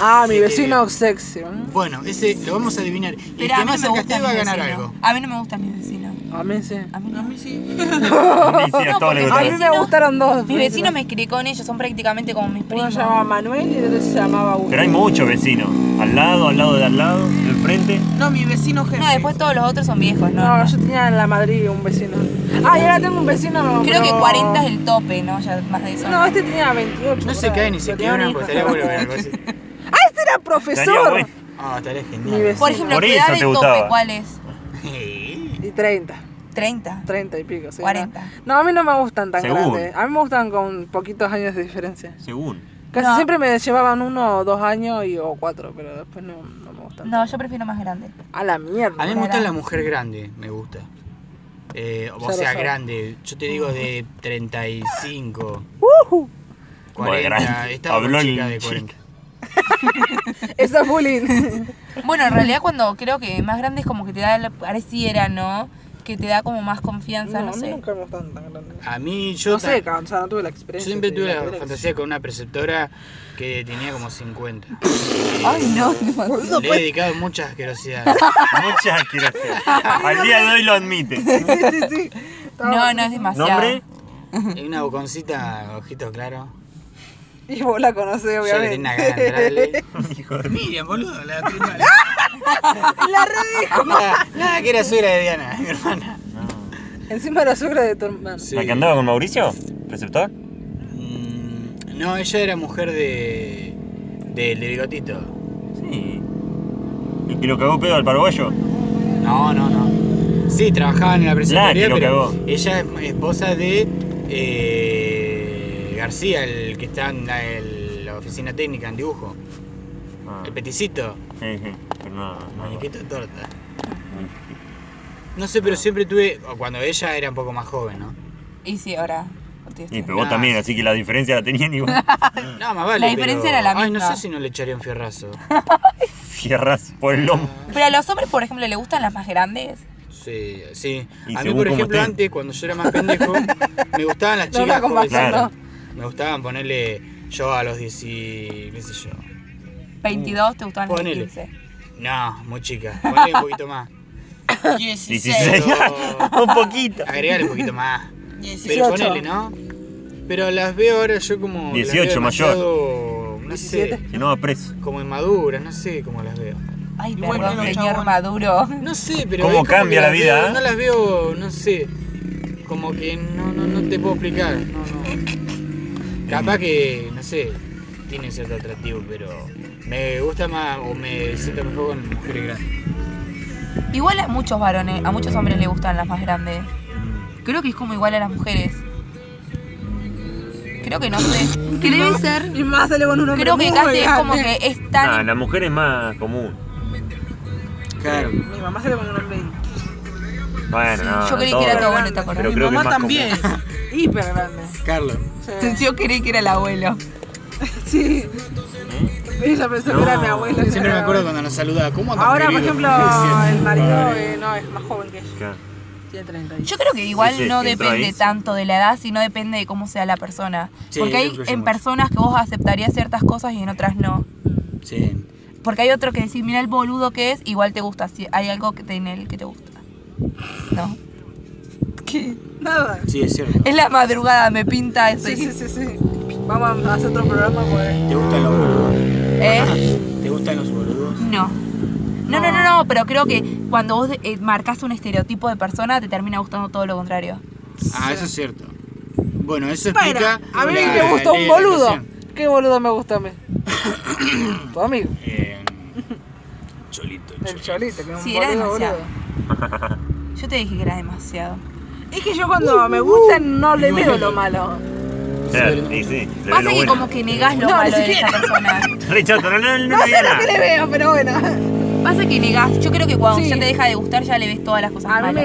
[SPEAKER 4] Ah, mi
[SPEAKER 1] Sí.
[SPEAKER 4] vecino sexy. ¿eh?
[SPEAKER 1] Bueno, ese lo vamos a adivinar. Y el
[SPEAKER 5] Pero a
[SPEAKER 1] que
[SPEAKER 5] mí no
[SPEAKER 1] más
[SPEAKER 5] me gusta
[SPEAKER 1] sacaste
[SPEAKER 5] mi
[SPEAKER 1] va a ganar
[SPEAKER 5] vecino.
[SPEAKER 1] algo.
[SPEAKER 5] A mí no me gusta mi vecino.
[SPEAKER 4] A mí sí.
[SPEAKER 5] A mí no.
[SPEAKER 3] Sí, sí, a
[SPEAKER 5] No,
[SPEAKER 3] todos les
[SPEAKER 5] porque-
[SPEAKER 4] A
[SPEAKER 3] gustaba.
[SPEAKER 4] mí me
[SPEAKER 5] vecino-
[SPEAKER 4] gustaron dos.
[SPEAKER 5] Mis vecinos me crié con ellos, son prácticamente como mis
[SPEAKER 4] Uno
[SPEAKER 5] primos.
[SPEAKER 4] se llamaba Manuel y el otro se llamaba Hugo.
[SPEAKER 3] Pero hay muchos vecinos. Al lado, al lado de al lado, del frente.
[SPEAKER 2] No, mi vecino jefe.
[SPEAKER 5] No, después todos los otros son viejos, ¿no?
[SPEAKER 4] No, yo tenía en la Madrid un vecino. Ah, y ahora tengo un vecino.
[SPEAKER 5] Creo que
[SPEAKER 4] pero-
[SPEAKER 5] 40 es el tope, ¿no? Ya más de eso.
[SPEAKER 4] No, este tenía 28.
[SPEAKER 1] No se
[SPEAKER 4] creo.
[SPEAKER 1] cae ni se
[SPEAKER 4] Pero tenía
[SPEAKER 1] quiebran,
[SPEAKER 4] un
[SPEAKER 1] pues
[SPEAKER 4] hijo.
[SPEAKER 1] estaría bueno ver algo así.
[SPEAKER 4] ¡Ah, este era
[SPEAKER 3] Estaría
[SPEAKER 4] profesor!
[SPEAKER 3] bueno.
[SPEAKER 1] Ah, estaría
[SPEAKER 4] Mi
[SPEAKER 1] genial.
[SPEAKER 4] vecino.
[SPEAKER 5] Por ejemplo,
[SPEAKER 3] Por
[SPEAKER 5] ¿qué
[SPEAKER 3] eso
[SPEAKER 5] edad
[SPEAKER 3] te
[SPEAKER 5] del
[SPEAKER 3] gustaba.
[SPEAKER 5] tope? ¿Cuál es?
[SPEAKER 4] Y 30.
[SPEAKER 5] 30.
[SPEAKER 4] 30 y pico, sí.
[SPEAKER 5] 40.
[SPEAKER 4] No, a mí no me gustan tan
[SPEAKER 3] Según.
[SPEAKER 4] grandes. A mí me gustan con poquitos años de diferencia.
[SPEAKER 3] Según.
[SPEAKER 4] Casi
[SPEAKER 5] No.
[SPEAKER 4] siempre me llevaban uno o dos años y, o cuatro, pero después no, no me gustan.
[SPEAKER 5] No, yo prefiero más grande.
[SPEAKER 4] A la mierda.
[SPEAKER 1] A mí me gusta la mujer grande, me gusta. Eh, o
[SPEAKER 4] Ya lo
[SPEAKER 1] sea,
[SPEAKER 4] sabe.
[SPEAKER 1] grande. Yo te digo de 35,
[SPEAKER 4] ¡Ujú!
[SPEAKER 1] 40.
[SPEAKER 3] grande.
[SPEAKER 1] Estaba con
[SPEAKER 3] Habló el
[SPEAKER 1] chica de
[SPEAKER 3] chico.
[SPEAKER 1] 40.
[SPEAKER 4] Esa es bullying.
[SPEAKER 5] Bueno, en realidad cuando creo que más grande es como que te da, la- pareciera, ¿no? Que te da como más confianza, no,
[SPEAKER 4] a mí
[SPEAKER 5] sé.
[SPEAKER 4] nunca me gustan tan grandes.
[SPEAKER 1] A mí, yo
[SPEAKER 4] No sé,
[SPEAKER 1] ta-
[SPEAKER 4] o sea, no tuve la
[SPEAKER 1] Yo
[SPEAKER 4] experiencia.
[SPEAKER 1] siempre
[SPEAKER 4] sí,
[SPEAKER 1] tuve la
[SPEAKER 4] tuve
[SPEAKER 1] fantasía con una preceptora que tenía como 50.
[SPEAKER 5] Ay, no, qué mal.
[SPEAKER 1] Le he dedicado muchas asquerosidades.
[SPEAKER 3] Muchas gracias. Al día de hoy lo admite.
[SPEAKER 4] experiencia. Sí, sí, sí.
[SPEAKER 5] No, no es demasiado.
[SPEAKER 3] ¿Nombre?
[SPEAKER 1] Y una boconcita, ojito claro.
[SPEAKER 4] Y vos la conocés,
[SPEAKER 1] Yo le
[SPEAKER 4] obviamente.
[SPEAKER 1] tenía una gana de entrarle.
[SPEAKER 3] Hijo de-
[SPEAKER 1] Miriam, boludo, la prima.
[SPEAKER 4] La redijo.
[SPEAKER 1] nada, nada, que era suegra de Diana, mi hermana.
[SPEAKER 4] Encima era suegra de tu hermano.
[SPEAKER 1] Sí.
[SPEAKER 3] ¿La que andaba con Mauricio? ¿Preceptor?
[SPEAKER 1] Mm, No, ella era mujer de. del de bigotito.
[SPEAKER 3] Sí. ¿Y que lo cagó pedo al paraguayo?
[SPEAKER 1] Ah, No, no, no. Sí, trabajaban en la preceptoría,
[SPEAKER 3] La que lo
[SPEAKER 1] pero
[SPEAKER 3] cagó.
[SPEAKER 1] ella es esposa de. eh, García, el que está en la, el- la oficina técnica en dibujo.
[SPEAKER 3] Ah,
[SPEAKER 1] El peticito.
[SPEAKER 3] sí, sí. Pero no, no.
[SPEAKER 1] Muñequito de torta. No sé,
[SPEAKER 3] Ah.
[SPEAKER 1] pero siempre tuve. o Cuando ella era un poco más joven, ¿no?
[SPEAKER 5] Y sí, ahora. no te
[SPEAKER 3] Y
[SPEAKER 5] sé.
[SPEAKER 3] pero vos también, así que la diferencia la tenían igual.
[SPEAKER 1] No, más vale.
[SPEAKER 5] La diferencia
[SPEAKER 1] pero-
[SPEAKER 5] era la
[SPEAKER 1] Ay, no
[SPEAKER 5] misma.
[SPEAKER 1] sé si no le echaría un fierrazo.
[SPEAKER 3] fierras por el lomo.
[SPEAKER 5] Pero a los hombres, por ejemplo, ¿le gustan las más grandes?
[SPEAKER 1] Sí, sí.
[SPEAKER 3] Y
[SPEAKER 1] A mí,
[SPEAKER 3] según
[SPEAKER 1] por
[SPEAKER 3] cómo
[SPEAKER 1] ejemplo,
[SPEAKER 3] esté.
[SPEAKER 1] antes, cuando yo era más pendejo, me gustaban las
[SPEAKER 4] No,
[SPEAKER 1] chicas.
[SPEAKER 4] no,
[SPEAKER 1] jovencitas.
[SPEAKER 3] Claro.
[SPEAKER 1] Me gustaban ponerle yo a los 10 y... qué sé yo.
[SPEAKER 5] 22, ¿te gustaban las de
[SPEAKER 1] Ponele.
[SPEAKER 5] 15?
[SPEAKER 1] No, muy chica. Ponle un poquito más.
[SPEAKER 3] 16.
[SPEAKER 1] pero-
[SPEAKER 3] Un poquito.
[SPEAKER 1] Agregale un poquito más. Pero
[SPEAKER 4] 18.
[SPEAKER 1] ponele, ¿no? Pero las veo ahora yo como.
[SPEAKER 3] 18 mayor.
[SPEAKER 1] mayor. No sé,
[SPEAKER 4] 17.
[SPEAKER 3] Que no va preso.
[SPEAKER 1] como inmaduras, no sé cómo las veo.
[SPEAKER 5] Ay,
[SPEAKER 2] Igual
[SPEAKER 5] perdón,
[SPEAKER 2] que los
[SPEAKER 5] señor
[SPEAKER 2] chabones.
[SPEAKER 5] Maduro.
[SPEAKER 1] No sé, pero.
[SPEAKER 3] ¿Cómo
[SPEAKER 1] es como que
[SPEAKER 3] cambia la
[SPEAKER 1] las
[SPEAKER 3] vida,
[SPEAKER 1] veo-
[SPEAKER 3] eh?
[SPEAKER 1] No las veo, no sé. Como que no, no, no te puedo explicar. No, no. Capaz que, no sé, tiene cierto atractivo, pero. Me gusta más o me siento mejor con mujeres grandes.
[SPEAKER 5] Igual a muchos varones, a muchos hombres le gustan las más grandes.
[SPEAKER 3] Mm.
[SPEAKER 5] Creo que es como igual a las mujeres. Creo que no sé. Que debe ser.
[SPEAKER 4] Y más sale con un hombre
[SPEAKER 5] Creo que
[SPEAKER 4] muy
[SPEAKER 5] casi es como
[SPEAKER 4] grande.
[SPEAKER 5] que es
[SPEAKER 3] Nah,
[SPEAKER 5] tan.
[SPEAKER 3] la mujer es más común.
[SPEAKER 1] Claro.
[SPEAKER 4] Mi mamá sale con un hombre
[SPEAKER 3] Bueno, no.
[SPEAKER 5] yo creí que
[SPEAKER 3] todo.
[SPEAKER 5] era todo bonita con
[SPEAKER 3] Pero
[SPEAKER 4] Mi
[SPEAKER 3] creo que es
[SPEAKER 4] mamá
[SPEAKER 3] más
[SPEAKER 4] también. Hiper grande.
[SPEAKER 1] Carlos.
[SPEAKER 4] Sí.
[SPEAKER 5] Yo creí que era el abuelo.
[SPEAKER 4] Sí. Ella pensó que era mi abuela. que
[SPEAKER 1] Siempre me
[SPEAKER 4] era
[SPEAKER 1] acuerdo
[SPEAKER 4] mi abuela.
[SPEAKER 1] cuando nos saluda. ¿Cómo tan
[SPEAKER 4] Ahora, por
[SPEAKER 1] querido?
[SPEAKER 4] ejemplo,
[SPEAKER 1] Sí,
[SPEAKER 4] el marido
[SPEAKER 1] padre.
[SPEAKER 4] eh, no es más joven que ella.
[SPEAKER 3] Claro.
[SPEAKER 4] Tiene 30.
[SPEAKER 5] Yo creo que igual
[SPEAKER 3] Sí, sí,
[SPEAKER 5] no
[SPEAKER 3] entró ahí.
[SPEAKER 5] depende tanto de la edad, sino depende de cómo sea la persona.
[SPEAKER 1] Sí,
[SPEAKER 5] Porque hay
[SPEAKER 1] influye
[SPEAKER 5] en
[SPEAKER 1] mucho.
[SPEAKER 5] personas que vos aceptarías ciertas cosas y en otras no.
[SPEAKER 1] Sí.
[SPEAKER 5] Porque hay otro que decís, mira el boludo que es, igual te gusta. Si hay algo que te- en él que te gusta. ¿No? ¿Qué?
[SPEAKER 4] Nada.
[SPEAKER 1] Sí, es cierto.
[SPEAKER 5] Es la madrugada, me pinta eso.
[SPEAKER 4] Sí, sí, sí, sí. Vamos a hacer otro programa pues. porque
[SPEAKER 1] ¿Te gustan los boludos?
[SPEAKER 5] ¿Eh?
[SPEAKER 1] ¿Te gustan los boludos?
[SPEAKER 5] No. No, no, no, no, pero creo que cuando vos eh, marcas un estereotipo de persona, te termina gustando todo lo contrario.
[SPEAKER 1] Ah, eso es cierto. Bueno, eso
[SPEAKER 4] Para,
[SPEAKER 1] explica.
[SPEAKER 4] a mí
[SPEAKER 1] la-
[SPEAKER 4] me gustó
[SPEAKER 1] la
[SPEAKER 4] un boludo.
[SPEAKER 1] relación.
[SPEAKER 4] ¿Qué boludo me gusta a mí? tu amigo,
[SPEAKER 1] Eh, cholito,
[SPEAKER 4] el
[SPEAKER 1] cholito.
[SPEAKER 4] cholito, que es un
[SPEAKER 5] Sí, era
[SPEAKER 4] boludo,
[SPEAKER 5] demasiado.
[SPEAKER 4] boludo.
[SPEAKER 5] Yo te dije que era demasiado.
[SPEAKER 4] Es que yo cuando me gusta no le veo lo malo.
[SPEAKER 3] Claro, sí, sí. Le ve
[SPEAKER 5] Pasa
[SPEAKER 3] lo
[SPEAKER 5] que
[SPEAKER 3] bueno.
[SPEAKER 5] como que negás lo
[SPEAKER 4] No, ni
[SPEAKER 5] malo de esa
[SPEAKER 4] siquiera.
[SPEAKER 5] persona.
[SPEAKER 3] Rechazo, no, no, no,
[SPEAKER 4] No sé
[SPEAKER 3] había
[SPEAKER 4] lo que
[SPEAKER 3] nada.
[SPEAKER 4] le veo, pero bueno.
[SPEAKER 5] Pasa que negás. Yo creo que cuando
[SPEAKER 4] Sí.
[SPEAKER 5] ya te deja de gustar, ya le ves todas las cosas
[SPEAKER 4] A mí me
[SPEAKER 5] malas.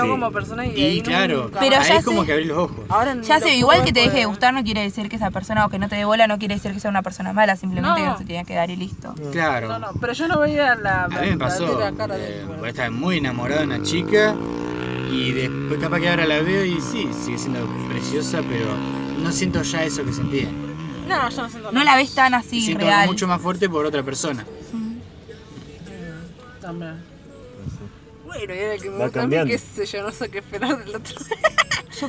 [SPEAKER 3] Sí, sí.
[SPEAKER 4] como persona y, ahí
[SPEAKER 1] Y claro,
[SPEAKER 4] nunca
[SPEAKER 5] Pero
[SPEAKER 4] más.
[SPEAKER 1] ahí
[SPEAKER 5] ya
[SPEAKER 1] es como
[SPEAKER 5] sé.
[SPEAKER 1] que abrir los ojos.
[SPEAKER 4] Ahora
[SPEAKER 5] Ya
[SPEAKER 4] ni
[SPEAKER 5] sé,
[SPEAKER 4] lo
[SPEAKER 5] igual
[SPEAKER 4] puedo
[SPEAKER 5] que te deje de
[SPEAKER 4] poder.
[SPEAKER 5] gustar no quiere decir que esa persona o que no te dé bola no quiere decir que sea una persona mala, simplemente que
[SPEAKER 4] No.
[SPEAKER 5] no se tenía que dar y listo.
[SPEAKER 1] Claro.
[SPEAKER 4] No, no, pero yo no veía la
[SPEAKER 1] A mí me pasó.
[SPEAKER 4] verdadera cara de
[SPEAKER 1] Ah, eh, porque estaba muy enamorado de una chica y después capaz que ahora la veo y sí, sigue siendo preciosa, pero no siento ya eso que sentía.
[SPEAKER 4] No, yo no siento
[SPEAKER 5] No la ves tan así,
[SPEAKER 1] siento
[SPEAKER 5] real.
[SPEAKER 1] algo mucho más fuerte por otra persona.
[SPEAKER 4] También. Bueno, y era el que me
[SPEAKER 3] Va
[SPEAKER 4] gusta a mí,
[SPEAKER 3] cambiando.
[SPEAKER 4] qué sé yo, no sé qué esperar del otro.
[SPEAKER 5] Yo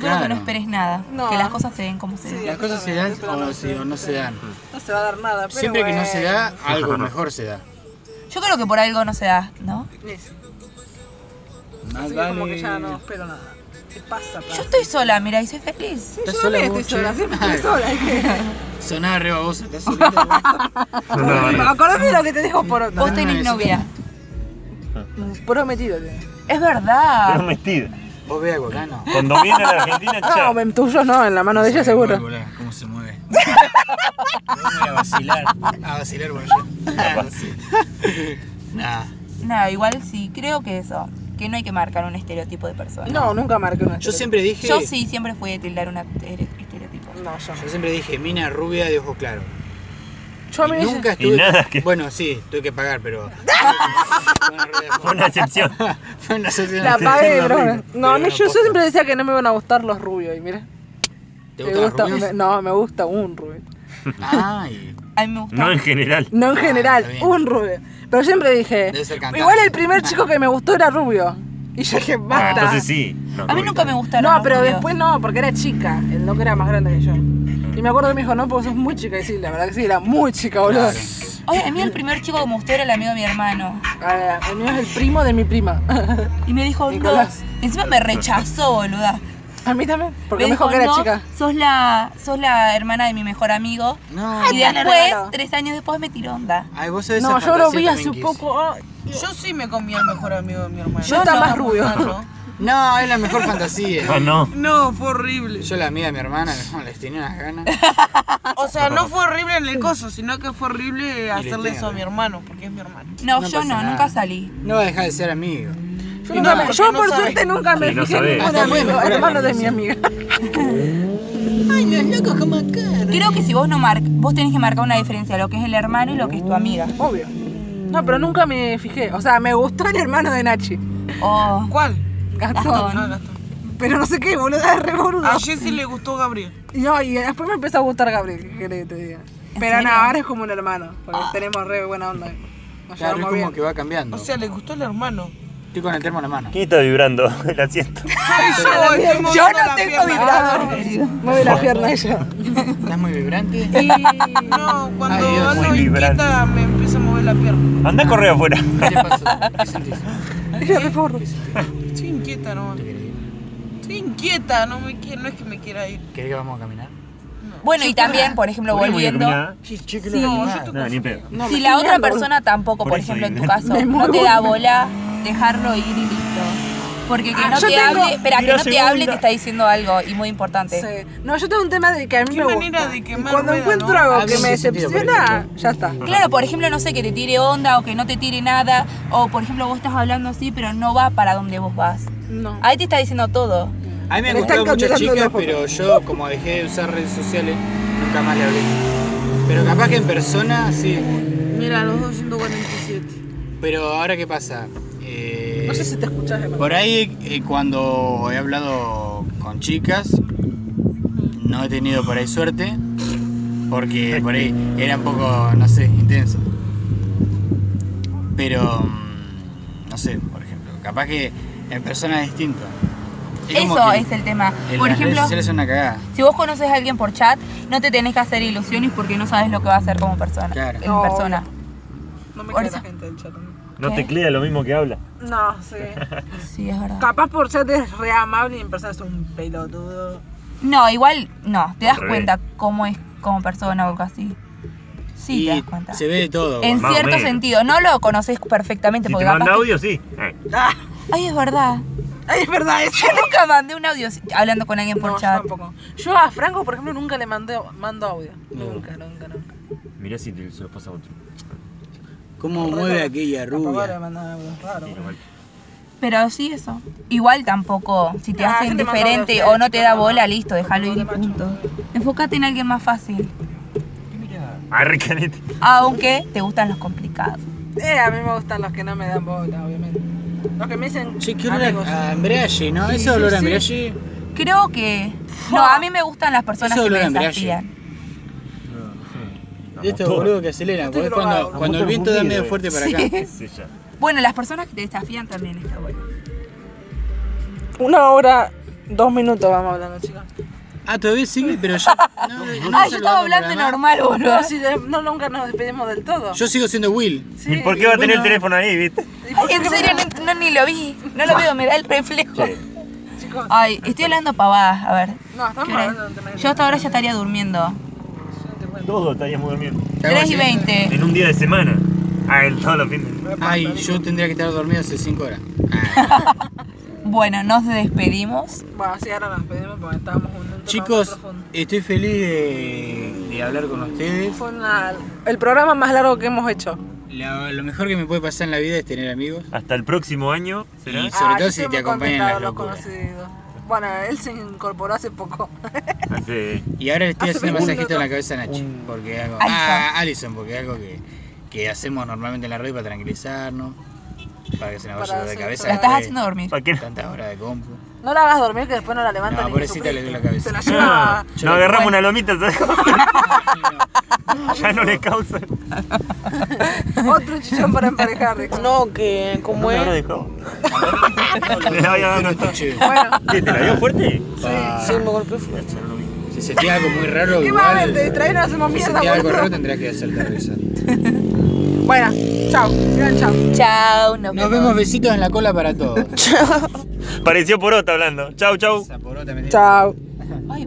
[SPEAKER 5] creo que
[SPEAKER 1] Claro.
[SPEAKER 5] no esperes nada.
[SPEAKER 4] No.
[SPEAKER 5] Que las cosas se den como se
[SPEAKER 4] Sí.
[SPEAKER 5] den.
[SPEAKER 1] Las cosas se dan o, no se- o no se dan.
[SPEAKER 4] No se va a dar nada, pero
[SPEAKER 1] Siempre que no
[SPEAKER 4] bueno.
[SPEAKER 1] se da, algo mejor se da.
[SPEAKER 5] Yo creo que por algo no se da, ¿no?
[SPEAKER 4] Sí,
[SPEAKER 1] Más
[SPEAKER 4] Así que como que ya no espero nada. Se pasa, pasa.
[SPEAKER 5] Yo estoy sola, mira, y soy feliz.
[SPEAKER 1] ¿Estás
[SPEAKER 4] Yo
[SPEAKER 1] sola
[SPEAKER 4] también
[SPEAKER 1] vos,
[SPEAKER 4] estoy sola,
[SPEAKER 1] che?
[SPEAKER 4] siempre estoy
[SPEAKER 1] Ay.
[SPEAKER 4] sola. hay que-
[SPEAKER 1] Sonaba re babosa, ¿estás solita? vos?
[SPEAKER 3] No, no.
[SPEAKER 4] Acordate de lo que te dejo por otro.
[SPEAKER 5] Vos tenés
[SPEAKER 1] eso
[SPEAKER 5] novia.
[SPEAKER 4] Prometido tenés.
[SPEAKER 5] Es verdad.
[SPEAKER 3] Prometida.
[SPEAKER 1] Vos ve algo acá, no.
[SPEAKER 3] Cuando viene a la Argentina,
[SPEAKER 4] No,
[SPEAKER 3] chao.
[SPEAKER 4] me tuyo no, Ah, en la mano de ella
[SPEAKER 1] Sabe
[SPEAKER 4] seguro.
[SPEAKER 1] cómo volá, ¿Cómo se mueve? Vamos a vacilar. A vacilar por allá. Nah.
[SPEAKER 5] Nada, igual sí, creo que eso. Que no hay que marcar un estereotipo de persona.
[SPEAKER 4] No, nunca marqué una.
[SPEAKER 1] Yo siempre dije.
[SPEAKER 5] Yo sí siempre fui de tildar un estereotipo.
[SPEAKER 4] No, yo.
[SPEAKER 1] Yo siempre dije, mina rubia de ojos claros.
[SPEAKER 4] Yo a mí
[SPEAKER 1] Y
[SPEAKER 4] ella-
[SPEAKER 1] nunca
[SPEAKER 3] Y
[SPEAKER 1] estuve.
[SPEAKER 3] nada que-
[SPEAKER 1] Bueno, sí, tuve que pagar, pero.
[SPEAKER 3] Fue una excepción.
[SPEAKER 1] Fue una sesión
[SPEAKER 4] La
[SPEAKER 1] de-
[SPEAKER 4] pagué,
[SPEAKER 1] horrible.
[SPEAKER 4] pero bueno. No, a
[SPEAKER 1] Pero
[SPEAKER 4] mí yo, yo
[SPEAKER 1] posta.
[SPEAKER 4] siempre decía que no me iban a gustar los rubios y mira.
[SPEAKER 1] ¿Te
[SPEAKER 4] me
[SPEAKER 1] gustan los
[SPEAKER 4] gusta,
[SPEAKER 1] rubios?
[SPEAKER 4] me- no, me gusta un rubio.
[SPEAKER 1] Ay,
[SPEAKER 5] A mí me gusta.
[SPEAKER 3] No en general.
[SPEAKER 4] No en
[SPEAKER 1] Ah,
[SPEAKER 4] general,
[SPEAKER 1] está bien.
[SPEAKER 4] un rubio. Pero siempre dije,
[SPEAKER 1] Debe ser cantante.
[SPEAKER 4] igual el primer chico que me gustó era rubio. Y yo dije,
[SPEAKER 3] Ah,
[SPEAKER 4] basta.
[SPEAKER 3] entonces sí. No,
[SPEAKER 5] A mí
[SPEAKER 3] no,
[SPEAKER 5] nunca me gustaron.
[SPEAKER 4] No,
[SPEAKER 5] los
[SPEAKER 4] pero
[SPEAKER 5] rubios.
[SPEAKER 4] después no, porque era chica, el loco era más grande que yo. Y me acuerdo que me dijo, no, porque sos muy chica. Y sí, la verdad que sí, era muy chica, boludo.
[SPEAKER 1] Claro.
[SPEAKER 5] Oye, a mí el primer chico que me gustó era el amigo de mi hermano.
[SPEAKER 4] Ah, el mío es el primo de mi prima.
[SPEAKER 5] Y me dijo, no.
[SPEAKER 4] Nicolás.
[SPEAKER 5] Encima me rechazó, boluda.
[SPEAKER 4] A mí también, porque
[SPEAKER 5] me
[SPEAKER 4] me dijo que era
[SPEAKER 5] no,
[SPEAKER 4] chica.
[SPEAKER 5] Sos la, sos la hermana de mi mejor amigo.
[SPEAKER 1] No.
[SPEAKER 5] y
[SPEAKER 4] tan
[SPEAKER 5] después,
[SPEAKER 4] raro.
[SPEAKER 5] tres años después, me tiró onda.
[SPEAKER 1] Ay, vos sabés
[SPEAKER 4] No,
[SPEAKER 1] esa
[SPEAKER 4] yo lo
[SPEAKER 1] fantasía
[SPEAKER 4] vi hace
[SPEAKER 1] también que hice.
[SPEAKER 4] poco. ah,
[SPEAKER 2] Yo sí me comí al mejor amigo de mi hermano.
[SPEAKER 4] Yo estaba más rubio.
[SPEAKER 1] No, es la mejor fantasía.
[SPEAKER 3] Ah, no.
[SPEAKER 2] No, fue horrible.
[SPEAKER 1] Yo la amiga de mi hermana, no, les tenía unas ganas.
[SPEAKER 2] O sea, no fue horrible en el coso, sino que fue horrible hacerle
[SPEAKER 1] tenga.
[SPEAKER 2] eso a mi hermano, porque es mi hermano.
[SPEAKER 5] No,
[SPEAKER 1] No
[SPEAKER 5] yo
[SPEAKER 1] pasa
[SPEAKER 5] no,
[SPEAKER 1] nada.
[SPEAKER 5] nunca salí.
[SPEAKER 1] No va a dejar de ser amigo.
[SPEAKER 4] Yo,
[SPEAKER 2] Y
[SPEAKER 4] nunca
[SPEAKER 2] no,
[SPEAKER 4] me-
[SPEAKER 2] porque
[SPEAKER 4] yo
[SPEAKER 2] no
[SPEAKER 4] por
[SPEAKER 2] sabe.
[SPEAKER 4] suerte nunca me
[SPEAKER 3] Y no
[SPEAKER 4] fijé
[SPEAKER 3] sabe.
[SPEAKER 4] en ningún
[SPEAKER 1] Hasta puede
[SPEAKER 4] amigo,
[SPEAKER 1] mejorar
[SPEAKER 4] hermano
[SPEAKER 1] la
[SPEAKER 4] de mi amiga.
[SPEAKER 5] Creo que si vos no marcas, vos tenés que marcar una diferencia, lo que es el hermano y lo que es tu amiga.
[SPEAKER 4] Obvio.
[SPEAKER 5] Y
[SPEAKER 4] No, pero nunca me fijé. O sea, me gustó el hermano de Nachi.
[SPEAKER 5] Oh,
[SPEAKER 2] ¿Cuál?
[SPEAKER 4] Gastón.
[SPEAKER 5] Gastón.
[SPEAKER 2] Ah, No, Ah, Gastón.
[SPEAKER 4] Pero no sé qué, boludo, es re boludo.
[SPEAKER 2] A Jessy le gustó Gabriel.
[SPEAKER 4] Y No, y después me empezó a gustar Gabriel, ¿qué querés que te diga? Pero
[SPEAKER 5] serio?
[SPEAKER 4] no, ahora es como un hermano, porque
[SPEAKER 2] Ah.
[SPEAKER 4] tenemos re buena onda. Nos
[SPEAKER 1] Claro, es
[SPEAKER 4] llevamos
[SPEAKER 1] como
[SPEAKER 4] bien.
[SPEAKER 1] que va cambiando.
[SPEAKER 2] O sea, le gustó el hermano.
[SPEAKER 1] Estoy con el termo en la mano.
[SPEAKER 3] ¿Quién está vibrando el asiento?
[SPEAKER 2] Soy yo, estoy moviendo
[SPEAKER 5] Yo no
[SPEAKER 2] la
[SPEAKER 5] tengo
[SPEAKER 2] pierna. Ah.
[SPEAKER 5] vibrador.
[SPEAKER 4] Mueve la pierna ella.
[SPEAKER 1] ¿Estás muy vibrante?
[SPEAKER 4] Y
[SPEAKER 2] No, cuando
[SPEAKER 1] Ay, Dios,
[SPEAKER 2] ando
[SPEAKER 3] muy
[SPEAKER 2] inquieta
[SPEAKER 3] vibrante.
[SPEAKER 2] me empieza a mover la pierna.
[SPEAKER 3] Anda a correr afuera.
[SPEAKER 1] ¿Qué te pasó? ¿Qué sentís?
[SPEAKER 4] ella re forro.
[SPEAKER 2] Estoy inquieta, no. Estoy inquieta, no me quiero, no es que me quiera ir.
[SPEAKER 1] ¿Querés que vamos a caminar?
[SPEAKER 5] Bueno, y también, por ejemplo,
[SPEAKER 3] ¿Por qué no voy a
[SPEAKER 5] volviendo.
[SPEAKER 3] caminar?
[SPEAKER 2] No, yo
[SPEAKER 1] animal.
[SPEAKER 2] toco
[SPEAKER 3] No, ni pedo.
[SPEAKER 4] No, me
[SPEAKER 5] Si
[SPEAKER 4] estoy
[SPEAKER 5] la otra
[SPEAKER 4] mirando, boludo.
[SPEAKER 5] persona tampoco,
[SPEAKER 3] Por
[SPEAKER 5] por,
[SPEAKER 3] eso
[SPEAKER 5] ejemplo, en
[SPEAKER 3] digo.
[SPEAKER 5] tu caso,
[SPEAKER 4] Me
[SPEAKER 5] no
[SPEAKER 4] muero.
[SPEAKER 5] te da bola, dejarlo ir y listo. Porque que
[SPEAKER 4] Ah,
[SPEAKER 5] no
[SPEAKER 4] yo
[SPEAKER 5] te
[SPEAKER 4] tengo-
[SPEAKER 5] hable, espera, que
[SPEAKER 3] Tira
[SPEAKER 5] no te hable
[SPEAKER 3] segunda.
[SPEAKER 5] te está diciendo algo y muy importante.
[SPEAKER 4] Sí. No, yo tengo un tema de que a mí
[SPEAKER 2] Qué
[SPEAKER 4] me gusta.
[SPEAKER 2] manera de quemar
[SPEAKER 4] Y cuando
[SPEAKER 2] rueda,
[SPEAKER 4] encuentro
[SPEAKER 2] ¿no?
[SPEAKER 4] algo
[SPEAKER 1] Ah,
[SPEAKER 4] que
[SPEAKER 1] sí,
[SPEAKER 4] me
[SPEAKER 1] sí, sentido, por
[SPEAKER 4] decepciona,
[SPEAKER 1] ejemplo.
[SPEAKER 4] ya está.
[SPEAKER 5] Claro, por ejemplo, no sé, que te tire onda o que no te tire nada, o por ejemplo, vos estás hablando así, pero no va para donde vos vas.
[SPEAKER 4] No.
[SPEAKER 5] Ahí te está diciendo todo.
[SPEAKER 1] A mí me han
[SPEAKER 4] Me están
[SPEAKER 1] gustado muchas
[SPEAKER 4] cambiando
[SPEAKER 1] chicas,
[SPEAKER 4] los ojos.
[SPEAKER 1] pero yo como dejé de usar redes sociales, nunca más le hablé. Pero capaz que en persona, sí.
[SPEAKER 2] Mira, los 247.
[SPEAKER 1] Pero ahora qué pasa? Eh,
[SPEAKER 4] No sé si te escuchás de
[SPEAKER 1] Por ahí eh, cuando he hablado con chicas, no he tenido por ahí suerte, porque por ahí era un poco, no sé, intenso. Pero, mm, no sé, por ejemplo, capaz que en persona es distinto. Es como
[SPEAKER 5] Eso
[SPEAKER 1] que
[SPEAKER 5] es el tema.
[SPEAKER 1] en
[SPEAKER 5] Por
[SPEAKER 1] las redes
[SPEAKER 5] ejemplo,
[SPEAKER 1] sociales es una cagada.
[SPEAKER 5] si vos conoces a alguien por chat, no te tenés que hacer ilusiones porque no sabes lo que va a hacer como persona.
[SPEAKER 1] Claro.
[SPEAKER 5] En
[SPEAKER 4] No,
[SPEAKER 5] persona.
[SPEAKER 4] No me
[SPEAKER 5] Por
[SPEAKER 4] queda la
[SPEAKER 5] eso.
[SPEAKER 4] gente del chat. ¿no?
[SPEAKER 3] No
[SPEAKER 5] ¿Qué?
[SPEAKER 3] teclea lo mismo que habla.
[SPEAKER 4] No, sí.
[SPEAKER 5] Sí, es verdad.
[SPEAKER 4] Capaz por chat es re amable y en persona es un pelotudo.
[SPEAKER 5] No, igual no, te das
[SPEAKER 3] Al revés.
[SPEAKER 5] cuenta cómo es como persona o algo así. Sí,
[SPEAKER 1] y
[SPEAKER 5] te das cuenta.
[SPEAKER 1] se ve de todo.
[SPEAKER 5] En
[SPEAKER 3] Más o
[SPEAKER 5] cierto
[SPEAKER 3] menos.
[SPEAKER 5] sentido, no lo conoces perfectamente
[SPEAKER 3] Si te
[SPEAKER 5] porque capaz
[SPEAKER 3] manda
[SPEAKER 5] que-
[SPEAKER 3] audio, sí. Eh,
[SPEAKER 5] Ay, es verdad.
[SPEAKER 4] Ay, Ah, es verdad, es
[SPEAKER 5] Yo nunca mandé un audio hablando con alguien por
[SPEAKER 4] No, yo
[SPEAKER 5] chat.
[SPEAKER 4] tampoco. Yo a Franco, por ejemplo, nunca le mandé, mando audio. Nunca, nunca, nunca.
[SPEAKER 3] Mirá si te- se lo pasa a otro.
[SPEAKER 1] ¿Cómo mueve aquella
[SPEAKER 4] Tampoco le
[SPEAKER 1] rubia?
[SPEAKER 4] mandaba algo raro.
[SPEAKER 3] Mira, vale.
[SPEAKER 5] Pero sí, eso. Igual tampoco. Si te
[SPEAKER 4] Ah,
[SPEAKER 5] hace
[SPEAKER 4] yo te mando
[SPEAKER 5] indiferente
[SPEAKER 4] audio,
[SPEAKER 5] o no te
[SPEAKER 4] chico,
[SPEAKER 5] da
[SPEAKER 4] no,
[SPEAKER 5] bola,
[SPEAKER 4] no.
[SPEAKER 5] listo, déjalo ir y punto. Enfócate en alguien más fácil.
[SPEAKER 3] Arre, canete.
[SPEAKER 5] Aunque te gustan los complicados.
[SPEAKER 4] Eh, a mí me gustan los que no me dan bola, obviamente. Los que me dicen.
[SPEAKER 1] Che, qué olor a-
[SPEAKER 4] amigos.
[SPEAKER 1] a embriague, ¿no?
[SPEAKER 4] Sí,
[SPEAKER 1] Ese
[SPEAKER 4] sí,
[SPEAKER 1] olor a
[SPEAKER 4] sí.
[SPEAKER 1] embriague.
[SPEAKER 5] Creo que. No,
[SPEAKER 4] Ah.
[SPEAKER 5] a mí me gustan las personas
[SPEAKER 1] Eso
[SPEAKER 5] que me
[SPEAKER 1] olor a embriague.
[SPEAKER 5] desafían.
[SPEAKER 1] De estos boludos que aceleran, porque es cuando,
[SPEAKER 4] drogado.
[SPEAKER 1] cuando el
[SPEAKER 3] Motor
[SPEAKER 1] viento da
[SPEAKER 3] fundido,
[SPEAKER 1] medio
[SPEAKER 3] eh.
[SPEAKER 1] fuerte para acá.
[SPEAKER 5] Sí.
[SPEAKER 3] Sí, ya.
[SPEAKER 5] Bueno, las personas que te desafían también está bueno.
[SPEAKER 4] Una hora, dos minutos vamos hablando, chicas.
[SPEAKER 1] Ah, todavía sigue, pero yo. No, no
[SPEAKER 5] Ay,
[SPEAKER 1] saludamos
[SPEAKER 5] Ah, yo estaba
[SPEAKER 1] el
[SPEAKER 5] hablando
[SPEAKER 1] programa.
[SPEAKER 5] normal, boludo.
[SPEAKER 4] No, si de- no, nunca nos despedimos del todo.
[SPEAKER 1] Yo sigo siendo Will.
[SPEAKER 4] Sí.
[SPEAKER 3] ¿Y por qué va a tener el
[SPEAKER 1] bueno.
[SPEAKER 3] teléfono ahí, viste?
[SPEAKER 4] ¿Y por
[SPEAKER 5] Ay,
[SPEAKER 4] qué
[SPEAKER 5] en
[SPEAKER 4] me-
[SPEAKER 5] serio, no, no, ni lo vi. No
[SPEAKER 1] Ah.
[SPEAKER 5] lo veo, me da el reflejo.
[SPEAKER 4] Chicos,
[SPEAKER 5] Ay, estoy hablando pavadas, a ver.
[SPEAKER 4] no, estamos
[SPEAKER 5] ¿qué hora
[SPEAKER 4] hablando de un tema de-
[SPEAKER 5] es? Yo hasta ahora ya estaría durmiendo.
[SPEAKER 3] Todos estaríamos durmiendo.
[SPEAKER 1] ¿Te hago
[SPEAKER 5] 3 y
[SPEAKER 1] así?
[SPEAKER 5] 20.
[SPEAKER 3] En un día de semana. Ah, en todos los fines.
[SPEAKER 1] Ay, yo tendría que estar dormido hace 5 horas. Ah.
[SPEAKER 5] Bueno, nos despedimos.
[SPEAKER 4] Bueno, sí, ahora nos despedimos porque estábamos en un tema
[SPEAKER 1] Chicos,
[SPEAKER 4] muy profundo.
[SPEAKER 1] estoy feliz de, de hablar con ustedes.
[SPEAKER 4] Fue una- el programa más largo que hemos hecho.
[SPEAKER 1] La- lo mejor que me puede pasar en la vida es tener amigos.
[SPEAKER 3] Hasta el próximo año. ¿Será?
[SPEAKER 1] Y sobre
[SPEAKER 4] Ah, yo
[SPEAKER 1] todo si
[SPEAKER 4] estoy
[SPEAKER 1] te
[SPEAKER 4] muy
[SPEAKER 1] acompañan
[SPEAKER 4] contenta de
[SPEAKER 1] las
[SPEAKER 4] haberlo
[SPEAKER 1] locuras.
[SPEAKER 4] conocido. Bueno, él se incorporó hace poco.
[SPEAKER 3] Hace
[SPEAKER 1] Y ahora le estoy
[SPEAKER 4] Hace
[SPEAKER 1] haciendo
[SPEAKER 4] un
[SPEAKER 1] masajito en la
[SPEAKER 4] minuto.
[SPEAKER 1] cabeza a Nachi. Porque algo.
[SPEAKER 5] Alison.
[SPEAKER 1] Ah, Alison, porque algo que, que hacemos normalmente en la radio para tranquilizarnos. Para que se nos vaya
[SPEAKER 4] Para
[SPEAKER 1] de la
[SPEAKER 4] hacer-
[SPEAKER 1] cabeza.
[SPEAKER 5] La estás
[SPEAKER 1] después
[SPEAKER 5] haciendo dormir.
[SPEAKER 3] ¿Para qué?
[SPEAKER 1] Tantas horas de compu.
[SPEAKER 4] No la hagas dormir que después no la levantan.
[SPEAKER 1] No,
[SPEAKER 4] ni
[SPEAKER 1] pobrecita le
[SPEAKER 4] Jesucristo.
[SPEAKER 1] duele la cabeza.
[SPEAKER 4] Se la lleva.
[SPEAKER 3] No, nos agarramos una lomita, ¿sabes? ya no le causa.
[SPEAKER 4] Otro chichón para emparejar. dijo.
[SPEAKER 2] No, que como
[SPEAKER 3] Me
[SPEAKER 2] es.
[SPEAKER 3] habrá dejado. Me la había dado.
[SPEAKER 1] Está chido.
[SPEAKER 4] Bueno,
[SPEAKER 3] ¿Qué, ¿Te la dio fuerte?
[SPEAKER 1] Pa-
[SPEAKER 2] Sí, me golpeé fuerte.
[SPEAKER 1] Si sentí algo muy raro,
[SPEAKER 4] ¿qué más ven?
[SPEAKER 1] igual.
[SPEAKER 4] Te distraes y nos hacemos
[SPEAKER 1] Si
[SPEAKER 4] mierda,
[SPEAKER 1] sentí algo raro,
[SPEAKER 4] boludo.
[SPEAKER 1] tendría que hacerte revisar.
[SPEAKER 4] Bueno, chao. Digan chao.
[SPEAKER 5] Chao,
[SPEAKER 1] Nos
[SPEAKER 5] nos vemos.
[SPEAKER 1] vemos besitos en la cola para todos.
[SPEAKER 3] Pareció porota hablando. Chau, chau.
[SPEAKER 1] Esa porota me tiene-
[SPEAKER 4] Chao.